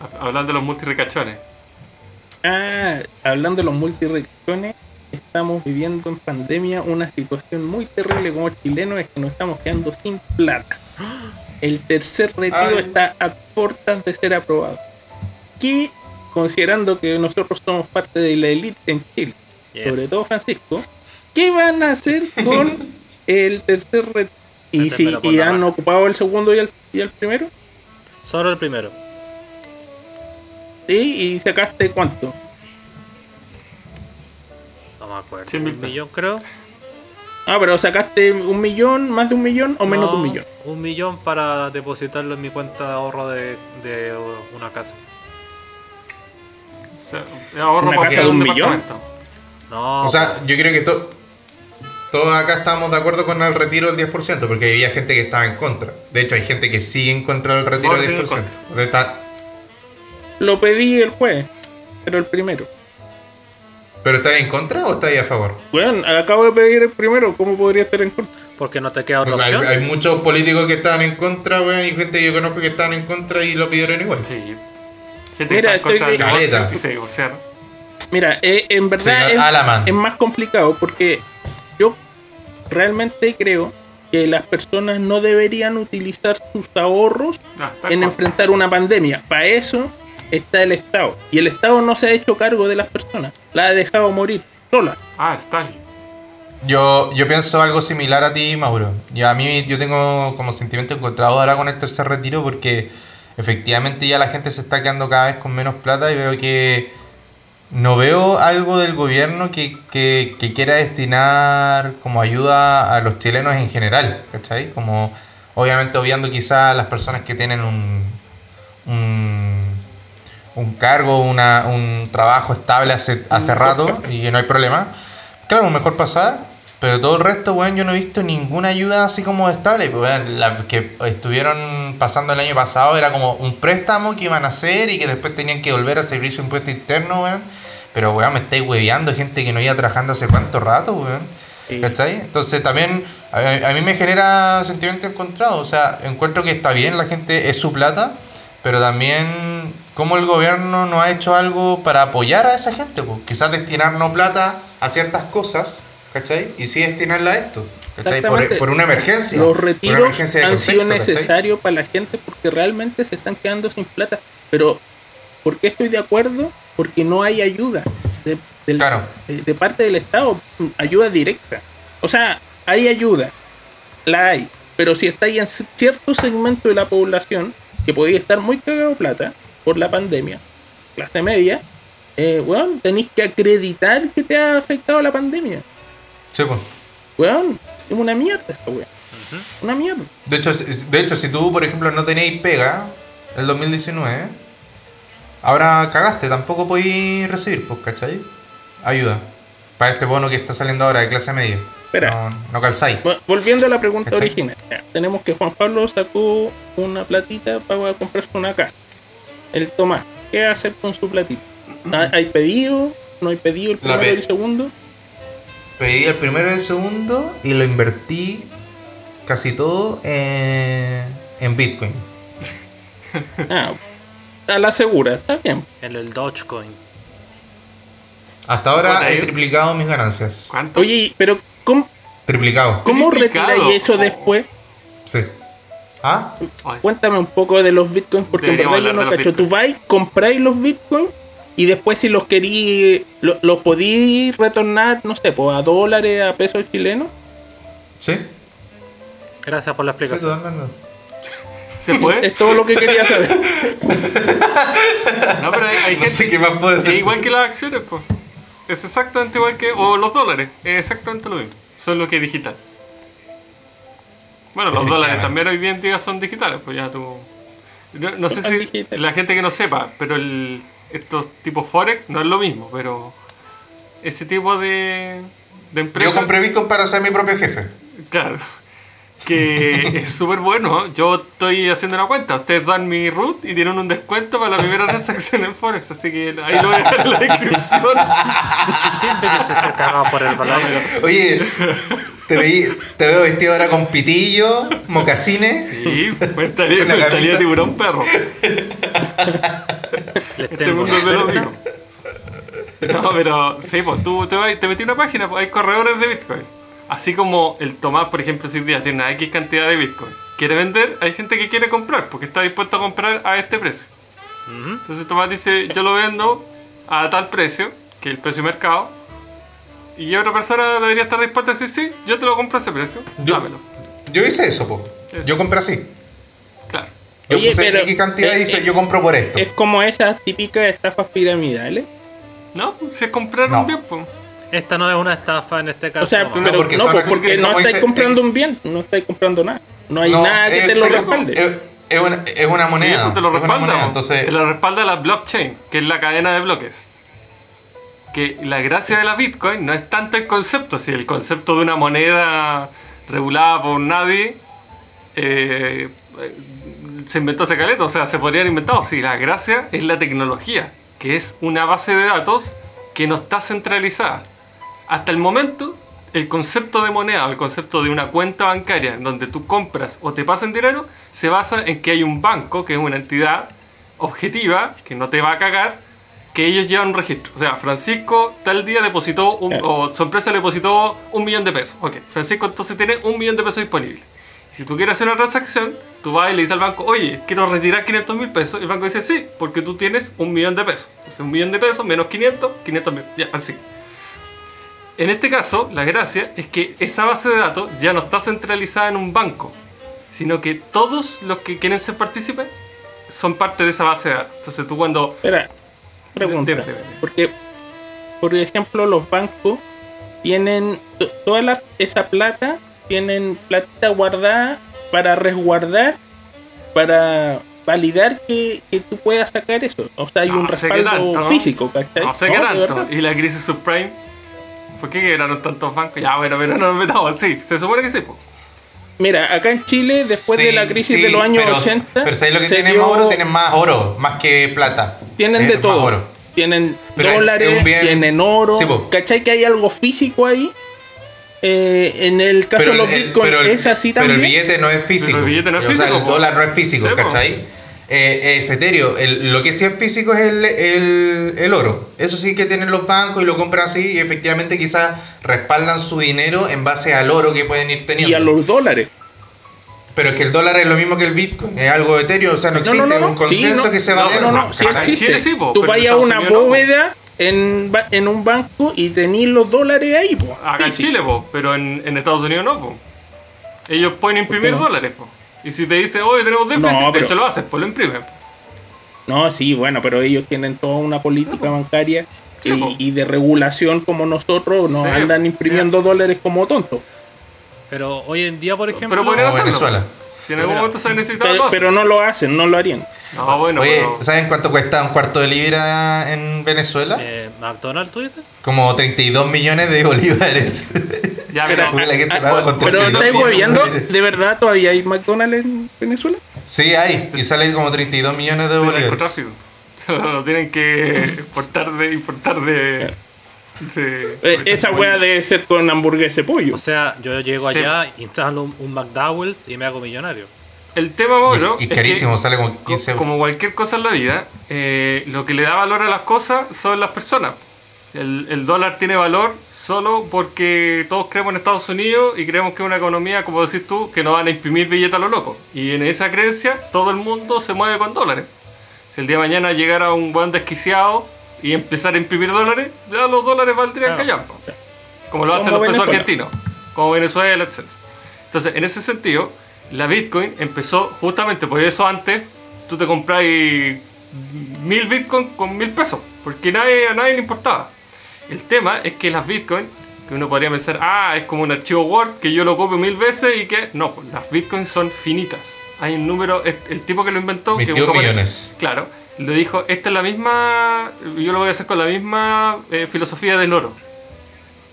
Speaker 2: Ha- Hablando de los multirricachones.
Speaker 1: Ah, hablando de los multirecciones, estamos viviendo en pandemia una situación muy terrible como chilenos, es que nos estamos quedando sin plata. El tercer retiro
Speaker 3: Ay.
Speaker 1: está a puertas de ser aprobado. Que, considerando que nosotros somos parte de la élite en Chile,
Speaker 4: Yes.
Speaker 1: sobre todo Francisco, ¿qué van a hacer con el tercer retiro? Y
Speaker 4: Métemelo
Speaker 1: si
Speaker 4: por
Speaker 1: y
Speaker 4: la
Speaker 1: han
Speaker 4: raja.
Speaker 1: ocupado el segundo y el, y el primero,
Speaker 4: Solo el primero.
Speaker 1: ¿sí? y sacaste cuánto?
Speaker 4: No me acuerdo.
Speaker 2: Cien mil
Speaker 4: un
Speaker 2: pesos.
Speaker 4: millón creo.
Speaker 1: Ah, pero sacaste un millón, más de un millón o menos de un
Speaker 4: No,
Speaker 1: millón.
Speaker 4: Un millón para depositarlo en mi cuenta de ahorro de, de uh, una casa.
Speaker 2: O sea, me ahorro
Speaker 1: ¿Una
Speaker 2: para
Speaker 1: casa
Speaker 3: de
Speaker 1: un
Speaker 2: departamento.
Speaker 4: No.
Speaker 3: O sea, yo creo que to- todos acá estábamos de acuerdo con el retiro del 10%, porque había gente que estaba en contra. De hecho, hay gente que sigue en contra del retiro
Speaker 2: Ahora
Speaker 3: del
Speaker 2: sigue en
Speaker 3: 10%. O sea, está-
Speaker 1: Lo pedí el jueves, pero el primero.
Speaker 3: ¿Pero estáis en contra o estáis a favor?
Speaker 1: Bueno, acabo de pedir el primero, ¿cómo podría estar en contra?
Speaker 4: porque no te queda
Speaker 3: O
Speaker 4: otra
Speaker 3: sea, hay,
Speaker 4: opción.
Speaker 3: hay muchos políticos que estaban en contra, weón, y gente que yo conozco que estaban en contra y lo pidieron igual.
Speaker 2: Sí. Gente
Speaker 1: Mira,
Speaker 2: que está en contra
Speaker 1: estoy
Speaker 2: del divorcio
Speaker 3: Caleta.
Speaker 2: y se divorciaron.
Speaker 1: Mira, eh, en verdad
Speaker 3: Señor
Speaker 1: es,
Speaker 3: Alaman.
Speaker 1: es más complicado porque yo realmente creo que las personas no deberían utilizar sus ahorros
Speaker 2: Ah, tal
Speaker 1: en
Speaker 2: cual.
Speaker 1: enfrentar una pandemia. Para eso está el Estado. Y el Estado no se ha hecho cargo de las personas, la ha dejado morir sola.
Speaker 2: Ah, Stalin.
Speaker 3: Yo, yo pienso algo similar a ti, Mauro. Y a mí yo tengo como sentimiento encontrado ahora con el tercer retiro porque efectivamente ya la gente se está quedando cada vez con menos plata y veo que no veo algo del gobierno que, que- que quiera destinar como ayuda a los chilenos en general, ¿cachai? Como obviamente obviando quizás a las personas que tienen un, un, un cargo, una, un trabajo estable hace, hace rato y que no hay problema. Claro, mejor pasar, pero todo el resto, weón, yo no he visto ninguna ayuda así como estable. Pues, weón, las que estuvieron pasando el año pasado era como un préstamo que iban a hacer y que después tenían que volver a servir su impuesto interno, weón. Pero, weón, me estáis hueveando gente que no iba trabajando hace cuánto rato, weón.
Speaker 1: Sí.
Speaker 3: ¿Cachai? Entonces también a, a mí me genera sentimiento encontrado. O sea, encuentro que está bien, la gente es su plata, pero también cómo el gobierno no ha hecho algo para apoyar a esa gente. Pues? Quizás destinar no plata a ciertas cosas, ¿cachai? Y sí destinarla a esto. ¿Cachai? Por,
Speaker 1: Exactamente.
Speaker 3: por una emergencia.
Speaker 1: Los
Speaker 3: por una
Speaker 1: retiros
Speaker 3: emergencia de
Speaker 1: han sido
Speaker 3: contexto, ¿cachai?
Speaker 1: necesarios para la gente porque realmente se están quedando sin plata. Pero, ¿por qué estoy de acuerdo? Porque no hay ayuda de, del- eh,
Speaker 3: Claro.
Speaker 1: de- de parte del Estado, ayuda directa. O sea, hay ayuda, la hay. Pero si estáis en cierto segmento de la población que podía estar muy cagado de plata por la pandemia, clase media, eh, weón, tenéis que acreditar que te ha afectado la pandemia.
Speaker 3: Sí, pues.
Speaker 1: Weón, es una mierda esta weón. Una mierda.
Speaker 3: De hecho, si- de hecho, si tú, por ejemplo, no tenéis pega el 2019, ahora cagaste, tampoco podéis recibir, pues, ¿cachai? Ayuda. Para este bono que está saliendo ahora de clase media.
Speaker 1: Espera.
Speaker 3: No, no calzáis.
Speaker 1: Bueno, Volviendo a la pregunta
Speaker 3: ¿Cachai?
Speaker 1: original, ya, tenemos que Juan Pablo sacó una platita para comprarse una casa. El Tomás, ¿qué hace con su platita? ¿Ha- ¿Hay pedido? ¿No hay pedido el
Speaker 3: La
Speaker 1: primero
Speaker 3: pe-
Speaker 1: y el segundo?
Speaker 3: Pedí el primero y el segundo y lo invertí casi todo en, en Bitcoin.
Speaker 1: Ah, a la segura, está bien.
Speaker 4: En el Dogecoin.
Speaker 3: Hasta ahora
Speaker 2: Puta,
Speaker 3: he
Speaker 2: yo-
Speaker 3: triplicado mis ganancias.
Speaker 2: ¿Cuánto?
Speaker 1: Oye, y- pero ¿cómo,
Speaker 3: Triplicado,
Speaker 1: cómo
Speaker 2: Triplicado.
Speaker 1: retiráis eso
Speaker 2: Oh.
Speaker 1: después?
Speaker 3: sí. ¿Ah?
Speaker 2: Ay,
Speaker 1: Cuéntame un poco de los bitcoins, porque
Speaker 2: Deberíamos
Speaker 1: en verdad yo
Speaker 2: hablar
Speaker 1: no
Speaker 2: de los
Speaker 1: cacho. Tú vais, compráis los bitcoins y después si los querís, lo- los podís retornar, no sé, pues, a dólares, a pesos chilenos.
Speaker 3: Sí,
Speaker 4: Gracias por la
Speaker 3: sí,
Speaker 4: explicación.
Speaker 3: totalmente.
Speaker 2: ¿Se puede?
Speaker 1: Es todo lo que quería saber.
Speaker 2: No, pero hay, hay
Speaker 3: No sé
Speaker 2: gente-
Speaker 3: qué más puedo
Speaker 2: Es
Speaker 3: decir.
Speaker 2: igual que las acciones, pues. Es exactamente igual que. O los dólares. Es exactamente lo mismo. Son lo que es digital. Bueno, los dólares también hoy bien día son digitales, pues ya tú. No, no sé
Speaker 1: Son
Speaker 2: si.
Speaker 1: digitales.
Speaker 2: La gente que no sepa, pero el, estos tipos Forex no es lo mismo, pero ese tipo de, de empresa.
Speaker 3: Yo compré Bitcoin para ser mi propio jefe.
Speaker 2: Claro. Que es súper bueno. Yo estoy haciendo una cuenta. Ustedes dan mi root y tienen un descuento para la primera transacción en Forex. Así que ahí lo voy a dejar en la descripción.
Speaker 4: Siempre que se sacaba por el balón.
Speaker 3: Oye, te, veí- te veo vestido ahora con pitillo, mocasines.
Speaker 2: Sí, mentalidad,
Speaker 3: Una
Speaker 2: mentalidad
Speaker 3: camisa.
Speaker 2: tiburón perro.
Speaker 4: Les
Speaker 2: Este
Speaker 4: tengo
Speaker 2: mundo
Speaker 4: una
Speaker 2: es
Speaker 4: oferta.
Speaker 2: melódico. No, pero sí, pues tú te, vas- te metí una página, pues, hay corredores de Bitcoin. Así como el Tomás, por ejemplo, si hoy día tiene una X cantidad de Bitcoin. Quiere vender, hay gente que quiere comprar, porque está dispuesto a comprar a este precio. Entonces Tomás dice, yo lo vendo a tal precio, que es el precio de mercado. Y otra persona debería estar dispuesta a decir, sí, yo te lo compro a ese precio,
Speaker 1: Ah,
Speaker 3: Yo,
Speaker 2: dámelo.
Speaker 3: yo hice eso, po. Yo compré así.
Speaker 2: Claro.
Speaker 3: Yo
Speaker 1: Oye,
Speaker 3: puse
Speaker 1: pero-
Speaker 3: X cantidad y
Speaker 1: eh,
Speaker 3: dice,
Speaker 1: eh,
Speaker 3: yo compro por esto.
Speaker 1: Es como esas típicas estafas piramidales.
Speaker 2: No, si es comprar
Speaker 3: No.
Speaker 2: un bien, pues.
Speaker 4: Esta no es una estafa en este caso.
Speaker 1: O sea,
Speaker 4: no.
Speaker 1: pero- no, porque,
Speaker 3: porque son
Speaker 1: no,
Speaker 3: acciones, como
Speaker 1: estáis
Speaker 3: dice, eh,
Speaker 1: comprando un bien, no estáis comprando nada. No hay nada que
Speaker 3: es-
Speaker 1: te lo
Speaker 3: es-
Speaker 1: respalde.
Speaker 3: Es, eh, es una, es una
Speaker 2: Sí,
Speaker 3: moneda.
Speaker 2: pues te lo
Speaker 3: es una
Speaker 2: respalda.
Speaker 3: moneda.
Speaker 2: po.
Speaker 3: Entonces,
Speaker 2: Te lo respalda la blockchain, que es la cadena de bloques. Que la gracia de la Bitcoin no es tanto el concepto, si el concepto de una moneda regulada por nadie eh, eh, se inventó ese caleto, o sea, se podrían inventar. Sí, la gracia es la tecnología, que es una base de datos que no está centralizada. Hasta el momento, el concepto de moneda o el concepto de una cuenta bancaria en donde tú compras o te pasan dinero se basa en que hay un banco, que es una entidad objetiva, que no te va a cagar, que ellos llevan un registro. O sea, Francisco tal día depositó, un-
Speaker 1: Claro.
Speaker 2: o su empresa le depositó un millón de pesos. Ok, Francisco entonces tiene un millón de pesos disponible. Si tú quieres hacer una transacción, tú vas y le dices al banco, oye, quiero retirar 500 mil pesos. Y el banco dice, sí, porque tú tienes un millón de pesos. Entonces, un millón de pesos menos 500, 500 mil. Ya, así. En este caso, la gracia es que esa base de datos ya no está centralizada en un banco, sino que todos los que quieren ser partícipes son parte de esa base de datos. Entonces tú cuando...
Speaker 1: Espera, pregunta.
Speaker 2: Dime, dime, dime.
Speaker 1: Porque, por ejemplo, los bancos tienen to- toda la- esa plata, tienen platita guardada para resguardar, para validar que, que tú puedas sacar eso. O sea, hay
Speaker 2: No
Speaker 1: un
Speaker 2: Ah, sé qué
Speaker 1: respaldo
Speaker 2: tanto, ¿no?
Speaker 1: físico, ¿cachai?
Speaker 2: No sé
Speaker 1: No,
Speaker 2: qué
Speaker 1: de
Speaker 2: tanto.
Speaker 1: verdad.
Speaker 2: Y la crisis subprime. ¿Por qué quebraron tantos bancos? Ya, bueno, pero no nos metamos. Sí, se supone que sí. po.
Speaker 1: Mira, acá en Chile, después
Speaker 3: sí,
Speaker 1: de la crisis
Speaker 3: sí,
Speaker 1: de los años
Speaker 3: pero,
Speaker 1: 80,
Speaker 3: Pero ¿sabes lo que
Speaker 1: se
Speaker 3: tienen
Speaker 1: dio-
Speaker 3: más oro? Tienen más oro, más que plata.
Speaker 1: tienen
Speaker 3: Eh,
Speaker 1: de
Speaker 3: más
Speaker 1: todo.
Speaker 3: oro.
Speaker 1: Tienen
Speaker 3: Pero es- es
Speaker 1: dólares,
Speaker 3: un bien-
Speaker 1: tienen oro.
Speaker 3: Sí, po.
Speaker 1: ¿Cachai que hay algo físico ahí? Eh, en el caso de los
Speaker 3: el-
Speaker 1: bitcoins
Speaker 3: pero el-
Speaker 1: es así
Speaker 3: pero
Speaker 1: también.
Speaker 3: el billete no es físico.
Speaker 2: Pero el billete no es
Speaker 3: O sea,
Speaker 2: físico, pues.
Speaker 3: el
Speaker 2: po.
Speaker 3: dólar no es físico,
Speaker 2: Sí, po.
Speaker 3: ¿cachai? Eh, es etéreo. El- lo que sí es físico es el, el- el oro. Eso sí que tienen los bancos y lo compran así y efectivamente quizás respaldan su dinero en base al oro que pueden ir
Speaker 1: y
Speaker 3: teniendo.
Speaker 1: a los dólares.
Speaker 3: Pero es que el dólar es lo mismo que el bitcoin. Es algo etéreo. O sea, no
Speaker 1: No,
Speaker 3: existe
Speaker 1: no, no,
Speaker 3: es
Speaker 1: no.
Speaker 3: un consenso
Speaker 1: Sí, no,
Speaker 3: que se Ah,
Speaker 1: no,
Speaker 3: va a
Speaker 1: no, no, sí
Speaker 2: ¿cachai?
Speaker 1: existe.
Speaker 2: En Chile sí, po,
Speaker 1: Tú
Speaker 2: pero en
Speaker 1: vayas a
Speaker 2: Estados
Speaker 1: una
Speaker 2: Unidos no, po.
Speaker 1: bóveda en, ba- en un banco y tenés los dólares ahí. Po,
Speaker 2: Acá en
Speaker 1: físico.
Speaker 2: Chile, po, pero en, en Estados Unidos no. po. Ellos pueden imprimir dólares. po. Y si te dicen, oye, tenemos déficit,
Speaker 1: No,
Speaker 2: de
Speaker 1: pero-
Speaker 2: hecho lo haces, pues lo imprimen.
Speaker 1: No, sí, bueno, pero ellos tienen toda una política bancaria
Speaker 2: Sí, po.
Speaker 1: y, y de regulación como nosotros. No
Speaker 2: Sí,
Speaker 1: andan imprimiendo dólares como tontos.
Speaker 4: Pero hoy en día, por ejemplo.
Speaker 2: Pero podrían
Speaker 3: Como
Speaker 2: hacerlo.
Speaker 3: Venezuela.
Speaker 2: Si en algún momento se necesita
Speaker 1: Pero, pero no lo hacen, no lo harían.
Speaker 2: No, Ah, bueno,
Speaker 3: Oye,
Speaker 2: pero-
Speaker 3: ¿saben cuánto cuesta un cuarto de libra en Venezuela?
Speaker 4: eh, ¿McDonald's tú dices?
Speaker 3: Como 32 millones de bolívares.
Speaker 2: ya,
Speaker 1: pero-
Speaker 2: pero-
Speaker 3: Porque la gente
Speaker 1: Ah,
Speaker 3: paga con
Speaker 1: Pero
Speaker 3: 32
Speaker 1: estáis
Speaker 3: millones de
Speaker 1: hueviando,
Speaker 3: bolívares.
Speaker 1: ¿de verdad todavía hay McDonald's en Venezuela?
Speaker 3: Sí, hay. Y sale como 32 millones de
Speaker 2: del
Speaker 3: bolívares.
Speaker 2: narcotráfico. Lo tienen que importar de. Importar de, de-
Speaker 1: Eh, esa hueá debe ser con hamburguesa de pollo.
Speaker 4: O sea, yo llego
Speaker 2: Sí.
Speaker 4: allá, instalo un, un McDowell's y me hago millonario.
Speaker 2: El tema, Mauro.
Speaker 3: Y, y
Speaker 2: es que,
Speaker 3: carísimo, sale como
Speaker 2: co-
Speaker 3: 15 euros.
Speaker 2: Como cualquier cosa en la vida, eh, lo que le da valor a las cosas son las personas. El, el dólar tiene valor solo porque todos creemos en Estados Unidos y creemos que es una economía, como decís tú, que no van a imprimir billetes a lo loco. Y en esa creencia, todo el mundo se mueve con dólares. Si el día de mañana llegara un buen desquiciado y empezar a imprimir dólares, ya los dólares valdrían
Speaker 4: Claro.
Speaker 2: callar. po. Como lo hacen
Speaker 1: Como
Speaker 2: los pesos
Speaker 1: Venezuela.
Speaker 2: argentinos, como Venezuela, etc. Entonces, en ese sentido, la Bitcoin empezó justamente por eso antes tú te compras mil Bitcoin con mil pesos, porque nadie, a nadie le importaba. El tema es que las Bitcoin, que uno podría pensar, ah, es como un archivo Word que yo lo copio mil veces y que. No, pues, las Bitcoin son finitas. Hay un número, es- el tipo que lo inventó. que es un
Speaker 3: 22
Speaker 2: japonés.
Speaker 3: millones.
Speaker 2: Claro. le dijo, esta es la misma, yo lo voy a hacer con la misma eh, filosofía del oro.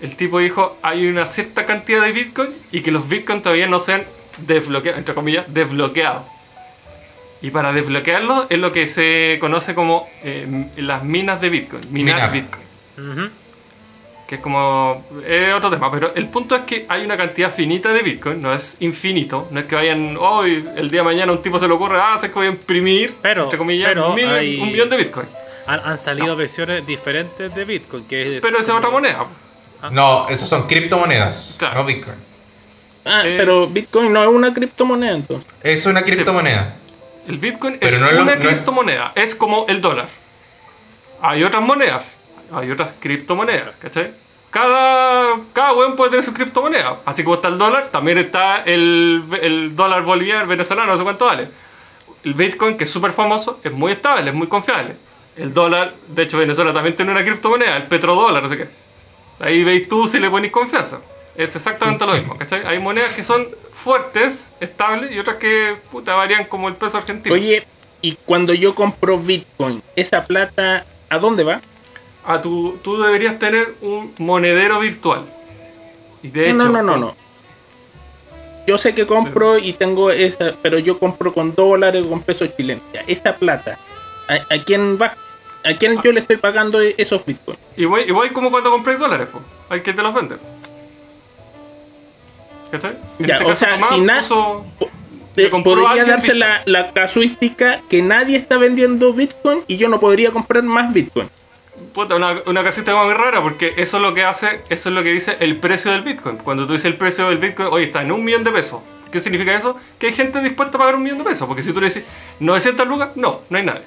Speaker 2: El tipo dijo, hay una cierta cantidad de Bitcoin y que los Bitcoin todavía no sean desbloqueados, entre comillas, desbloqueados. Y para desbloquearlos es lo que se conoce como eh, las minas de Bitcoin, minar
Speaker 3: Minar.
Speaker 2: Bitcoin. Que es como. Es otro tema, pero el punto es que hay una cantidad finita de Bitcoin, no es infinito. No es que vayan. Hoy, el día de mañana, un tipo se le ocurre, ah, sé que voy a imprimir,
Speaker 4: Pero-
Speaker 2: entre comillas,
Speaker 4: pero
Speaker 2: mil-
Speaker 4: hay-
Speaker 2: un millón de Bitcoin.
Speaker 4: Han, han salido versiones diferentes de Bitcoin. Que es,
Speaker 2: Pero esa es otra moneda.
Speaker 3: No, esos son criptomonedas,
Speaker 2: Claro.
Speaker 3: no Bitcoin.
Speaker 1: Ah,
Speaker 2: Eh.
Speaker 1: pero Bitcoin no es una criptomoneda entonces.
Speaker 3: Es una criptomoneda.
Speaker 2: El Bitcoin
Speaker 3: Pero
Speaker 2: es
Speaker 3: no es lo-
Speaker 2: una
Speaker 3: no es-
Speaker 2: criptomoneda, es como el dólar. Hay otras monedas, hay otras criptomonedas, ¿cachai? Cada, cada weón puede tener su criptomoneda. Así como está el dólar, también está el, el dólar boliviano, venezolano, no sé cuánto vale. El Bitcoin, que es súper famoso, es muy estable, es muy confiable. El dólar, de hecho, Venezuela también tiene una criptomoneda, el petrodólar, no sé qué. Ahí veis tú si le ponéis confianza. Es exactamente lo mismo, ¿cachai? Hay monedas que son fuertes, estables, y otras que, puta, varían como el peso argentino.
Speaker 1: Oye, y cuando yo compro Bitcoin, esa plata, ¿a dónde va?
Speaker 2: a tu, tú deberías tener un monedero virtual. Y de hecho,
Speaker 1: no, no, no, no, no. Yo sé que compro y tengo esa, pero yo compro con dólares o con pesos chilenos. Ya, Esa plata, ¿a, a quién va? ¿A quién yo le estoy pagando e- esos bitcoins?
Speaker 2: Igual, igual como cuando compras dólares, po, al que te los vende. ¿Cachai? En
Speaker 1: Ya,
Speaker 2: este
Speaker 1: o
Speaker 2: caso,
Speaker 1: sea,
Speaker 2: nomás
Speaker 1: si na-
Speaker 2: puso-
Speaker 1: Eh,
Speaker 2: Le compró a
Speaker 1: podría
Speaker 2: alguien
Speaker 1: darse la, la casuística que nadie está vendiendo bitcoin y yo no podría comprar más bitcoin.
Speaker 2: Puta, una, una casita muy rara porque eso es lo que hace, eso es lo que dice el precio del Bitcoin. Cuando tú dices el precio del Bitcoin, oye, está en un millón de pesos. ¿Qué significa eso? Que hay gente dispuesta a pagar un millón de pesos. Porque si tú le dices 900 lucas, no, no hay nadie.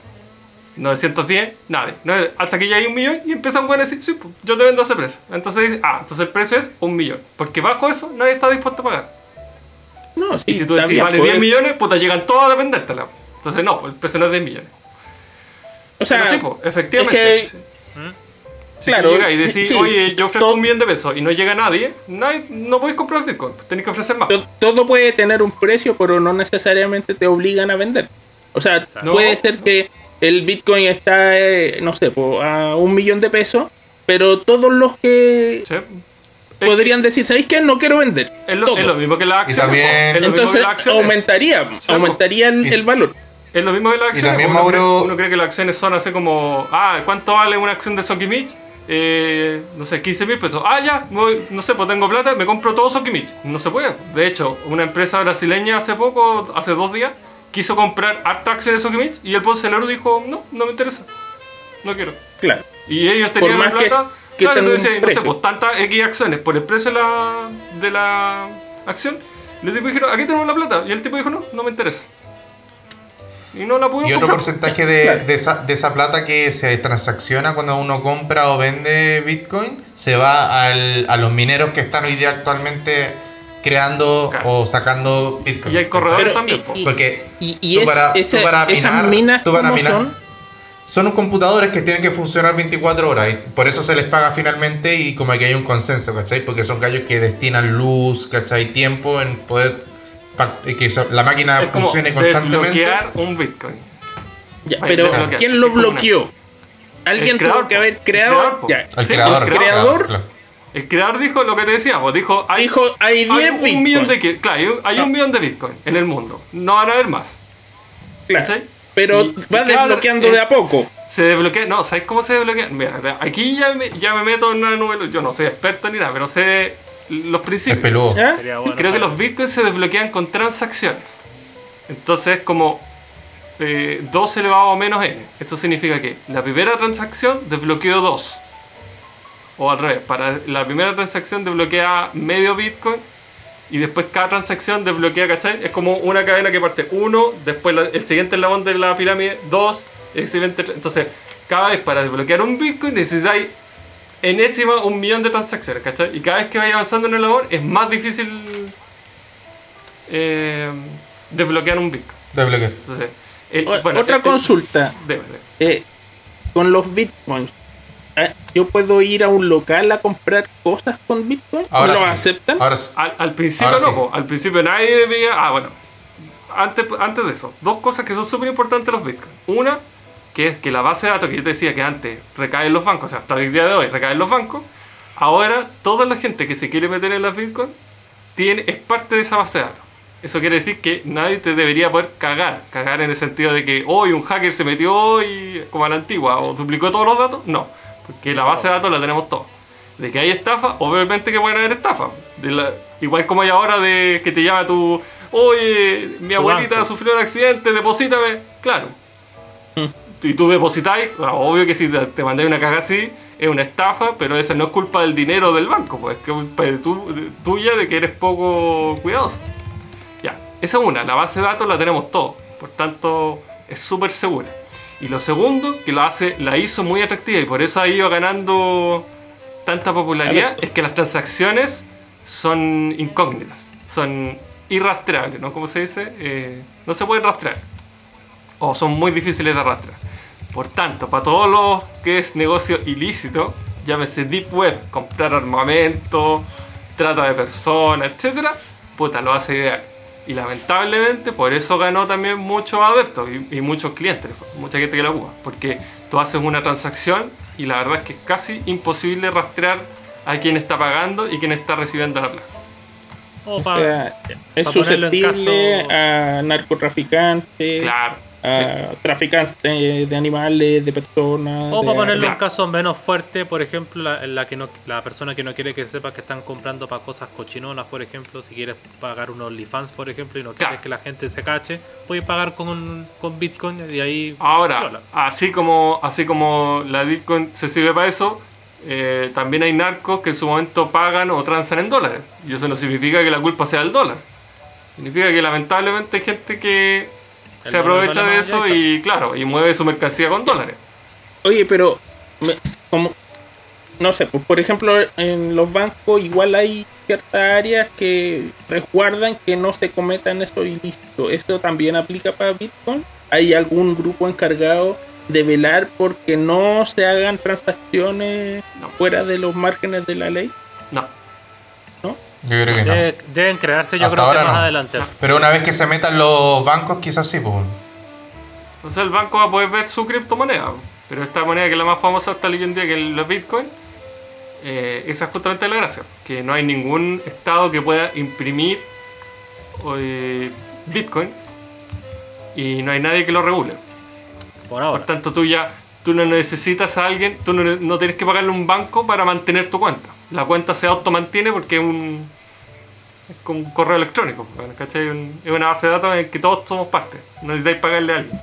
Speaker 2: 910, nadie. No- hasta que ya hay un millón y empiezan a decir, sí, pues, yo te vendo a ese precio. Entonces dices, ah, entonces el precio es un millón. Porque bajo eso nadie está dispuesto a pagar.
Speaker 1: No, sí,
Speaker 2: Y si tú
Speaker 1: está
Speaker 2: decís
Speaker 1: bien,
Speaker 2: vale
Speaker 1: pues,
Speaker 2: 10 millones, puta, llegan todos a vendértela. Entonces no, pues, el precio no es 10 millones.
Speaker 1: O sea,
Speaker 2: Pero sí, pues, efectivamente.
Speaker 1: es que-
Speaker 2: sí. Si
Speaker 1: claro,
Speaker 2: tú llegas y decís,
Speaker 1: sí,
Speaker 2: oye, yo ofrezco
Speaker 1: to-
Speaker 2: un millón de pesos y no llega nadie, nadie- no podéis comprar Bitcoin, tenéis que ofrecer más.
Speaker 1: to- todo puede tener un precio, pero no necesariamente te obligan a vender. O sea,
Speaker 2: No,
Speaker 1: puede ser
Speaker 2: no.
Speaker 1: que el Bitcoin está, eh, no sé, po, a un millón de pesos, pero todos los que
Speaker 2: ¿sí? Es-
Speaker 1: podrían decir, ¿sabéis qué? No quiero vender.
Speaker 2: Es lo,
Speaker 1: Todos.
Speaker 2: es lo mismo que las acciones.
Speaker 3: también-
Speaker 2: po. es lo mismo que
Speaker 1: Entonces
Speaker 2: las acciones.
Speaker 1: aumentaría,
Speaker 2: po.
Speaker 1: aumentaría el,
Speaker 3: Y-
Speaker 1: el valor.
Speaker 2: Es lo mismo que las
Speaker 3: Y
Speaker 2: acciones.
Speaker 3: también,
Speaker 2: uno,
Speaker 3: Mauro-
Speaker 2: cree, uno cree que las acciones son así como, ah, ¿cuánto vale una acción de Sokimich? Eh, no sé, 15 mil pesos. Ah, ya, me voy- no sé, pues tengo plata, me compro todo Sokimich. No se puede. De hecho, una empresa brasileña hace poco, hace dos días, quiso comprar harta acción de Sokimich y el bolsilero dijo, no, no me interesa. No quiero.
Speaker 1: Claro.
Speaker 2: Y ellos
Speaker 1: Por
Speaker 2: tenían la
Speaker 1: más que-
Speaker 2: plata.
Speaker 1: que
Speaker 2: claro,
Speaker 1: tenga un
Speaker 2: entonces, no sé,
Speaker 1: precio.
Speaker 2: pues tantas X acciones por el precio de la, de la acción. Los tipos dijeron, aquí tenemos la plata. Y el tipo dijo, no, no me interesa. Y no la pudieron
Speaker 3: Y otro
Speaker 2: comprar.
Speaker 3: porcentaje de, de esa, de esa plata que se transacciona cuando uno compra o vende Bitcoin se va al- a los mineros que están hoy día actualmente creando
Speaker 2: Claro.
Speaker 3: o sacando Bitcoin.
Speaker 2: Y el corredor
Speaker 1: Pero-
Speaker 2: también.
Speaker 1: y-
Speaker 2: po.
Speaker 1: y-
Speaker 3: Porque
Speaker 1: Y, y
Speaker 3: tú
Speaker 1: es-
Speaker 3: para- tú
Speaker 1: esa-
Speaker 3: para
Speaker 1: esas
Speaker 3: minar-
Speaker 1: minas,
Speaker 3: tú para
Speaker 1: ¿cómo
Speaker 3: minar-
Speaker 1: son?
Speaker 3: son computadores que tienen que funcionar 24 horas y por eso se les paga finalmente y como que hay un consenso, ¿cachai? Porque son gallos que destinan luz, ¿cachai? Tiempo en poder pa- que so- la máquina
Speaker 2: es como
Speaker 3: funcione constantemente.
Speaker 2: desbloquear un Bitcoin.
Speaker 1: Ya,
Speaker 2: Ahí
Speaker 1: pero
Speaker 2: te bloquea.
Speaker 1: ¿quién lo
Speaker 2: Es como una-
Speaker 1: bloqueó? Alguien
Speaker 2: El creador,
Speaker 1: tuvo que
Speaker 2: po.
Speaker 1: haber
Speaker 2: El creador,
Speaker 1: creado.
Speaker 2: po.
Speaker 1: ya.
Speaker 3: Al
Speaker 2: Sí,
Speaker 3: creador.
Speaker 2: el
Speaker 1: creador.
Speaker 3: claro.
Speaker 2: El creador dijo lo que te decíamos. Dijo, hay,
Speaker 1: Dijo, hay 10
Speaker 2: un
Speaker 1: Bitcoin. Ah.
Speaker 2: millón de que- Claro, hay un- hay
Speaker 1: No.
Speaker 2: un millón de Bitcoin en el mundo. No van a haber más.
Speaker 1: Claro.
Speaker 2: ¿Cachai?
Speaker 1: Pero
Speaker 2: Y-
Speaker 1: va
Speaker 2: y claro,
Speaker 1: desbloqueando
Speaker 2: eh,
Speaker 1: de a poco.
Speaker 2: Se desbloquea, no, ¿sabes cómo se desbloquea? Mira, de- aquí ya me, ya me meto en una nube, yo no soy experto ni nada, pero sé los
Speaker 3: Es
Speaker 2: principios.
Speaker 3: peludo.
Speaker 1: ¿ya?
Speaker 4: Sería bueno
Speaker 2: Creo que
Speaker 4: saber.
Speaker 2: los bitcoins se desbloquean con transacciones. Entonces, como eh, 2 elevado a menos n. Esto significa que la primera transacción desbloqueó 2. O al revés, para la primera transacción desbloquea medio bitcoin. Y después cada transacción desbloquea, ¿cachai? Es como una cadena que parte 1, después la- el siguiente eslabón de la pirámide 2, el siguiente... tre- Entonces, cada vez para desbloquear un bitcoin necesitáis enésima un millón de transacciones, ¿cachai? Y cada vez que vaya avanzando en el labor es más difícil eh, desbloquear un Bitcoin.
Speaker 3: Desbloquear.
Speaker 2: Entonces, el-
Speaker 1: O-
Speaker 2: bueno, este,
Speaker 1: Otra
Speaker 3: este,
Speaker 2: el- el-
Speaker 1: consulta.
Speaker 2: debe, debe.
Speaker 1: eh, con los bitcoins, eh, ¿yo puedo ir a un local a comprar cosas con bitcoin? ¿Me
Speaker 3: Ahora
Speaker 1: ¿Lo
Speaker 3: sí.
Speaker 1: aceptan?
Speaker 3: Ahora sí.
Speaker 2: Al, al principio
Speaker 3: Ahora
Speaker 2: no,
Speaker 3: sí.
Speaker 2: po. al principio nadie veía. Ah, bueno. Antes, antes de eso, dos cosas que son súper importantes de los Bitcoin. Una, que es que la base de datos que yo te decía que antes recae en los bancos, o sea, hasta el día de hoy recae en los bancos, ahora toda la gente que se quiere meter en las Bitcoin tiene, es parte de esa base de datos. Eso quiere decir que nadie te debería poder cagar, cagar en el sentido de que hoy un hacker se metió y como a la antigua o duplicó todos los datos, no, porque la base de datos la tenemos todos. De que hay estafa, obviamente que pueden haber estafa. De la- igual como hay ahora de que te llama tu, oye, mi
Speaker 4: Tu
Speaker 2: abuelita
Speaker 4: banco.
Speaker 2: sufrió un accidente, deposítame. Claro, y tú depositáis, bueno, obvio que si te te mandáis una caja así, es una estafa, pero esa no es culpa del dinero del banco, pues es culpa de tu- de- tuya de que eres poco cuidadoso. Ya, esa es una, la base de datos la tenemos todos, por tanto es súper segura. Y lo segundo, que la, hace, la hizo muy atractiva y por eso ha ido ganando tanta popularidad, es que las transacciones son incógnitas, son irrastreables, ¿no? ¿Cómo se dice? Eh, no se pueden rastrear o son muy difíciles de arrastrar. Por tanto, para todo lo que es negocio ilícito, llámese Deep Web, comprar armamento, trata de personas, etc., puta, lo hace ideal. Y lamentablemente por eso ganó también muchos adeptos y, y muchos clientes, mucha gente que la ocupa, porque tú haces una transacción y la verdad es que es casi imposible rastrear a quién está pagando y quién está recibiendo la plata.
Speaker 4: O
Speaker 1: O sea,
Speaker 4: para,
Speaker 1: es
Speaker 4: ponerlo en
Speaker 1: susceptible
Speaker 4: caso-
Speaker 1: a narcotraficantes,
Speaker 2: Claro.
Speaker 1: a traficantes de, de animales, de personas.
Speaker 4: o
Speaker 1: de
Speaker 4: para ponerlo en
Speaker 2: claro.
Speaker 4: caso menos fuerte, por ejemplo, la, la que no, la persona que no quiere que sepa que están comprando para cosas cochinonas, por ejemplo, si quieres pagar un OnlyFans, por ejemplo, y no quieres
Speaker 2: Claro.
Speaker 4: que la gente se cache, puedes pagar con, un- con Bitcoin y de ahí...
Speaker 2: Ahora,
Speaker 4: Viola.
Speaker 2: así como, así como la Bitcoin se sirve para eso, eh, también hay narcos que en su momento pagan o transan en dólares. Y eso no significa que la culpa sea del dólar. Significa que lamentablemente hay gente que
Speaker 4: El
Speaker 2: se
Speaker 4: dólar
Speaker 2: aprovecha
Speaker 4: vale
Speaker 2: de
Speaker 4: más,
Speaker 2: eso
Speaker 4: ya está.
Speaker 2: y claro, y mueve su mercancía con dólares.
Speaker 1: Oye, pero me- como no sé, pues, por ejemplo, en los bancos igual hay ciertas áreas que resguardan que no se cometan esos ilícitos. Eso también aplica para Bitcoin. Hay algún grupo encargado de velar porque no se hagan transacciones
Speaker 2: No.
Speaker 1: fuera de los márgenes de la ley.
Speaker 2: No.
Speaker 3: Yo creo que no.
Speaker 1: Eh.
Speaker 4: Debe- deben crearse yo
Speaker 3: Hasta
Speaker 4: creo que
Speaker 3: ahora
Speaker 4: más
Speaker 3: no.
Speaker 4: adelante.
Speaker 3: Pero una vez que se metan los bancos, quizás sí, pues.
Speaker 2: O sea, el banco va a poder ver su criptomoneda. Pero esta moneda que es la más famosa hasta hoy en día, que es la Bitcoin, eh, esa es justamente la gracia. Que no hay ningún estado que pueda imprimir eh, Bitcoin y no hay nadie que lo regule.
Speaker 4: Por
Speaker 2: Por
Speaker 4: ahora.
Speaker 2: tanto, tú ya tú no necesitas a alguien, tú no, no tienes que pagarle a un banco para mantener tu cuenta. La cuenta se automantiene porque es un, es como un correo electrónico. ¿cachai? Un- es una base de datos en que todos somos parte. No necesitáis pagarle a alguien.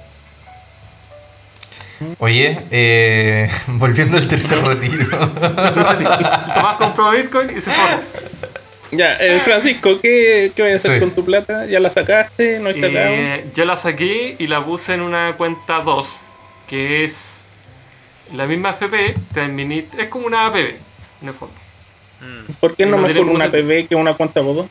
Speaker 3: Oye, eh, volviendo al tercer retiro.
Speaker 2: Tomás compró Bitcoin y se fue.
Speaker 1: Ya, eh, Francisco, ¿qué, qué vas a hacer
Speaker 3: Sí.
Speaker 1: con tu plata? ¿Ya la sacaste? ¿No hay sacado?
Speaker 2: Eh, yo la saqué y la puse en una cuenta 2, que es la misma FP, te admini- es como una APB, en el fondo.
Speaker 1: ¿Por qué no,
Speaker 2: eh, no
Speaker 1: mejor
Speaker 2: tenemos
Speaker 1: una
Speaker 2: ese-
Speaker 1: PB que una cuenta Bodo?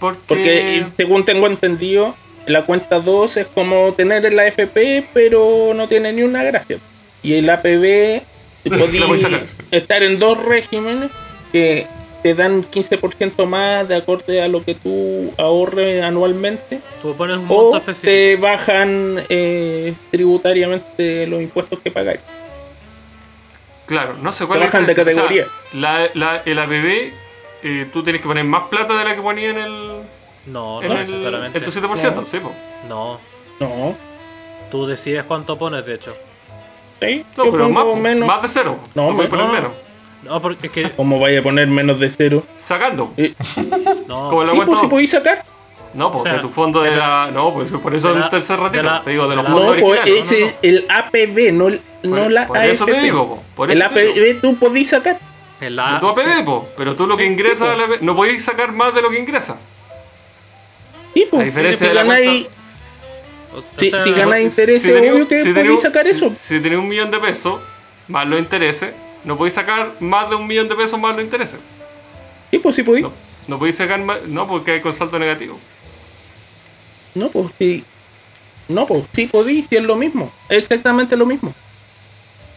Speaker 2: Porque,
Speaker 1: Porque eh, según tengo entendido, la cuenta 2 es como tener la FP, pero no tiene ni una gracia. Y el APB te podí
Speaker 2: La voy a sacar.
Speaker 1: estar en dos regímenes que te dan 15% más de acorde a lo que tú ahorres anualmente.
Speaker 4: Tú pones un monto
Speaker 1: O
Speaker 4: específico.
Speaker 1: te bajan eh, tributariamente los impuestos que pagáis.
Speaker 2: claro, no sé cuál
Speaker 1: te
Speaker 2: es
Speaker 1: bajan de
Speaker 2: esa- o sea,
Speaker 1: categoría.
Speaker 2: la, la- el APB, eh, tú tienes que poner más plata de la que ponía en el.
Speaker 4: No,
Speaker 2: en
Speaker 4: no
Speaker 2: el-
Speaker 4: necesariamente.
Speaker 2: en tu 7%,
Speaker 1: No.
Speaker 2: sí, po.
Speaker 4: No,
Speaker 1: No,
Speaker 4: tú decides cuánto pones, de hecho.
Speaker 1: ¿sí?
Speaker 2: No,
Speaker 1: Yo
Speaker 2: pero
Speaker 1: pongo
Speaker 2: más, po,
Speaker 1: menos.
Speaker 2: más de cero.
Speaker 1: No,
Speaker 2: No, voy a
Speaker 1: me-
Speaker 2: poner
Speaker 4: no.
Speaker 2: menos.
Speaker 4: No, porque es que.
Speaker 1: ¿Cómo vaya a poner menos de cero?
Speaker 2: Sacando.
Speaker 1: Eh,
Speaker 4: No,
Speaker 2: Como la
Speaker 1: ¿Y pues
Speaker 2: cuenta
Speaker 1: si
Speaker 2: dos.
Speaker 1: podéis sacar?
Speaker 2: No, porque
Speaker 4: O sea,
Speaker 2: tu fondo de la. No, pues por eso
Speaker 4: de
Speaker 2: el
Speaker 4: la-
Speaker 2: tercer ratito,
Speaker 4: de la-
Speaker 2: te digo, de los
Speaker 4: de la-
Speaker 2: fondos
Speaker 1: No, pues
Speaker 2: originales.
Speaker 1: ese es el APB, no, no la
Speaker 2: por eso te
Speaker 1: AFP.
Speaker 2: digo, po, por
Speaker 1: el
Speaker 2: eso te
Speaker 1: APB tú podís sacar.
Speaker 4: en
Speaker 2: De
Speaker 4: la-
Speaker 2: tu APB, po, pero tú lo que
Speaker 1: Ah, Sí,
Speaker 2: ingresas
Speaker 1: sí, po.
Speaker 2: a la APB, no podéis sacar más de lo que ingresas.
Speaker 1: Sí, pues,
Speaker 2: A diferencia
Speaker 1: si
Speaker 2: de la
Speaker 1: ganáis-
Speaker 2: cuenta-
Speaker 4: o- o
Speaker 1: si-
Speaker 4: sea,
Speaker 1: si ganas intereses,
Speaker 2: tenés-
Speaker 1: obvio que
Speaker 2: tenés
Speaker 1: podéis
Speaker 2: un-
Speaker 1: sacar
Speaker 2: si-
Speaker 1: eso.
Speaker 2: Si tenés un millón de pesos, más los intereses, no podéis sacar más de un millón de pesos más los intereses.
Speaker 1: Sí, pues si podís.
Speaker 2: No,
Speaker 1: No,
Speaker 2: no podéis sacar más, no, porque hay con salto negativo.
Speaker 1: pues sí. No, pues sí podís, sí es lo mismo. Es exactamente lo mismo.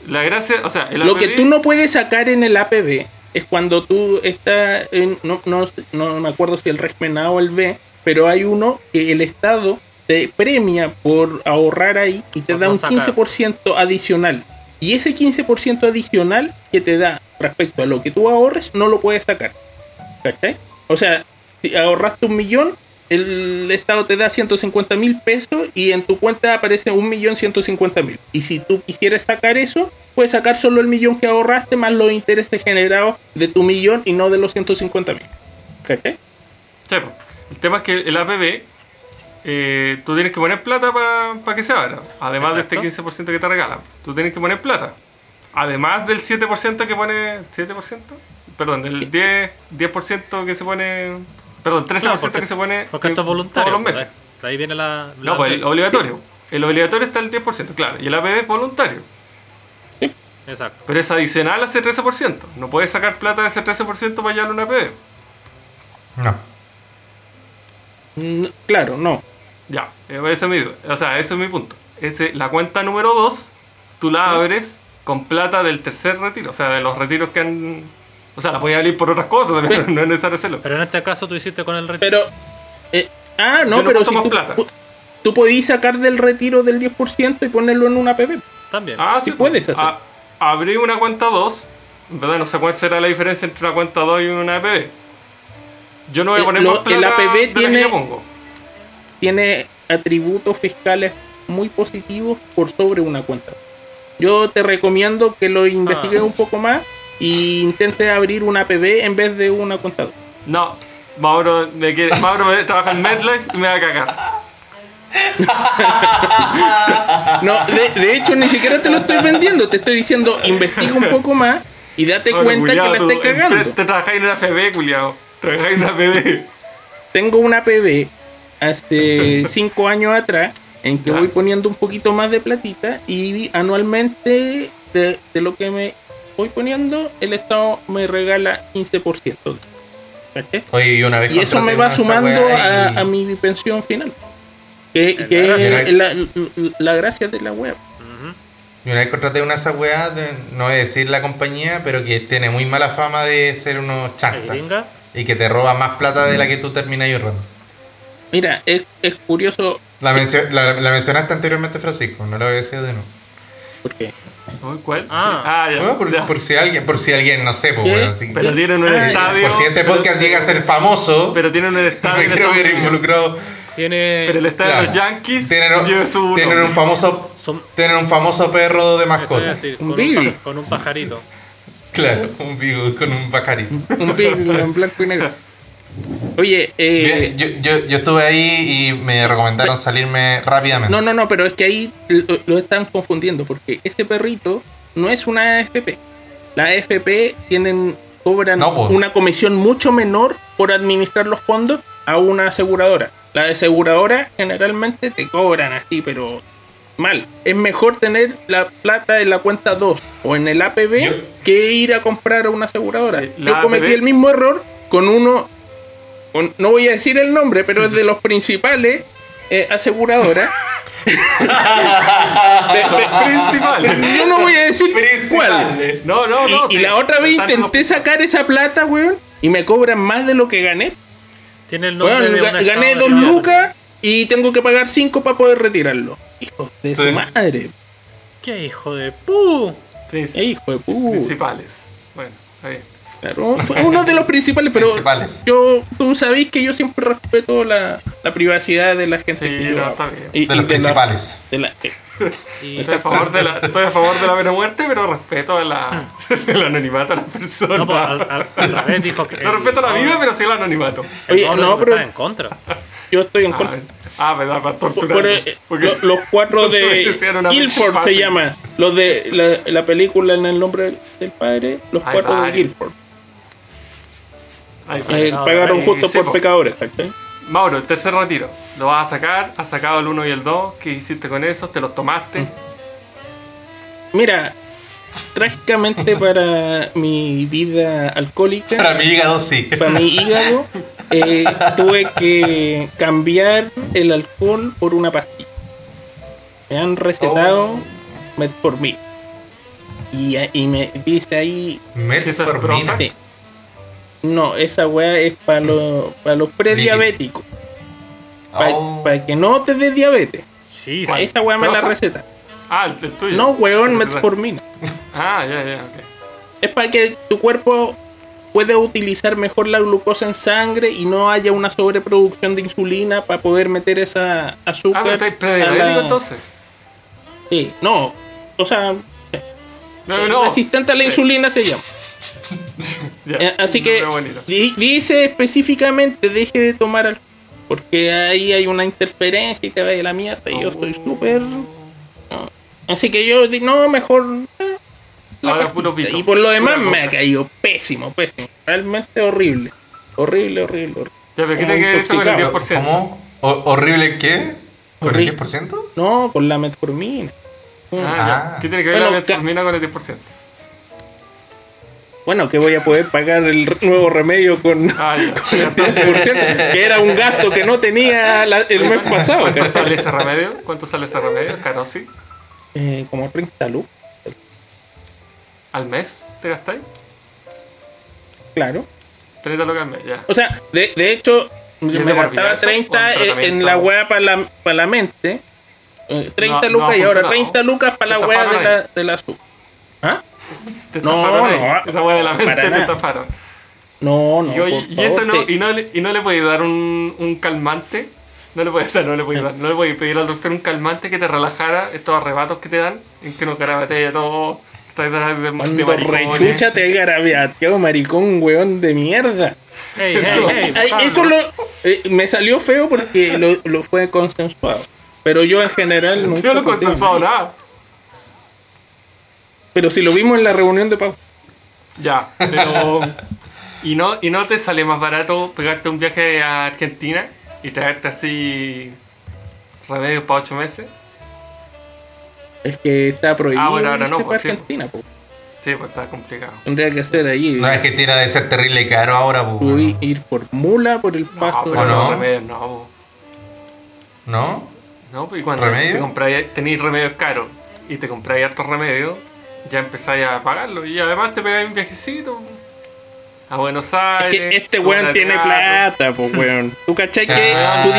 Speaker 2: La gracia, o sea, el
Speaker 1: Lo
Speaker 2: APB
Speaker 1: que tú no puedes sacar en el APB es cuando tú estás en. No, no, no me acuerdo si el régimen A o el B, pero hay uno que el Estado te premia por ahorrar ahí y te
Speaker 4: Por
Speaker 1: da
Speaker 4: no
Speaker 1: un
Speaker 4: sacar.
Speaker 1: 15% adicional. Y ese 15% adicional que te da respecto a lo que tú ahorres, no lo puedes sacar. ¿Cachai? O sea, si ahorraste un millón, el Estado te da 150 mil pesos y en tu cuenta aparece un millón 150 mil. Y si tú quisieras sacar eso, puedes sacar solo el millón que ahorraste más los intereses generados de tu millón y no de los 150 mil. ¿Cachai?
Speaker 2: Sí, po. el tema es que el APB, eh, tú tienes que poner plata para que se abra. Además de este 15% que te regalan. Tú tienes que poner plata. Además del 7% que pone... ¿7%? Perdón, del 10%, 10% que se pone... Perdón, 13%
Speaker 4: Claro, porque-
Speaker 2: que se pone
Speaker 4: Porque esto
Speaker 2: eh,
Speaker 4: es voluntario.
Speaker 2: todos los meses.
Speaker 4: ¿verdad? Ahí viene la. la-
Speaker 2: No, pues el obligatorio. El obligatorio está el 10%, claro. Y el APB es voluntario.
Speaker 4: Exacto.
Speaker 2: Pero es adicional a ese 13%. No puedes sacar plata de ese 13% para llevarle una APB.
Speaker 3: No.
Speaker 1: Mm, Claro, no.
Speaker 2: Ya, eh, ese es mi, duda. o sea, ese es mi punto. Ese, la cuenta número 2, tú la abres con plata del tercer retiro, o sea, de los retiros que han... O sea, la podía abrir por otras cosas, pero no es necesario hacerlo.
Speaker 4: Pero en este caso tú hiciste con el retiro.
Speaker 1: Pero. eh, ah, no,
Speaker 2: Yo no
Speaker 1: pero
Speaker 2: cuento
Speaker 1: si
Speaker 2: con
Speaker 1: tú,
Speaker 2: plata.
Speaker 1: pu- tú podís sacar del retiro del 10% y ponerlo en una PP.
Speaker 4: También.
Speaker 2: Ah,
Speaker 1: sí puedes hacer.
Speaker 2: a- abrí una cuenta 2, en verdad no sé cuál será la diferencia entre una cuenta 2 y una APB. Yo no voy a
Speaker 1: Eh,
Speaker 2: poner
Speaker 1: lo-
Speaker 2: más plata
Speaker 1: el APB
Speaker 2: de la que
Speaker 1: tiene-
Speaker 2: yo pongo.
Speaker 1: Tiene atributos fiscales muy positivos por sobre una cuenta. Yo te recomiendo que lo investigues
Speaker 4: Ah.
Speaker 1: un poco más e intentes abrir una PB en vez de una cuenta.
Speaker 2: No, Mauro, me quiere, Mauro me- trabaja en MedLife y me va a cagar.
Speaker 1: No, de, de hecho, ni siquiera te lo estoy vendiendo. Te estoy diciendo, investiga un poco más y date
Speaker 2: Mauro,
Speaker 1: cuenta que
Speaker 2: culiao,
Speaker 1: la
Speaker 2: tú
Speaker 1: estás cagando.
Speaker 2: empre- Te trabajáis en una FB, culiao. Trabajáis en una FB.
Speaker 1: tengo una PB hace 5 años atrás en que
Speaker 2: Ya.
Speaker 1: voy poniendo un poquito más de platita y anualmente de, de lo que me voy poniendo el Estado me regala 15%. ¿Cachai?
Speaker 3: Oye, y una vez
Speaker 1: Y eso
Speaker 3: contraté
Speaker 1: me va
Speaker 3: una esa
Speaker 1: sumando
Speaker 3: weá
Speaker 1: a,
Speaker 3: y-
Speaker 1: a mi pensión final. Que,
Speaker 4: Claro.
Speaker 1: que
Speaker 3: Mira,
Speaker 1: es la, la gracia de la web.
Speaker 3: Y una vez contraté una esa weá, de- no voy a decir la compañía, pero que tiene muy mala fama de ser unos
Speaker 4: La
Speaker 3: chantas.
Speaker 4: gringa.
Speaker 3: Y que te roba más plata de la que tú terminas ahorrando.
Speaker 1: Mira, es, es curioso
Speaker 3: La, mencio- la, la mencionaste anteriormente, Francisco, no la voy a decir de nuevo.
Speaker 1: porque...
Speaker 2: Uy, ¿Cuál?
Speaker 4: Ah.
Speaker 2: ah ya.
Speaker 3: Bueno, por,
Speaker 2: ya.
Speaker 3: por si alguien, por si alguien, no sé, pues,
Speaker 1: ¿Qué?
Speaker 3: bueno, así-
Speaker 2: Pero tienen un
Speaker 1: Ah,
Speaker 2: estadio.
Speaker 3: Por si este
Speaker 2: pero-
Speaker 3: podcast llega a ser famoso,
Speaker 2: Pero tienen un estadio.
Speaker 3: me
Speaker 2: en
Speaker 3: quiero
Speaker 2: Estados
Speaker 3: ver
Speaker 2: Unidos.
Speaker 3: involucrado.
Speaker 4: Tiene.
Speaker 2: Pero el estadio de los
Speaker 3: Claro.
Speaker 2: Yankees
Speaker 3: Tienen
Speaker 2: lleva
Speaker 3: un,
Speaker 2: su.
Speaker 3: tienen un
Speaker 2: nombre.
Speaker 3: famoso,
Speaker 4: Son-
Speaker 3: tienen un famoso perro de
Speaker 4: eso iba a
Speaker 3: mascota.
Speaker 4: decir,
Speaker 1: Un
Speaker 4: con,
Speaker 1: beagle.
Speaker 4: un, pa- con un pajarito.
Speaker 3: Claro, un beagle con un pajarito.
Speaker 1: Un piglo en blanco y negro. Oye, eh,
Speaker 3: Bien, yo, yo, yo estuve ahí y me recomendaron salirme rápidamente.
Speaker 1: No, no, no, pero es que ahí lo, lo están confundiendo porque este perrito no es una AFP. La AFP tienen, cobran
Speaker 3: No, pues.
Speaker 1: una comisión mucho menor por administrar los fondos a una aseguradora. La aseguradora generalmente te cobran así, pero mal. Es mejor tener la plata en la cuenta 2 o en el APB
Speaker 3: Yo-
Speaker 1: que ir a comprar a una aseguradora.
Speaker 2: Eh, la
Speaker 1: Yo cometí
Speaker 2: APB.
Speaker 1: el mismo error con uno con- no voy a decir el nombre, pero es de los principales eh, aseguradoras.
Speaker 2: Principal.
Speaker 1: Yo no voy a decir cuál.
Speaker 3: Principales.
Speaker 2: No, no,
Speaker 1: Y,
Speaker 2: no.
Speaker 1: y
Speaker 2: sí.
Speaker 1: la otra vez
Speaker 2: Están
Speaker 1: intenté
Speaker 2: los-
Speaker 1: sacar esa plata, weón, y me cobran más de lo que gané.
Speaker 4: Tiene el nombre
Speaker 1: Weón,
Speaker 4: de
Speaker 1: ga-
Speaker 4: un
Speaker 1: gané
Speaker 4: estado
Speaker 1: dos
Speaker 4: de Chile.
Speaker 1: lucas y tengo que pagar cinco para poder retirarlo. Hijos de
Speaker 3: Sí.
Speaker 1: su madre.
Speaker 4: ¡Qué hijo de pu!
Speaker 1: Eh,
Speaker 2: Princi-
Speaker 1: Hijo de puta.
Speaker 2: Principales. Bueno, está bien.
Speaker 1: Claro, fue uno de los principales, pero
Speaker 3: Principales.
Speaker 1: yo, tú sabéis que yo siempre respeto la, la privacidad de la gente.
Speaker 2: Sí,
Speaker 1: que
Speaker 2: no,
Speaker 1: yo
Speaker 2: está
Speaker 1: hablo.
Speaker 2: bien.
Speaker 1: Y-
Speaker 3: De
Speaker 1: y
Speaker 3: los
Speaker 1: la-
Speaker 3: principales.
Speaker 1: de la- eh, sí.
Speaker 4: Y-
Speaker 2: Estoy a favor de la, estoy a favor de la pena muerte, pero respeto a la,
Speaker 1: Hmm.
Speaker 2: el anonimato a las personas.
Speaker 4: No, pues, al, al- al revés dijo que.
Speaker 2: No respeto la vida, pero sí el anonimato.
Speaker 1: Oye, no, pero
Speaker 4: en contra.
Speaker 1: yo estoy en
Speaker 2: Ah,
Speaker 1: contra.
Speaker 2: Ah, verdad, para
Speaker 1: Por-
Speaker 2: torturar.
Speaker 1: por, eh, lo- los cuatro de Guilford se llama. Los de la, la película en el nombre del padre, los
Speaker 2: Hay
Speaker 1: cuatro de
Speaker 2: varios.
Speaker 1: Guilford. Eh,
Speaker 4: no,
Speaker 1: pagaron
Speaker 2: eh,
Speaker 1: justo
Speaker 2: sí, po.
Speaker 1: por pecadores, ¿cachai?
Speaker 2: Mauro, el tercer retiro. Lo vas a sacar, has sacado el 1 y el 2. ¿Qué hiciste con eso? ¿Te los tomaste?
Speaker 1: Mira, trágicamente para mi vida alcohólica,
Speaker 3: Para mi hígado sí.
Speaker 1: para mi hígado, eh, tuve que cambiar el alcohol por una pastilla. Me han recetado
Speaker 4: Oh.
Speaker 1: metformina. Y, y me dice ahí
Speaker 3: Metformina.
Speaker 1: Sí. No, esa weá es para los, para los prediabéticos. Para
Speaker 3: Oh.
Speaker 1: que no te dé diabetes.
Speaker 4: Sí,
Speaker 1: A
Speaker 4: sí.
Speaker 1: esa weá me la
Speaker 2: ¿Prozac?
Speaker 1: receta.
Speaker 2: Ah, el, el tuyo.
Speaker 1: No, weón,
Speaker 2: El-
Speaker 1: metformina.
Speaker 2: Ah, ya, ya, ok.
Speaker 1: Es para que tu cuerpo pueda utilizar mejor la glucosa en sangre y no haya una sobreproducción de insulina para poder meter esa azúcar.
Speaker 2: Ah, pero estáis
Speaker 1: a
Speaker 2: prediabético
Speaker 1: la-
Speaker 2: entonces.
Speaker 1: Sí, no. O sea,
Speaker 2: No, no.
Speaker 1: resistente a la insulina se llama.
Speaker 2: Ya,
Speaker 1: Eh, Así
Speaker 2: no,
Speaker 1: que
Speaker 2: no, bonito.
Speaker 1: di- dice específicamente deje de tomar alcohol. Porque ahí hay una interferencia y te va de la mierda. Y yo soy
Speaker 2: Oh.
Speaker 1: súper. no. Así que yo digo, no, mejor. eh, la
Speaker 2: Ahora
Speaker 1: pastita.
Speaker 2: puro pito.
Speaker 1: y por lo demás
Speaker 2: Pura
Speaker 1: me
Speaker 2: coca.
Speaker 1: ha caído pésimo, pésimo. Realmente horrible. Horrible, horrible, horrible.
Speaker 2: Ya, pero ¿qué
Speaker 1: Como
Speaker 2: tiene que ver eso con el
Speaker 1: intoxicado.
Speaker 2: 10%?
Speaker 3: ¿Cómo? ¿Ho- ¿Horrible qué? ¿Con el
Speaker 1: Horrible.
Speaker 3: 10%?
Speaker 1: No, por la metformina.
Speaker 2: Ah,
Speaker 3: Ah.
Speaker 2: ya. ¿Qué tiene que ver
Speaker 1: Bueno,
Speaker 2: la metformina con el 10%?
Speaker 1: Bueno, que voy a poder pagar el re- nuevo remedio con.
Speaker 2: Ah, ya.
Speaker 1: con el 10%, que era un gasto que no tenía la- el mes pasado.
Speaker 2: ¿Cuánto
Speaker 1: ¿cachai?
Speaker 2: sale ese remedio? ¿Cuánto sale ese remedio? ¿Caro sí?
Speaker 1: Eh, como 30 luz,
Speaker 2: ¿Al mes te gastáis?
Speaker 1: claro.
Speaker 2: 30 lucas al mes, ya.
Speaker 1: O sea, de, de hecho,
Speaker 2: es
Speaker 1: me
Speaker 2: de por vida
Speaker 1: gastaba
Speaker 2: eso, o
Speaker 1: 30
Speaker 2: un
Speaker 1: en,
Speaker 2: tratamiento?
Speaker 1: en la wea para la, pa' la mente. eh, 30
Speaker 2: No, no
Speaker 1: lucas
Speaker 2: ha
Speaker 1: y ahora
Speaker 2: funcionado.
Speaker 1: 30 lucas para la
Speaker 2: Te
Speaker 1: wea de
Speaker 2: estafaron
Speaker 1: la, de la azúcar. ¿Ah?
Speaker 2: Te
Speaker 1: No,
Speaker 2: estafaron ahí.
Speaker 1: no,
Speaker 2: Esa hueá de la
Speaker 1: para
Speaker 2: mente te
Speaker 1: nada.
Speaker 2: estafaron.
Speaker 1: No, no.
Speaker 2: Y, oye,
Speaker 1: por
Speaker 2: y
Speaker 1: favor,
Speaker 2: eso no,
Speaker 1: sí.
Speaker 2: y no, le- y no le podéis dar un, un calmante. No le podéis, o sea, no le podéis dar, no le podéis pedir al doctor un calmante que te relajara estos arrebatos que te dan, en que no carabatea todo, estás de, de, de
Speaker 1: Cuando
Speaker 2: maricones.
Speaker 1: rechucha te garabateado, maricón, weón de mierda.
Speaker 4: Hey, hey,
Speaker 1: Ay,
Speaker 4: hey.
Speaker 1: eso lo, eh, me salió feo porque lo, lo fue consensuado. Pero yo en general nunca.
Speaker 2: Yo no he
Speaker 1: conté,
Speaker 2: consensuado nada.
Speaker 1: Pero si lo vimos en la reunión de Pau.
Speaker 2: Ya, pero. ¿Y no, ¿Y no te sale más barato pegarte un viaje a Argentina y traerte así remedios para 8 meses?
Speaker 1: Es que está prohibido.
Speaker 2: Ah, bueno, ahora no,
Speaker 1: irse
Speaker 2: pues,
Speaker 1: pa'
Speaker 2: sí.
Speaker 1: Argentina, po.
Speaker 2: Sí, pues está complicado.
Speaker 1: Tendría que ser allí.
Speaker 3: No, es que tira de ser terrible caro ahora, pues.
Speaker 1: Fui
Speaker 3: bueno.
Speaker 1: ir por mula por el
Speaker 2: No,
Speaker 1: pasto.
Speaker 2: Ah, pero
Speaker 3: ¿O
Speaker 2: los
Speaker 3: no?
Speaker 2: remedios no. po.
Speaker 3: ¿No?
Speaker 2: No, pues y cuando
Speaker 3: ¿Remedio?
Speaker 2: te compráis, tenéis remedios caros y te compráis hartos remedios, ya empezáis a pagarlo y además te pegáis un viajecito a Buenos
Speaker 1: Es
Speaker 2: Aires.
Speaker 1: que este
Speaker 2: a
Speaker 1: weón tiene
Speaker 2: Guanajuato.
Speaker 1: plata, pues weón. ¿Tú cachai que
Speaker 3: Claro.
Speaker 1: tu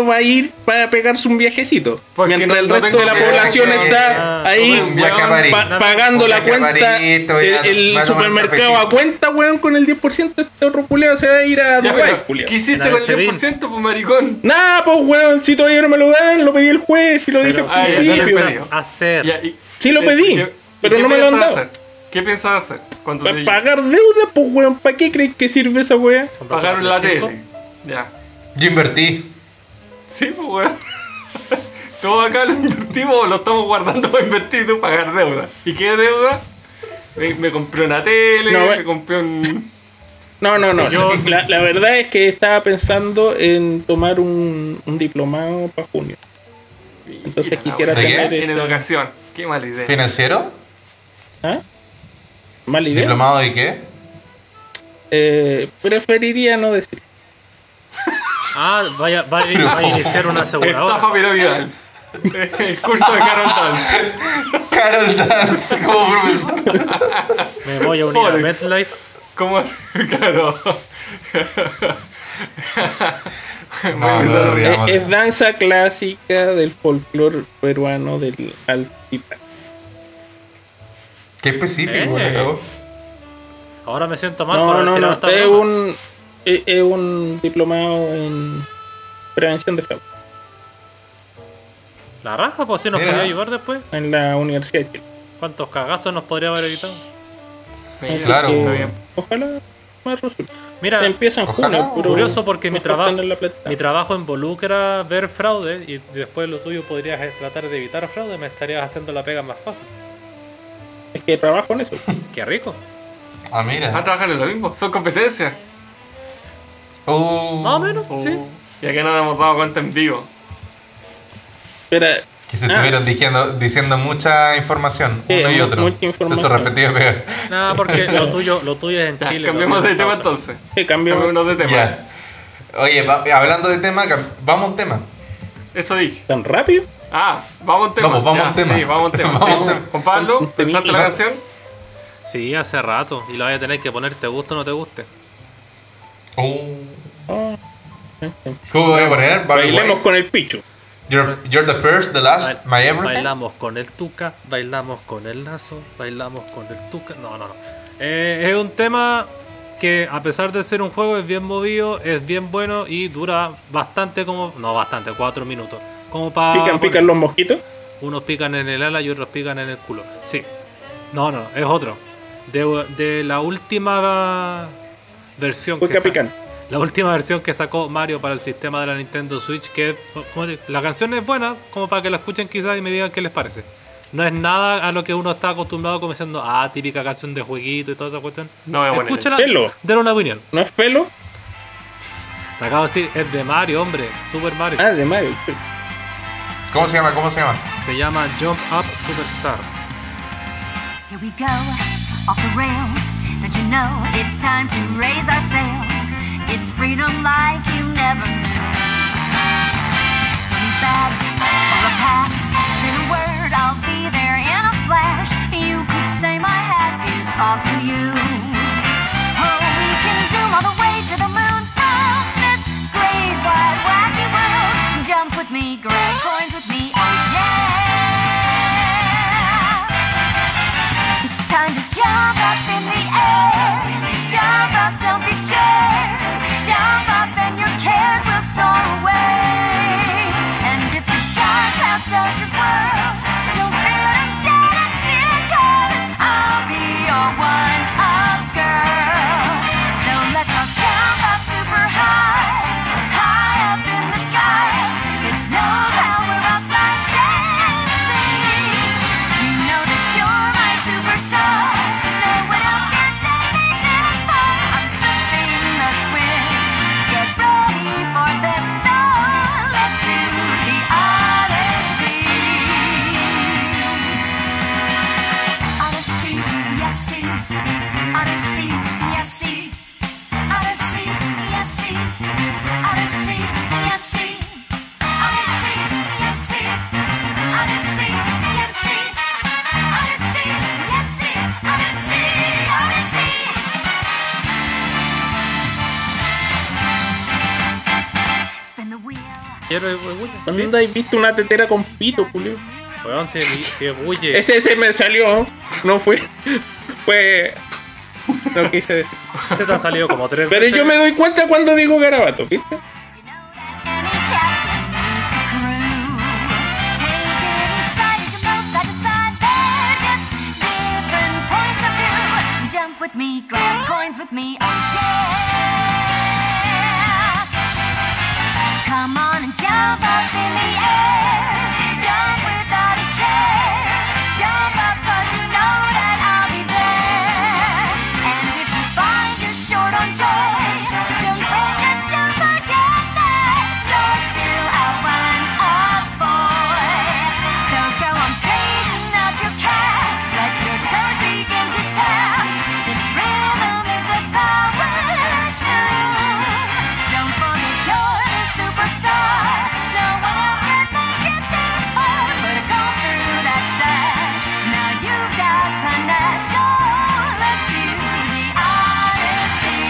Speaker 1: 10% va a ir para pegarse un viajecito?
Speaker 2: Porque
Speaker 1: mientras
Speaker 2: no-
Speaker 1: el
Speaker 2: no
Speaker 1: resto de la
Speaker 3: tengo
Speaker 1: población
Speaker 3: plata.
Speaker 1: está
Speaker 4: Ah,
Speaker 1: ahí
Speaker 2: un
Speaker 3: viaje a
Speaker 1: weón,
Speaker 3: París.
Speaker 1: pa- pagando
Speaker 3: Un
Speaker 1: la
Speaker 3: viaje a
Speaker 1: cuenta.
Speaker 3: París, voy a-
Speaker 1: El, el
Speaker 3: voy a tomar un
Speaker 1: supermercado a
Speaker 3: cafecito.
Speaker 1: cuenta, weón, con el 10%. Este otro culeado se va a ir a
Speaker 2: Ya,
Speaker 1: Dubái,
Speaker 2: pero,
Speaker 1: culiao.
Speaker 2: ¿Qué hiciste
Speaker 4: La
Speaker 2: con el
Speaker 4: Sevilla.
Speaker 2: 10%, pues maricón?
Speaker 1: Nah, pues weón, si todavía no me lo dan, lo pedí el juez y lo dije
Speaker 4: Pero,
Speaker 1: al
Speaker 2: ay, ya, dale,
Speaker 1: principio.
Speaker 2: dale.
Speaker 4: a hacer?
Speaker 2: Ya, y-
Speaker 1: Sí lo
Speaker 2: eh,
Speaker 1: pedí,
Speaker 2: ¿qué-
Speaker 1: pero
Speaker 2: y qué
Speaker 1: no me lo han
Speaker 2: piensas
Speaker 1: dado.
Speaker 2: hacer? ¿Qué piensas hacer? Cuando
Speaker 1: Pa-
Speaker 2: te-
Speaker 1: pagar deuda, pues weón, ¿para qué crees que sirve esa weá?
Speaker 2: pagaron la
Speaker 4: ¿Cinco?
Speaker 2: tele. Ya.
Speaker 3: Yo invertí.
Speaker 2: Sí, pues weón. Todos acá lo invertimos, lo estamos guardando para invertir y tú pagar deuda. ¿Y qué deuda? Me, me compré una tele,
Speaker 1: No,
Speaker 2: me
Speaker 1: eh.
Speaker 2: compré un.
Speaker 1: No, no, no. la, la verdad es que estaba pensando en tomar un, un diplomado para junio. Entonces
Speaker 2: Mira,
Speaker 1: quisiera
Speaker 2: la
Speaker 3: ¿De
Speaker 1: tener...
Speaker 2: wea.
Speaker 1: este-
Speaker 2: En educación. Qué mala idea.
Speaker 3: ¿Financiero?
Speaker 1: ¿Ah? ¿Mala idea?
Speaker 3: ¿Diplomado de qué?
Speaker 1: Eh, preferiría no decir.
Speaker 4: Ah, vaya, va, a ir- va a iniciar una aseguradora.
Speaker 2: Estafa piramidal. El curso de Carol Dance.
Speaker 3: Carol Dance como profesor.
Speaker 4: Me voy a unir a
Speaker 2: Forex.
Speaker 4: MetLife.
Speaker 2: ¿Cómo? Claro.
Speaker 3: No, no nos
Speaker 1: Es,
Speaker 3: riamos.
Speaker 1: Eh, es danza clásica del folclore peruano del altipa.
Speaker 3: Qué específico,
Speaker 4: Eh.
Speaker 3: le cagó.
Speaker 4: Ahora me siento mal por
Speaker 1: No,
Speaker 4: haber
Speaker 1: no,
Speaker 4: tirado
Speaker 1: no.
Speaker 4: esta
Speaker 1: Es
Speaker 4: broma.
Speaker 1: un, es, es un diplomado en prevención de fraude
Speaker 4: La raja, pues si nos
Speaker 3: Mira.
Speaker 4: podía ayudar después.
Speaker 1: en la Universidad de Chile.
Speaker 4: ¿Cuántos cagazos nos podría haber evitado?
Speaker 1: Así
Speaker 3: Claro.
Speaker 1: que,
Speaker 2: Está bien.
Speaker 1: Ojalá más resulte.
Speaker 4: Mira,
Speaker 1: Empieza en
Speaker 3: Ojalá.
Speaker 1: junio. puro-
Speaker 4: Curioso porque mi
Speaker 1: mejor
Speaker 4: trabajo-
Speaker 1: tener la plata.
Speaker 4: mi trabajo involucra ver fraude y después lo tuyo podrías tratar de evitar fraude. Me estarías haciendo la pega más fácil.
Speaker 1: Es que trabajo en eso.
Speaker 4: Qué rico.
Speaker 3: Ah,
Speaker 2: Ah,
Speaker 3: mira.
Speaker 2: trabajan en lo mismo. Son competencias.
Speaker 3: Uh,
Speaker 4: Más o menos,
Speaker 2: Oh.
Speaker 4: sí.
Speaker 2: Y acá no nos hemos dado cuenta en vivo.
Speaker 1: Pero,
Speaker 3: que se
Speaker 1: Ah.
Speaker 3: estuvieron diciendo, diciendo mucha información,
Speaker 1: Sí,
Speaker 3: uno y
Speaker 1: mu-
Speaker 3: otro.
Speaker 1: mucha información.
Speaker 3: Eso repetido que.
Speaker 4: Nada, porque lo tuyo, lo tuyo es en
Speaker 2: Ya,
Speaker 4: Chile.
Speaker 2: cambiemos
Speaker 4: lo
Speaker 2: de
Speaker 4: mío
Speaker 2: tema
Speaker 4: en Estados
Speaker 2: entonces.
Speaker 1: que cambio
Speaker 2: Cambiemos de tema.
Speaker 3: Ya. Oye, va- hablando de tema, cam- vamos a un tema.
Speaker 2: Eso dije.
Speaker 1: tan rápido.
Speaker 2: Ah, vamos a un tema.
Speaker 3: pues, Vamos, vamos a un
Speaker 2: Ya,
Speaker 3: tema.
Speaker 2: Sí, vamos a un tema.
Speaker 3: Vamos a un
Speaker 2: Sí.
Speaker 3: tema.
Speaker 2: Juan Pablo,
Speaker 1: Un
Speaker 2: ¿pensaste la
Speaker 1: temita.
Speaker 2: canción?
Speaker 4: Unidos. Sí, hace rato. Y la voy a tener que poner te guste o no te guste.
Speaker 3: Uh,
Speaker 1: Oh,
Speaker 3: ¿Cómo voy a poner? Barry
Speaker 1: Bailemos
Speaker 3: White.
Speaker 1: con el Pichu.
Speaker 3: You're, you're the first, the last, my
Speaker 4: Bail- eh,
Speaker 3: everything.
Speaker 4: Bailamos con el tuca, bailamos con el lazo, bailamos con el tuca. No, no, no. Eh, es un tema que a pesar de ser un juego es bien movido, es bien bueno y dura bastante como... No, bastante, cuatro minutos. Como para...
Speaker 1: Pican, pican los mosquitos.
Speaker 4: Unos pican en el ala y otros pican en el culo. Sí. No, no, es otro. De, de la última versión
Speaker 1: Pica,
Speaker 4: sa-
Speaker 1: pican.
Speaker 4: La última versión que sacó Mario para el sistema de la Nintendo Switch, que como te- la canción es buena, como para que la escuchen quizás y me digan qué les parece. No es nada a lo que uno está acostumbrado como diciendo, ah, típica canción de jueguito y toda esa cuestión.
Speaker 2: No voy a ponerle.
Speaker 4: Escúchala,
Speaker 1: Pelo.
Speaker 4: denle una opinión.
Speaker 1: ¿No es pelo?
Speaker 4: Te acabo de decir, es de Mario, hombre, Super Mario.
Speaker 1: Ah, de Mario.
Speaker 3: ¿Cómo se llama? ¿Cómo se llama?
Speaker 1: Ah.
Speaker 4: Se llama Jump Up Superstar.
Speaker 7: Here we go, off the rails. Don't you know it's time to raise our sails? It's freedom like you never knew. Twenty bags for a pass. Send a word, I'll be there in a flash. You could say my hat is off to you. Oh, we can zoom all the way to the moon from this great wide wacky world. Jump with me, grab coins with me, oh yeah. It's time to jump up in the air. Jump up, don't be scared. Jump up and your cares will soar away. And if the dark clouds start to swirl, don't feel a jet of tears, I'll be your one-up girl. So let's all jump up super high, high up in the sky. There's no power up like dancing. You know that you're my superstar. No one else can take me this far. I'm flipping the switch. Get ready for this song. Let's do the Odyssey. Odyssey, yes, see. Odyssey, yes, see. Odyssey, yes, see. Odyssey, yes, see. Odyssey, yes, see. Odyssey, yes, see. Odyssey, yes, see. Odyssey, Odyssey. Spin the wheel.
Speaker 4: Quiero eh, güey,
Speaker 1: ¿Cuándo
Speaker 4: sí.
Speaker 1: has visto una tetera con pito, Julio?
Speaker 4: Weón, si, si es bulle.
Speaker 1: Ese, ese me salió. No fue. Fue. No quise decir.
Speaker 4: Se te ha salido como tres
Speaker 1: Pero
Speaker 4: veces.
Speaker 1: yo me doy cuenta cuando digo garabato, ¿viste?
Speaker 7: You know that any captain needs a crew. Take it in stride as you move side to side. They're just different points of view. Jump with me, grab coins with me, oh yeah. Come on and jump up in the air. Jump without a care. Jump up cause you know that I'll be there. And if you find you're short on joy, don't forget to forget that you're still a one-up boy. So go on, straighten up your cap. Let your toes begin to tap. This rhythm is a power shoe. Don't forget you're the superstar. No one else can make it this far. But go through that stash. Now you've got panache. Oh, let's do the Odyssey.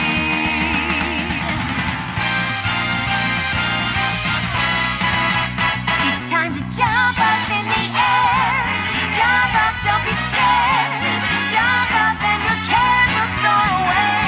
Speaker 7: It's time to jump up in the air. Jump up, don't be scared. Jump up and your cares will soar away.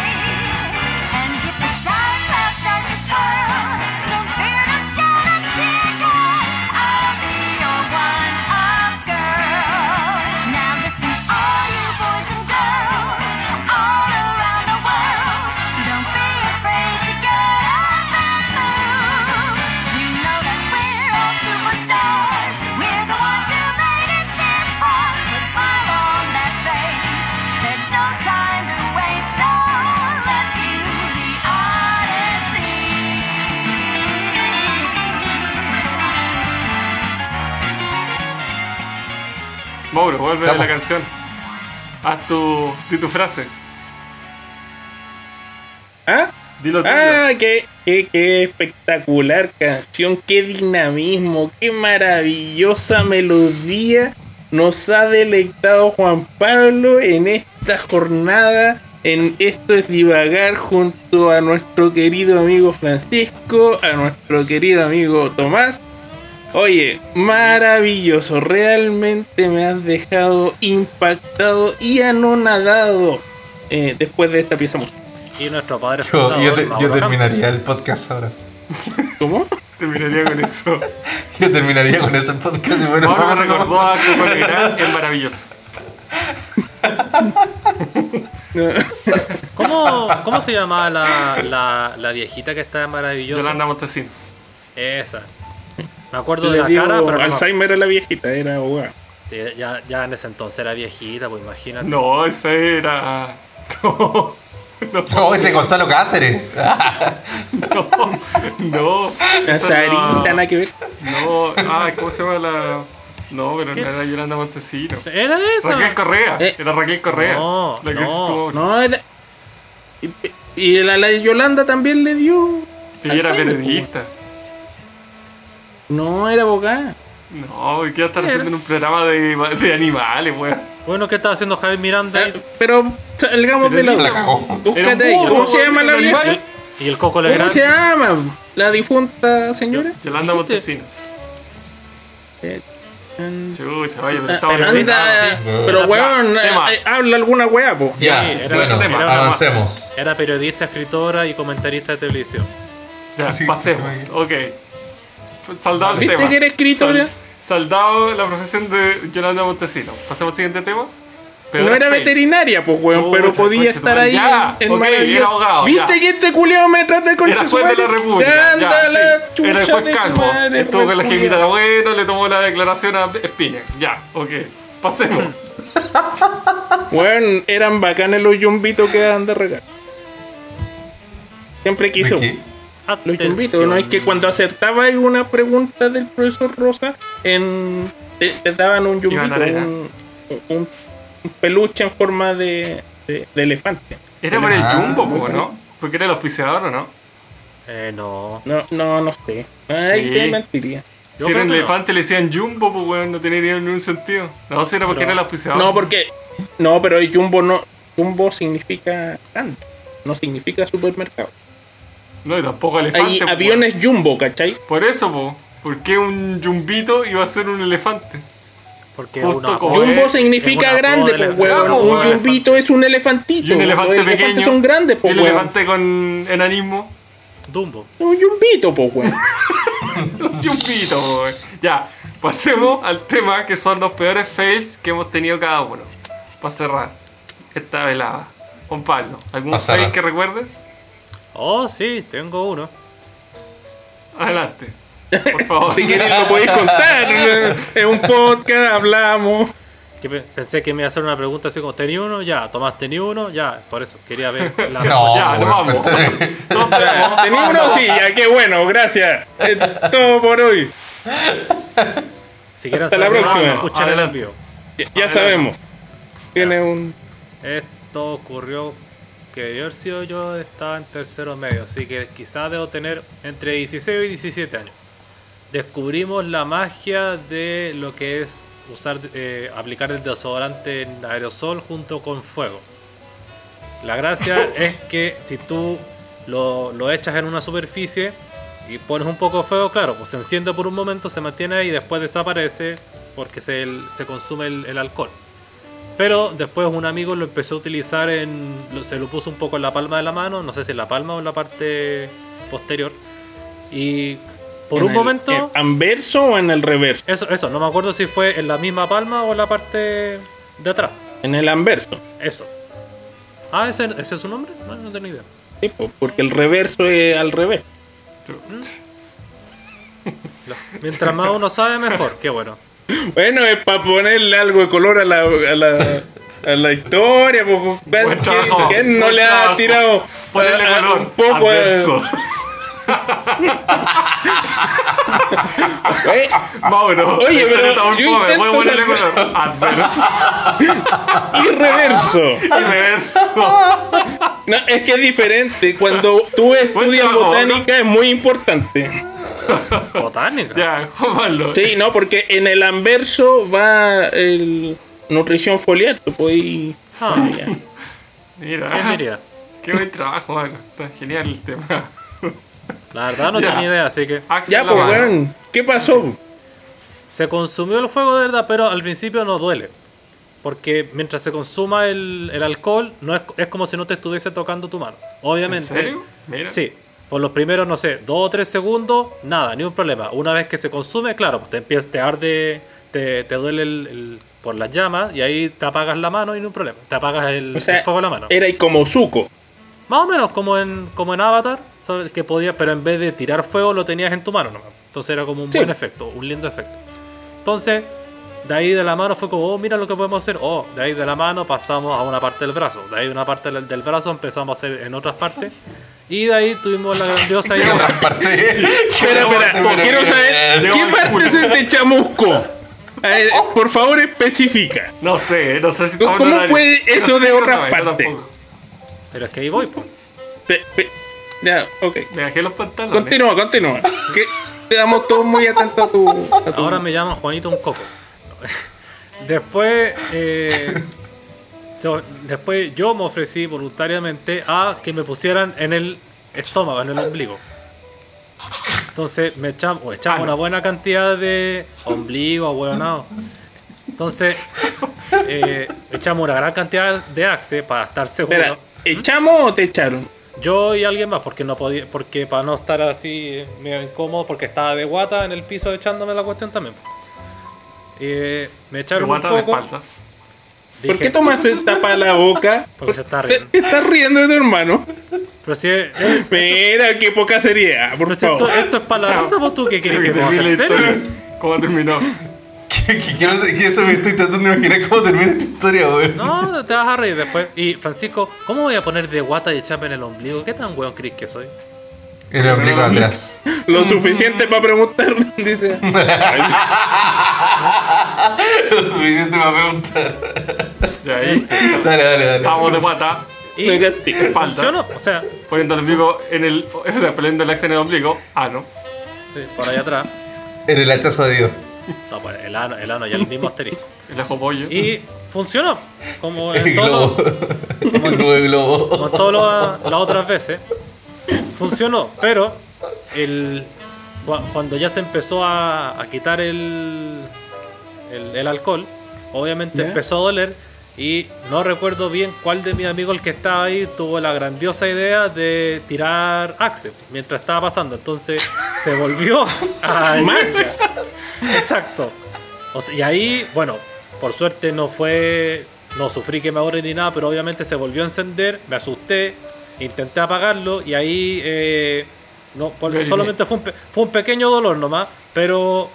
Speaker 7: And if the dark clouds start to swirl, don't fear, don't shout, don't tear gas. I'll be your one-up girl. Now listen, all you boys and girls, all around the world, don't be afraid to get up and move. You know that we're all superstars. We're the ones who made it this far. Put a smile on that face. There's no time to waste. So let's do the Odyssey.
Speaker 2: Mauro, vuelve de
Speaker 3: Estamos.
Speaker 2: la canción. Haz tu, di tu frase.
Speaker 1: ¿Ah?
Speaker 2: Dilo tuyo.
Speaker 1: Ah, qué, qué, qué espectacular canción, qué dinamismo, qué maravillosa melodía nos ha deleitado Juan Pablo en esta jornada En esto es divagar junto a nuestro querido amigo Francisco, a nuestro querido amigo Tomás. Oye, maravilloso, realmente me has dejado impactado y anonadado eh, después de esta pieza musical.
Speaker 4: Y nuestro padre
Speaker 3: Yo,
Speaker 4: fundador,
Speaker 3: yo te- yo
Speaker 4: Mauro
Speaker 3: terminaría el podcast ahora.
Speaker 1: ¿Cómo?
Speaker 2: Terminaría con eso.
Speaker 3: Yo terminaría con eso el podcast y bueno,
Speaker 2: Ahora me
Speaker 3: vámonos.
Speaker 2: recordó a que fue gran, es maravilloso.
Speaker 1: No.
Speaker 4: Campos. ¿Cómo, ¿Cómo se llamaba la, la, la viejita que está maravillosa?
Speaker 2: Yolanda Montesinos.
Speaker 4: Esa. Me acuerdo de
Speaker 1: Le
Speaker 4: la
Speaker 1: digo,
Speaker 4: cara, pero no me
Speaker 1: Alzheimer a la viejita, era abogada.
Speaker 4: Sí, Ya, ya en ese entonces era viejita, pues imagínate.
Speaker 2: No, esa era. No. No,
Speaker 3: No, ese Gonzalo Cáceres. Ah,
Speaker 2: no, no.
Speaker 1: La
Speaker 2: Esa
Speaker 1: Sarita,
Speaker 2: no.
Speaker 1: nada que ver.
Speaker 2: No, ah, ¿cómo se llama la.? No, pero no era Yolanda Montesinos.
Speaker 4: ¿Era esa?
Speaker 2: Raquel Correa,
Speaker 1: Eh.
Speaker 2: era Raquel Correa.
Speaker 4: No,
Speaker 2: la que
Speaker 4: no,
Speaker 2: estuvo-
Speaker 1: No, era. Y, y la, la de Yolanda también le dio.
Speaker 2: que ella era
Speaker 1: Alzheimer,
Speaker 2: periodista.
Speaker 1: No, era abogada.
Speaker 2: No, ¿y ¿qué iba a estar haciendo en un programa de, de animales, weón?
Speaker 4: Bueno, ¿qué estaba haciendo Javier Miranda?
Speaker 2: Eh,
Speaker 1: Ah, Pero salgamos de la.
Speaker 3: La cagó.
Speaker 2: Era un
Speaker 1: Búscate ahí.
Speaker 2: búho,
Speaker 1: ¿Cómo se
Speaker 2: weón,
Speaker 1: llama
Speaker 2: era
Speaker 1: la
Speaker 2: un
Speaker 1: vieja?
Speaker 2: animal.
Speaker 4: Y el Coco
Speaker 1: ¿Cómo se
Speaker 4: Legrand.
Speaker 1: llama? ¿La difunta señora?
Speaker 2: Yolanda Montesinos.
Speaker 1: Eh, and-
Speaker 2: Chucha, vaya, pero
Speaker 1: ah,
Speaker 2: estamos en el
Speaker 1: Anda,
Speaker 4: sí.
Speaker 1: pero weón,
Speaker 2: Tema.
Speaker 1: eh, habla alguna wea, po.
Speaker 3: Ya,
Speaker 4: era
Speaker 3: bueno,
Speaker 2: un tema.
Speaker 3: avancemos.
Speaker 4: Era periodista, escritora y comentarista de televisión.
Speaker 2: Ya,
Speaker 3: Sí, sí,
Speaker 2: pasemos.
Speaker 3: sí.
Speaker 2: Ok. Pues, Saldado el
Speaker 1: ¿Viste
Speaker 2: tema.
Speaker 1: que era escritora?
Speaker 2: Sal- saldado la profesión de Yolanda Montesinos. Pasemos al siguiente tema. Peor
Speaker 1: No era
Speaker 2: face.
Speaker 1: veterinaria, pues, weón,
Speaker 2: Pucha,
Speaker 1: pero podía
Speaker 2: concha,
Speaker 1: estar
Speaker 2: tu madre.
Speaker 1: ahí
Speaker 2: Ya,
Speaker 1: en
Speaker 2: ok,
Speaker 1: maravilloso.
Speaker 2: era abogado,
Speaker 1: ¿Viste
Speaker 2: ya.
Speaker 1: que este culiao me trata de
Speaker 2: Era
Speaker 1: concha
Speaker 2: juez de la República. Ya, sí. Era el juez calvo. Estuvo con la jevita de bueno, le tomó la declaración a Espina. Ya, ok. Pasemos.
Speaker 1: Weón, eran bacanes los yumbitos que dan de regalo. Siempre quiso.
Speaker 3: ¿De qué?
Speaker 1: Los
Speaker 4: Atención.
Speaker 1: yumbitos, ¿no? Es que cuando acertaba en una pregunta del profesor Rosa, en, te, te daban un yumbito,
Speaker 2: bananera.
Speaker 1: un, un- un peluche en forma de, de- de elefante.
Speaker 2: Era por el
Speaker 3: Ah.
Speaker 2: jumbo, po, ¿no? Porque era el auspiciador, ¿o no?
Speaker 4: Eh, no.
Speaker 1: No, no, no sé. Ay,
Speaker 2: Sí.
Speaker 1: te mentiría.
Speaker 4: Yo
Speaker 2: si era
Speaker 4: creo
Speaker 2: un
Speaker 4: que no.
Speaker 2: elefante le decían jumbo, pues weón, no tenía ni- ningún sentido. No, si era porque era el auspiciador.
Speaker 1: No, porque. No, pero el Jumbo no. Jumbo significa grande. No significa supermercado.
Speaker 2: No, y tampoco elefante.
Speaker 1: Hay
Speaker 2: po,
Speaker 1: aviones
Speaker 2: pues.
Speaker 1: Jumbo, ¿cachai?
Speaker 2: weón. Por eso, po. ¿Por qué un jumbito iba a ser un elefante?
Speaker 4: Porque
Speaker 2: Justo
Speaker 4: una
Speaker 2: como-
Speaker 4: joven-
Speaker 1: Jumbo
Speaker 2: es
Speaker 1: significa
Speaker 4: una
Speaker 1: grande,
Speaker 4: joven
Speaker 1: pues,
Speaker 2: elefante.
Speaker 1: weón.
Speaker 2: Ah,
Speaker 1: Un
Speaker 2: pues,
Speaker 1: jumbito es un elefantito.
Speaker 2: Y un elefante
Speaker 1: Los
Speaker 2: pequeño.
Speaker 1: elefantes son grandes,
Speaker 2: y
Speaker 1: pues,
Speaker 2: un
Speaker 1: weón.
Speaker 2: elefante con enanismo.
Speaker 4: Dumbo.
Speaker 1: Un jumbito, pues, weón.
Speaker 2: Un jumbito, po, weón. Ya, pasemos al tema que son los peores fails que hemos tenido cada uno. Para cerrar esta velada. Juan Pablo, ¿algún
Speaker 3: Pa' cerrar.
Speaker 2: fail que recuerdes?
Speaker 4: Oh, sí, tengo uno.
Speaker 2: Adelante. Por favor.
Speaker 1: Si quieres lo podéis contar. Es un podcast, hablamos.
Speaker 4: Que pe- pensé que me iba a hacer una pregunta así como, ¿tenía uno? Ya, Tomás, ¿tenía uno? Ya, por eso quería ver la
Speaker 3: No,
Speaker 2: ya, nos
Speaker 3: weón,
Speaker 2: vamos.
Speaker 3: cuéntame.
Speaker 2: Nos vemos.
Speaker 1: Tenía uno, sí, ya, qué bueno, gracias. Es todo por hoy.
Speaker 4: Si quieren
Speaker 1: Hasta la
Speaker 4: saber más,
Speaker 1: próxima.
Speaker 4: escuchen el
Speaker 2: Adelante.
Speaker 4: envío.
Speaker 1: Ya, ya sabemos. Tiene un.
Speaker 4: Esto ocurrió que debió haber sido yo estaba en tercero medio, así que quizás debo tener entre 16 y 17 años. Descubrimos la magia de lo que es usar, eh, aplicar el desodorante en aerosol junto con fuego. La gracia es que si tú lo, lo echas en una superficie y pones un poco de fuego, claro, pues se enciende por un momento, se mantiene ahí y después desaparece porque se, el- se consume el- el alcohol. Pero después un amigo lo empezó a utilizar en. lo- se lo puso un poco en la palma de la mano, no sé si en la palma o en la parte posterior. Y por
Speaker 1: en
Speaker 4: un
Speaker 1: el-
Speaker 4: momento.
Speaker 1: ¿en ¿Anverso o en el reverso?
Speaker 4: eso, eso, no me acuerdo si fue en la misma palma o en la parte de atrás.
Speaker 1: En el anverso.
Speaker 4: Eso. Ah, ese, ese es su nombre? No, no tengo idea.
Speaker 1: Sí, po, porque el reverso es al revés.
Speaker 4: Lo- mientras más uno sabe, mejor. Qué bueno.
Speaker 1: Bueno, es para ponerle algo de color a la, a la, a la historia. po, po.
Speaker 2: Buen trabajo.
Speaker 1: ¿Quién no
Speaker 2: Buen
Speaker 1: le ha
Speaker 2: trabajo.
Speaker 1: tirado
Speaker 2: Ponerle
Speaker 1: a- a-
Speaker 2: color.
Speaker 1: eh, un poco Ah. a-
Speaker 2: Adverso.
Speaker 1: Eh,
Speaker 2: Mauro.
Speaker 1: Oye,
Speaker 2: la
Speaker 1: pero
Speaker 2: historia está muy
Speaker 1: yo
Speaker 2: fome,
Speaker 1: intento
Speaker 2: Voy a ponerle
Speaker 1: sacar-
Speaker 2: color. Adverso.
Speaker 1: y reverso.
Speaker 2: Y reverso.
Speaker 1: No, es que es diferente. Cuando tú estudias
Speaker 2: trabajo,
Speaker 1: botánica es muy importante.
Speaker 4: Botánica.
Speaker 2: Ya, Juan Pablo.
Speaker 1: Sí, no, porque en el anverso va el nutrición foliar. Tú podés-
Speaker 4: Ah.
Speaker 1: ya.
Speaker 4: ¿Quién
Speaker 2: Mira,
Speaker 4: diría?
Speaker 2: qué buen trabajo, mano. Está genial el tema.
Speaker 4: La verdad no
Speaker 2: Ya.
Speaker 4: tenía idea, así que
Speaker 2: Axel
Speaker 1: Ya, pues,
Speaker 2: Lamar.
Speaker 1: weón, ¿qué pasó?
Speaker 4: se consumió el fuego de verdad, pero al principio no duele. Porque mientras se consuma el, el alcohol, no es, es como si no te estuviese tocando tu mano.
Speaker 2: ¿En
Speaker 4: Obviamente.
Speaker 2: serio? Mira.
Speaker 4: Sí, por los primeros, no sé, dos o tres segundos, nada, ni un problema. Una vez que se consume, claro, pues te empieza, te arde, te, te duele el, el- por las llamas y ahí te apagas la mano y ni un problema. Te apagas el,
Speaker 1: O sea,
Speaker 4: el fuego de la mano.
Speaker 1: Era como suco.
Speaker 4: Más o menos como en, como en Avatar, ¿sabes? Que podías, pero en vez de tirar fuego lo tenías en tu mano nomás. Entonces era como un
Speaker 1: Sí.
Speaker 4: buen efecto, un lindo efecto. Entonces, de ahí de la mano fue como, oh, mira lo que podemos hacer. Oh, de ahí de la mano pasamos a una parte del brazo. De ahí de una parte del, del brazo empezamos a hacer en otras partes. Y de ahí tuvimos la grandiosa
Speaker 3: ¿Qué
Speaker 4: idea.
Speaker 3: otra parte?
Speaker 1: Espera, espera,
Speaker 3: Pero
Speaker 1: quiero
Speaker 3: bien.
Speaker 1: saber
Speaker 2: Llegó
Speaker 1: qué
Speaker 2: el
Speaker 1: parte
Speaker 2: culo.
Speaker 1: es este chamusco. A ver, por favor, especifica.
Speaker 2: No sé, no sé si
Speaker 1: ¿Cómo
Speaker 2: estamos en horario.
Speaker 1: fue eso
Speaker 2: sé,
Speaker 1: de
Speaker 2: no
Speaker 1: otra
Speaker 2: sabe, yo
Speaker 1: parte?
Speaker 2: tampoco.
Speaker 4: Pero es que ahí voy, po.
Speaker 1: Pe- pe- ya, ok.
Speaker 2: Me dejé los pantalones.
Speaker 1: Continúa, continúa. Que te damos todos muy atentos a tu. a tu-
Speaker 4: Ahora me llaman Juanito un coco. Después, eh, so- después yo me ofrecí voluntariamente a que me pusieran en el estómago, en el ombligo. Entonces me echamos, o
Speaker 2: Ah,
Speaker 4: echamos
Speaker 2: no.
Speaker 4: una buena cantidad de ombligo, abuelonado. Entonces eh, echamos una gran cantidad de axe para estar seguros.
Speaker 1: Espera, ¿echamos o te echaron?
Speaker 4: Yo y alguien más, porque no podía, porque para no estar así eh, medio incómodo, porque estaba de guata en el piso echándome la cuestión también. Eh, me
Speaker 2: Me
Speaker 4: echaron un
Speaker 2: guata de
Speaker 4: poco.
Speaker 2: espaldas.
Speaker 1: ¿Por
Speaker 4: Dije,
Speaker 1: qué tomas el tapa la boca?
Speaker 4: Porque se está
Speaker 1: Te,
Speaker 4: riendo.
Speaker 1: te estás riendo de tu hermano.
Speaker 4: Pero si es- eh,
Speaker 1: Mira, qué poca seriedad, por
Speaker 4: pero si esto,
Speaker 1: favor.
Speaker 4: esto es para la
Speaker 2: Chao.
Speaker 4: danza, ¿vos tú qué quieres
Speaker 2: Creo que
Speaker 4: que te haga?
Speaker 2: terminé la
Speaker 4: ¿En serio?
Speaker 2: historia. ¿Cómo terminó?
Speaker 3: Que- que Quiero saber- que eso me estoy tratando de imaginar cómo termina esta historia, weón.
Speaker 4: No, te vas a reír después. Y Francisco, ¿cómo voy a poner de guata y echarme en el ombligo? ¿Qué tan weón crees que soy?
Speaker 3: El ombligo atrás.
Speaker 4: eh,
Speaker 1: Lo suficiente para preguntar. Dice.
Speaker 3: Suficiente para preguntar.
Speaker 2: Ya ahí.
Speaker 3: Dale, dale, dale.
Speaker 2: Estábamos de guata,
Speaker 4: Y
Speaker 1: Me castigo.
Speaker 2: espalda.
Speaker 4: funcionó, o sea,
Speaker 2: Poniendo el ombligo en el. O sea, poniendo el axe en el ombligo. Ah, no.
Speaker 4: sí, por allá atrás.
Speaker 3: En el hachazo a Dios.
Speaker 4: No, pues el ano, el ano ya el mismo asterisco.
Speaker 2: El ajo pollo.
Speaker 4: Y funcionó. Como
Speaker 3: El
Speaker 4: en todos
Speaker 3: globo.
Speaker 4: los-
Speaker 3: El nube globo.
Speaker 4: como todas las otras veces, funcionó, pero el, cua- cuando ya se empezó a, a quitar el, el, el alcohol, obviamente
Speaker 1: ¿Ya?
Speaker 4: empezó a doler y no recuerdo bien cuál de mis amigos el que estaba ahí tuvo la grandiosa idea de tirar Axe mientras estaba pasando, entonces se volvió a
Speaker 1: Max.
Speaker 4: Exacto. O sea, y ahí, bueno, por suerte no fue. No sufrí quemadores ni nada, pero obviamente se volvió a encender, me asusté, intenté apagarlo y ahí. eh, no, por-
Speaker 2: Lo eliminé.
Speaker 4: solamente fue un, pe- fue un pequeño dolor nomás, pero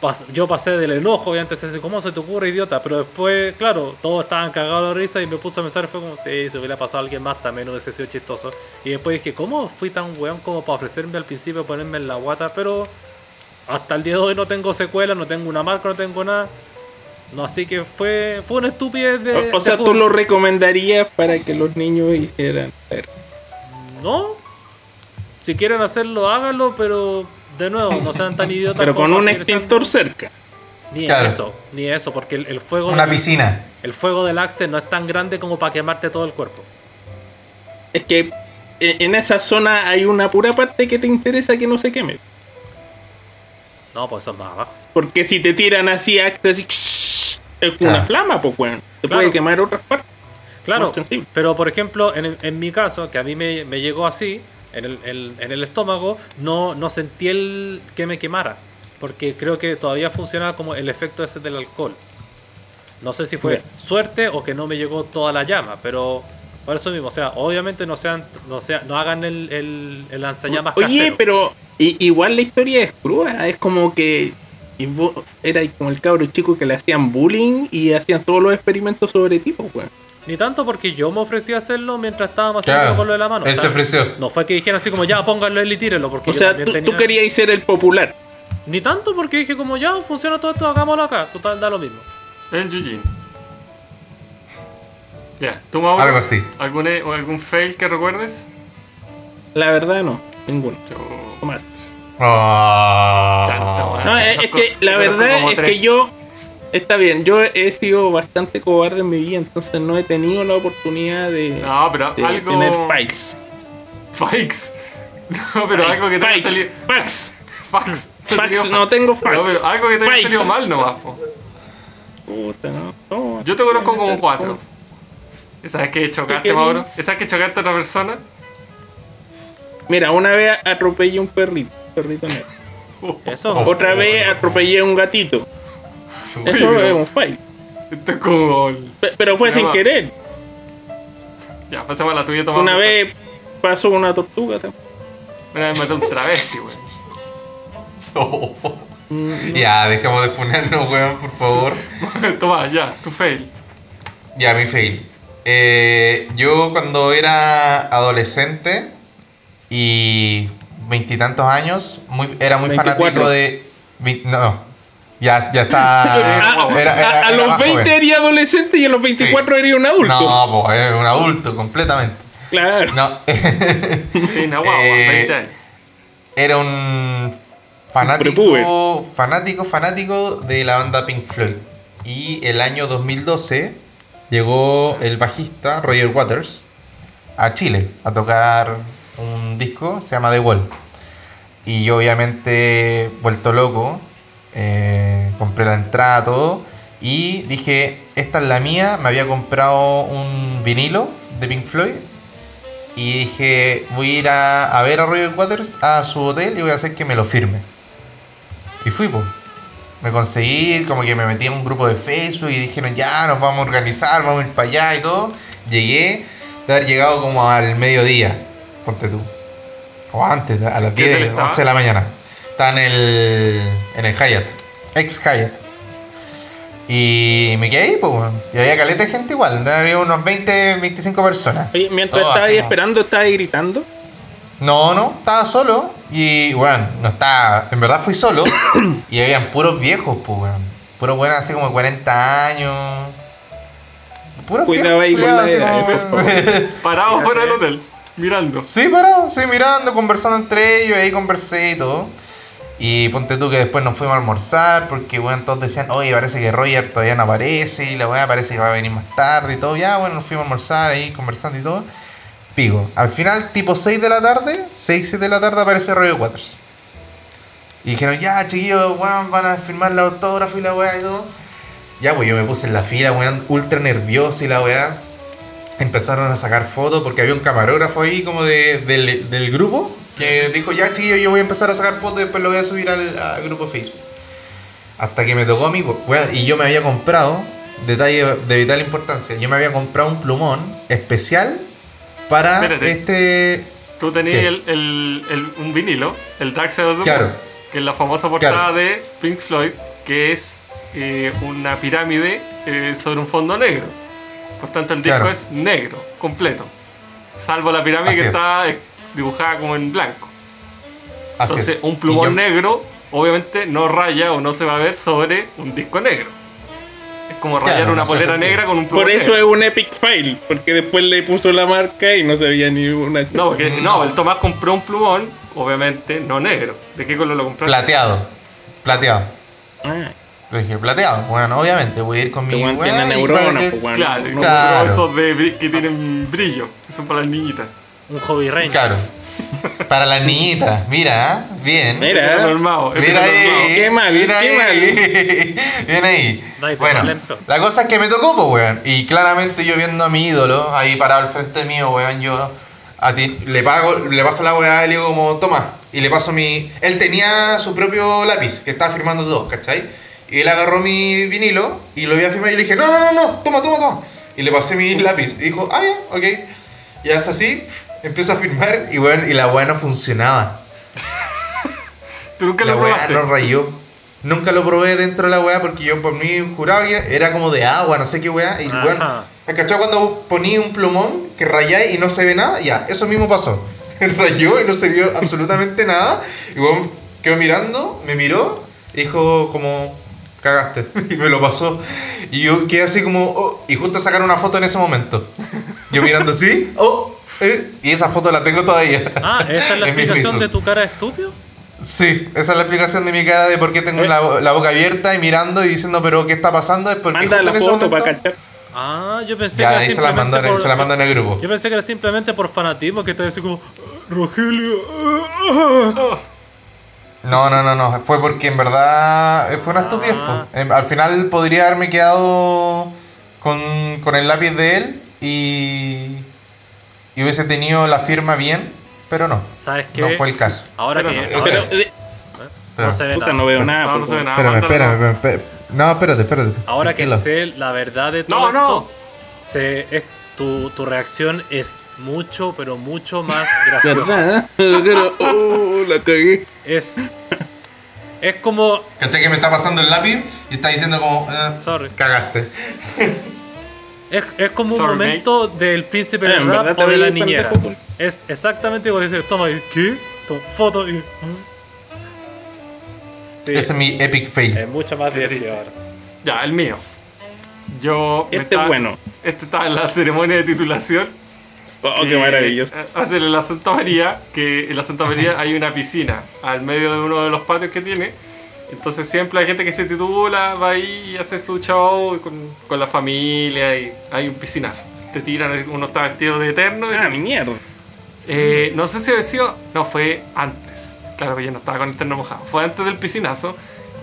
Speaker 4: pas- yo pasé del enojo y antes así, ¿cómo se te ocurre, idiota? Pero después, claro, todos estaban cagados de risa y me puse a pensar, fue como, sí, se hubiera pasado a alguien más, también hubiese sido chistoso. Y después dije, ¿cómo fui tan weón como para ofrecerme al principio ponerme en la guata? Pero hasta el día de hoy no tengo secuelas, no tengo una marca, no tengo nada. No, así que fue, fue una estupidez de.
Speaker 1: O, o
Speaker 4: de
Speaker 1: sea, tú
Speaker 4: juego.
Speaker 1: lo recomendarías para que los niños hicieran. A ver,
Speaker 4: No. Si quieren hacerlo, háganlo, pero de nuevo, no sean tan idiotas.
Speaker 1: Pero
Speaker 4: como
Speaker 1: con un
Speaker 4: para seguir
Speaker 1: extintor cerca.
Speaker 4: estando- Ni
Speaker 3: Claro.
Speaker 4: eso, ni eso, porque el, el fuego.
Speaker 3: Una
Speaker 4: del-
Speaker 3: piscina.
Speaker 4: El fuego del axe no es tan grande como para quemarte todo el cuerpo.
Speaker 1: Es que eh, en en esa zona hay una pura parte que te interesa que no se queme.
Speaker 4: No, pues eso es más abajo.
Speaker 1: Porque si te tiran así, acto así, es una
Speaker 3: Ah.
Speaker 1: flama, pues, weón. Te
Speaker 4: Claro.
Speaker 1: puede quemar otras partes.
Speaker 4: Claro,
Speaker 1: Más sensible.
Speaker 4: pero por ejemplo, en, en mi caso, que a mí me, me llegó así, en el, el- en el estómago, no, no sentí el que me quemara, porque creo que todavía funcionaba como el efecto ese del alcohol. No sé si fue
Speaker 1: Ya.
Speaker 4: suerte o que no me llegó toda la llama, pero por eso mismo, o sea, obviamente no sean, no sea, no hagan el, el, el lanzallamas
Speaker 1: Oye,
Speaker 4: casero.
Speaker 1: pero i- igual la historia es cruda. Es como que y vos- era como el cabro chico que le hacían bullying y hacían todos los experimentos sobre ti, pues, weón.
Speaker 4: Ni tanto porque yo me ofrecí a hacerlo mientras estábamos haciendo
Speaker 3: Claro.
Speaker 4: con lo de la mano.
Speaker 3: Él
Speaker 4: o sea,
Speaker 3: se ofreció.
Speaker 4: No fue que dijeran así como ya pónganlo él y tírenlo, porque
Speaker 1: O
Speaker 4: yo
Speaker 1: sea,
Speaker 4: también
Speaker 1: tú, tú
Speaker 4: tenía-
Speaker 1: querías ser el popular.
Speaker 4: Ni tanto porque dije como ya funciona todo esto, hagámoslo acá. Total, da lo mismo.
Speaker 2: El Yujin. Eh, Ya, ¿tú Mauro?
Speaker 3: Algo así.
Speaker 2: ¿Algún, o algún fail que recuerdes?
Speaker 1: La verdad, no. Ninguno.
Speaker 2: Yo.
Speaker 1: No más.
Speaker 3: Oh.
Speaker 2: Chanta, weón.
Speaker 3: Ah.
Speaker 1: No, eh, es, es que la verdad
Speaker 2: Ah, Como
Speaker 1: es
Speaker 2: tres.
Speaker 1: que yo Está bien, yo he sido bastante cobarde en mi vida, entonces no he tenido la oportunidad de,
Speaker 2: No, pero
Speaker 1: de
Speaker 2: algo.
Speaker 1: tener files.
Speaker 2: Fax. No, pero algo que te haya
Speaker 1: Files,
Speaker 2: salido.
Speaker 1: fax.
Speaker 2: Fax. Te
Speaker 1: Fax,
Speaker 2: salió-
Speaker 1: no tengo fax.
Speaker 2: No, pero algo que te haya
Speaker 1: Fax.
Speaker 2: salido mal nomás. po.
Speaker 1: Puta, no, no.
Speaker 2: Yo te conozco como cuatro. ¿Sabes que chocaste,
Speaker 1: ¿Qué
Speaker 2: Mauro? ¿Sabes que chocaste a otra persona?
Speaker 1: Mira, una vez atropellé un perrito, perrito negro.
Speaker 4: Eso.
Speaker 1: Otra vez atropellé un gatito.
Speaker 3: Uy,
Speaker 1: Eso
Speaker 2: pero-
Speaker 1: es un file.
Speaker 2: Esto es como. el-
Speaker 1: Pe- Pero fue
Speaker 2: Se
Speaker 1: sin
Speaker 2: llama-
Speaker 1: querer.
Speaker 2: Ya, pasemos a la tuya, toma.
Speaker 1: Una
Speaker 2: nota.
Speaker 1: vez pasó una tortuga. tam-
Speaker 2: Una vez maté a un travesti, güey.
Speaker 3: Ya, dejemos de funarnos, weón, por favor.
Speaker 2: Toma, ya, tu fail.
Speaker 3: Ya, mi fail. Eh, yo cuando era adolescente y veintitantos años, muy, era muy
Speaker 1: 24.
Speaker 3: fanático de... vein- no, no, ya, ya está...
Speaker 1: Ah,
Speaker 3: era- era-
Speaker 1: a, a
Speaker 3: era
Speaker 1: los
Speaker 3: más
Speaker 1: 20
Speaker 3: joven.
Speaker 1: eres adolescente y a los 24 eres un adulto.
Speaker 3: No, pues es un adulto completamente.
Speaker 1: Claro.
Speaker 3: No,
Speaker 2: Sí, una guagua,
Speaker 3: Eh,
Speaker 2: 20 años.
Speaker 3: era un
Speaker 1: Prepuber.
Speaker 3: fanático, fanático, fanático de la banda Pink Floyd. Y el año 2012 llegó el bajista Roger Waters a Chile a tocar un disco, se llama The Wall. Y yo obviamente, vuelto loco, eh, compré la entrada, todo. Y dije, esta es la mía, me había comprado un vinilo de Pink Floyd. Y dije, voy a ir a, a ver a Roger Waters a su hotel y voy a hacer que me lo firme. Y fui, pues. Me conseguí, como que me metí en un grupo de Facebook y dijeron, ya, nos vamos a organizar, vamos a ir para allá y todo. Llegué, de haber llegado como al mediodía, ponte tú. O antes, a las
Speaker 2: ¿Qué hotel
Speaker 3: 10,
Speaker 2: estaba?
Speaker 3: 11 de la mañana. Estaba en el, en el Hyatt, ex Hyatt. Y me quedé ahí, pues, weón. Y había caleta de gente igual, de haber habido unos 20, 25 personas.
Speaker 1: Oye, mientras
Speaker 3: Todo
Speaker 1: estaba
Speaker 3: así
Speaker 1: ahí
Speaker 3: como-
Speaker 1: esperando, estaba ahí gritando.
Speaker 3: no, no, estaba solo. Y bueno, no estaba. En verdad fui solo. y habían puros viejos, pues, weón. Puros buenos así como 40 años. Puros
Speaker 1: Cuidado ahí con
Speaker 3: culiados,
Speaker 1: la
Speaker 3: así
Speaker 1: edad,
Speaker 3: como-
Speaker 1: por favor.
Speaker 2: Parado fuera del hotel, mirando.
Speaker 3: Sí, pero sí, mirando, conversando entre ellos, ahí conversé y todo. Y ponte tú que después nos fuimos a almorzar, porque bueno, todos decían, oye, parece que Roger todavía no aparece, y la weá parece que va a venir más tarde y todo. Ya, bueno, nos fuimos a almorzar ahí, conversando y todo. Pico. Al final, tipo 6 de la tarde, 6, 7 de la tarde aparece Roger Waters. Y dijeron, ya, chiquillos, weón, van a firmar la autógrafo y la weá y todo. Ya, pues yo me puse en la fila, weón, ultra nervioso y la weá empezaron a sacar fotos porque había un camarógrafo ahí como de- del, del grupo que dijo, ya chiquillo, yo voy a empezar a sacar fotos y después lo voy a subir al, al grupo de Facebook. Hasta que me tocó a mí, pues, weón, y yo me había comprado, detalle de vital importancia, yo me había comprado un plumón especial para
Speaker 2: Espérate.
Speaker 3: este...
Speaker 2: Tú tenías
Speaker 3: ¿Qué?
Speaker 2: el, el- el- un vinilo, el Dark Side of the
Speaker 3: Claro.
Speaker 2: Moon, que es la famosa portada
Speaker 3: Claro.
Speaker 2: de Pink Floyd, que es eh, una pirámide eh, sobre un fondo negro. Por tanto, el disco
Speaker 3: Claro.
Speaker 2: es negro, completo. Salvo la pirámide
Speaker 3: Así
Speaker 2: que
Speaker 3: es.
Speaker 2: está eh, dibujada como en blanco.
Speaker 3: Así es.
Speaker 2: Entonces, un
Speaker 3: Y
Speaker 2: plumón
Speaker 3: yo-
Speaker 2: negro obviamente no raya o no se va a ver sobre un disco negro. Es como
Speaker 3: Claro,
Speaker 2: rayar una
Speaker 3: no hace
Speaker 2: polera
Speaker 3: sentido.
Speaker 2: negra con un plumón
Speaker 1: Por eso
Speaker 2: negro.
Speaker 1: es un epic file, porque después le puso la marca y no se veía ni una.
Speaker 2: No, porque no, el Tomás compró un plumón, obviamente no negro. ¿De qué color lo compraste?
Speaker 3: Plateado. Plateado.
Speaker 1: Ah,
Speaker 3: Le dije, plateado. Bueno, obviamente, voy a ir con mi...
Speaker 1: este weón tiene
Speaker 3: weón, y para
Speaker 1: neuronas,
Speaker 3: que-
Speaker 1: pues, weón.
Speaker 2: Claro,
Speaker 1: No-
Speaker 2: como
Speaker 3: Claro.
Speaker 2: los esos de, bri- que tienen brillo, que son para las niñitas.
Speaker 4: Un hobby ranger.
Speaker 3: Claro. Para las niñitas. Mira, ¿ah? bien.
Speaker 1: Mira, ¿eh?
Speaker 2: Era normado, era
Speaker 3: Mira
Speaker 2: normado.
Speaker 3: ahí.
Speaker 1: Qué mal,
Speaker 3: mira
Speaker 1: qué
Speaker 3: ahí.
Speaker 1: mal.
Speaker 3: Bien ahí.
Speaker 4: No hay
Speaker 3: bueno,
Speaker 4: problema.
Speaker 3: la cosa es que me tocó, pues, weón. Y claramente yo viendo a mi ídolo ahí parado al frente mío, weón, yo a ti- le, pago, le paso la weá y le digo como, toma. Y le paso mi... Él tenía su propio lápiz, que estaba firmando dos, ¿cachai? Y él agarró mi vinilo y lo iba a firmar y le dije, no, no, no, no, toma, toma, toma. Y le pasé mi lápiz. Y dijo, ah, ya, ok. Y hace así, empieza a firmar y, weón, y la weá no funcionaba.
Speaker 2: Tú nunca
Speaker 3: La
Speaker 2: lo
Speaker 3: weá
Speaker 2: probaste.
Speaker 3: no rayó. Nunca lo probé dentro de la weá porque yo por mí juraba que era como de agua, no sé qué weá. Y
Speaker 4: Ajá.
Speaker 3: bueno, ¿me cachó cuando poní un plumón que rayáis y no se ve nada? Ya, eso mismo pasó. Rayó y no se vio absolutamente nada. Y weón quedó mirando, me miró y dijo como, cagaste. Y me lo pasó. Y yo quedé así como, oh, y justo sacaron una foto en ese momento. Yo mirando así, oh, eh, y esa foto la tengo todavía.
Speaker 4: Ah, ¿esa es la
Speaker 3: En mi
Speaker 4: explicación
Speaker 3: Facebook.
Speaker 4: de tu cara de estúpido?
Speaker 3: Sí, esa es la explicación de mi cara de por qué tengo
Speaker 1: ¿Eh?
Speaker 3: la, la boca abierta y mirando y diciendo, pero ¿qué está pasando? Es porque
Speaker 1: Manda
Speaker 3: justo
Speaker 1: la
Speaker 3: en ese
Speaker 1: foto para
Speaker 3: momento-
Speaker 1: cachar.
Speaker 4: Ah, yo pensé que
Speaker 3: Ya,
Speaker 4: era
Speaker 3: ahí se la mandó, en
Speaker 4: simplemente
Speaker 3: el-
Speaker 4: por-
Speaker 3: se la mandó en el grupo.
Speaker 4: Yo pensé que era simplemente por fanatismo, que estaba así como, Rogelio. ah, ah".
Speaker 3: No, no, no, no. Fue porque en verdad eh, fue una estupidez.
Speaker 4: Ah.
Speaker 3: po. Em, Al final podría haberme quedado con, con el lápiz de él y, y hubiese tenido la firma bien, pero no.
Speaker 4: ¿Sabes qué?
Speaker 3: No fue el caso.
Speaker 4: Ahora
Speaker 2: Pero
Speaker 4: que
Speaker 2: no.
Speaker 3: Eh,
Speaker 1: Pero,
Speaker 3: eh,
Speaker 1: eh,
Speaker 3: pero-
Speaker 4: no se ve
Speaker 1: puta,
Speaker 4: nada.
Speaker 1: no veo nada.
Speaker 2: No,
Speaker 1: po,
Speaker 2: no se ve
Speaker 1: weón.
Speaker 2: nada. mándalo,
Speaker 3: espérame, espérame,
Speaker 2: ah, no.
Speaker 3: espérame, espérame. No, espérate, espérate.
Speaker 4: Ahora que
Speaker 3: Tranquilo.
Speaker 4: sé la verdad de
Speaker 2: No,
Speaker 4: todo
Speaker 2: no.
Speaker 4: esto, se- es- tu, tu reacción es mucho, pero mucho más graciosa.
Speaker 1: ¿Verdad? Lo quiero. Oh, la cagué.
Speaker 4: es, es como,
Speaker 3: ¿Cachai que me está pasando el lápiz y está diciendo como... eh,
Speaker 4: Sorry.
Speaker 3: Cagaste.
Speaker 4: es, es como un
Speaker 2: Sorry, mate.
Speaker 4: momento del príncipe
Speaker 1: Sí,
Speaker 4: del
Speaker 1: en
Speaker 4: rap
Speaker 1: verdad
Speaker 4: o de
Speaker 1: también
Speaker 4: la
Speaker 1: hay fan de
Speaker 4: niñera.
Speaker 1: fútbol.
Speaker 4: Es exactamente igual. Dice, toma, y, ¿qué? Toma, foto y... ah. Sí, Eh.
Speaker 3: Ese es mi epic fail.
Speaker 4: es mucho más divertido ahora.
Speaker 2: Ya, el mío. Yo. me
Speaker 1: Este es bueno.
Speaker 2: Este estaba en la ceremonia de titulación.
Speaker 1: Oh, qué
Speaker 2: Eh,
Speaker 1: maravilloso.
Speaker 2: Hacen en la Santa María, que en la Santa María hay una piscina al medio de uno de los patios que tiene. Entonces siempre hay gente que se titula, va ahí y hace su show con, con la familia y hay un piscinazo. Te tiran, uno está vestido de eterno.
Speaker 1: Ah, mi mierda.
Speaker 2: Eh, no sé si había sido. No, fue antes. Claro que yo no estaba con el terno mojado. Fue antes del piscinazo.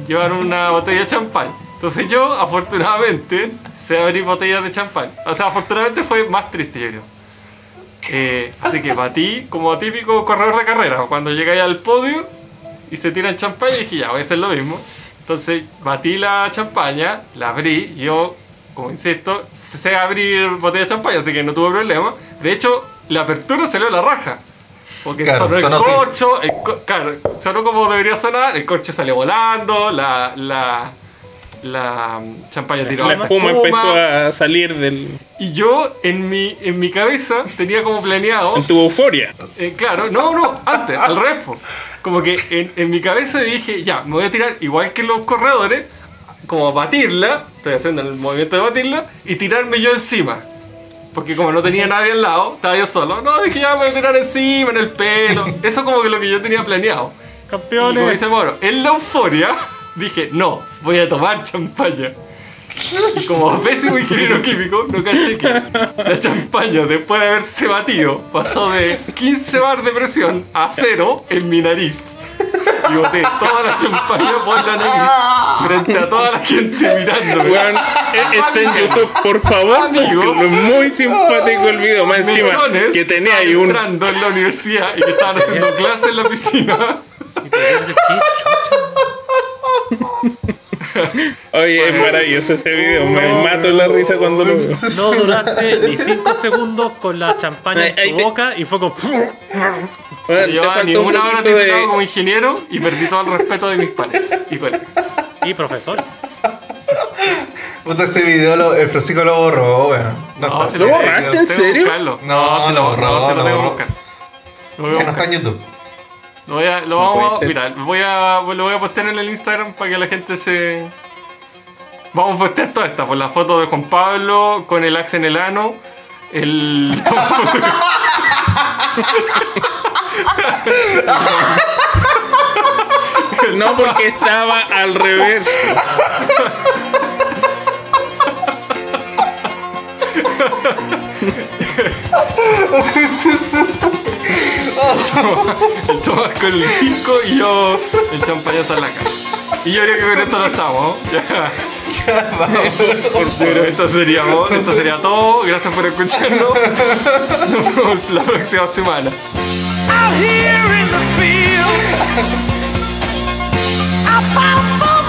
Speaker 2: Llevaron una botella de champán. Entonces yo, afortunadamente, sé abrir botellas de champán. O sea, afortunadamente fue más triste, yo creo. Eh, así que batí como típico corredor de carrera. Cuando llegáis al podio y se tiran champán, y dije, ya, voy a hacer lo mismo. Entonces batí la champaña, la abrí. Yo, como insisto, sé abrir botella de champaña, así que no tuve problema. De hecho, la apertura salió a la raja. Porque
Speaker 3: Claro,
Speaker 2: sonó el
Speaker 3: sonó así.
Speaker 2: corcho, el co- claro, sonó como debería sonar, el corcho salió volando, la, la, la mm, champaña tiró
Speaker 1: La
Speaker 2: la
Speaker 1: espuma empezó a salir del,
Speaker 2: Y yo en mi, en mi cabeza tenía como planeado
Speaker 1: en tu euforia.
Speaker 2: eh, claro, no, no, antes, al revés. po. Como que en, en mi cabeza dije, ya, me voy a tirar igual que los corredores, como batirla, estoy haciendo el movimiento de batirla, y tirarme yo encima. Porque como no tenía nadie al lado, estaba yo solo. No, dije, ya, me voy a tirar encima, en el pelo. Eso como que lo que yo tenía planeado. Y como
Speaker 4: Campeones.
Speaker 2: dice Moro, en la euforia dije, no, voy a tomar champaña. Y como pésimo ingeniero químico, no caché que la champaña, después de haberse batido, pasó de 15 bar de presión a cero en mi nariz. Y boté toda la champaña por la nariz frente a toda la gente mirándome.
Speaker 1: Weón, e- está en YouTube, por favor,
Speaker 2: Amigo.
Speaker 1: porque es muy simpático el video. Más encima,
Speaker 2: Mechones
Speaker 1: que tenía ahí un.
Speaker 2: entrando en la universidad y que estaban haciendo clases en la piscina.
Speaker 4: Y te dices, "¿Qué
Speaker 1: Oye, es maravilloso ese video. Me mato la risa cuando lo veo.
Speaker 4: No duraste ni 5 segundos con la champaña
Speaker 1: Ay, ay,
Speaker 4: en tu
Speaker 1: te-
Speaker 4: boca y fue como.
Speaker 1: Weón, te
Speaker 2: Llevaba
Speaker 1: faltó
Speaker 2: ni
Speaker 1: un
Speaker 2: una "Ah, hora
Speaker 1: poquito
Speaker 2: titulado como
Speaker 1: de.
Speaker 2: ingeniero y perdí todo el respeto de mis pares y colegas.
Speaker 4: Y profesor.
Speaker 3: Puta, ese video lo, el Francisco lo borró, weón. No, está ese
Speaker 1: ¿lo
Speaker 3: video.
Speaker 1: borraste? ¿En
Speaker 2: Tengo que
Speaker 1: serio?
Speaker 2: buscarlo.
Speaker 3: No,
Speaker 2: se
Speaker 3: lo borró,
Speaker 2: se tengo
Speaker 3: lo
Speaker 2: que
Speaker 3: borró.
Speaker 2: buscar. Lo voy
Speaker 3: Ya
Speaker 2: a
Speaker 3: no está en
Speaker 2: buscar.
Speaker 3: YouTube.
Speaker 2: Lo voy a, lo
Speaker 1: No
Speaker 2: vamos a-
Speaker 1: puede
Speaker 2: mira, voy a, lo voy a postear en el Instagram para que la gente se... Vamos a postear toda esta, por la foto de Juan Pablo con el axe en el ano, el...
Speaker 1: No, porque estaba al revés.
Speaker 2: el Tomás con el disco y yo el champañazo en la cara. Y yo creo que con esto no estamos. ¿no? Ya. Pero esto sería, esto sería todo. Gracias por escucharnos. Nos vemos la próxima semana.
Speaker 6: Out here in the field.
Speaker 7: I fall for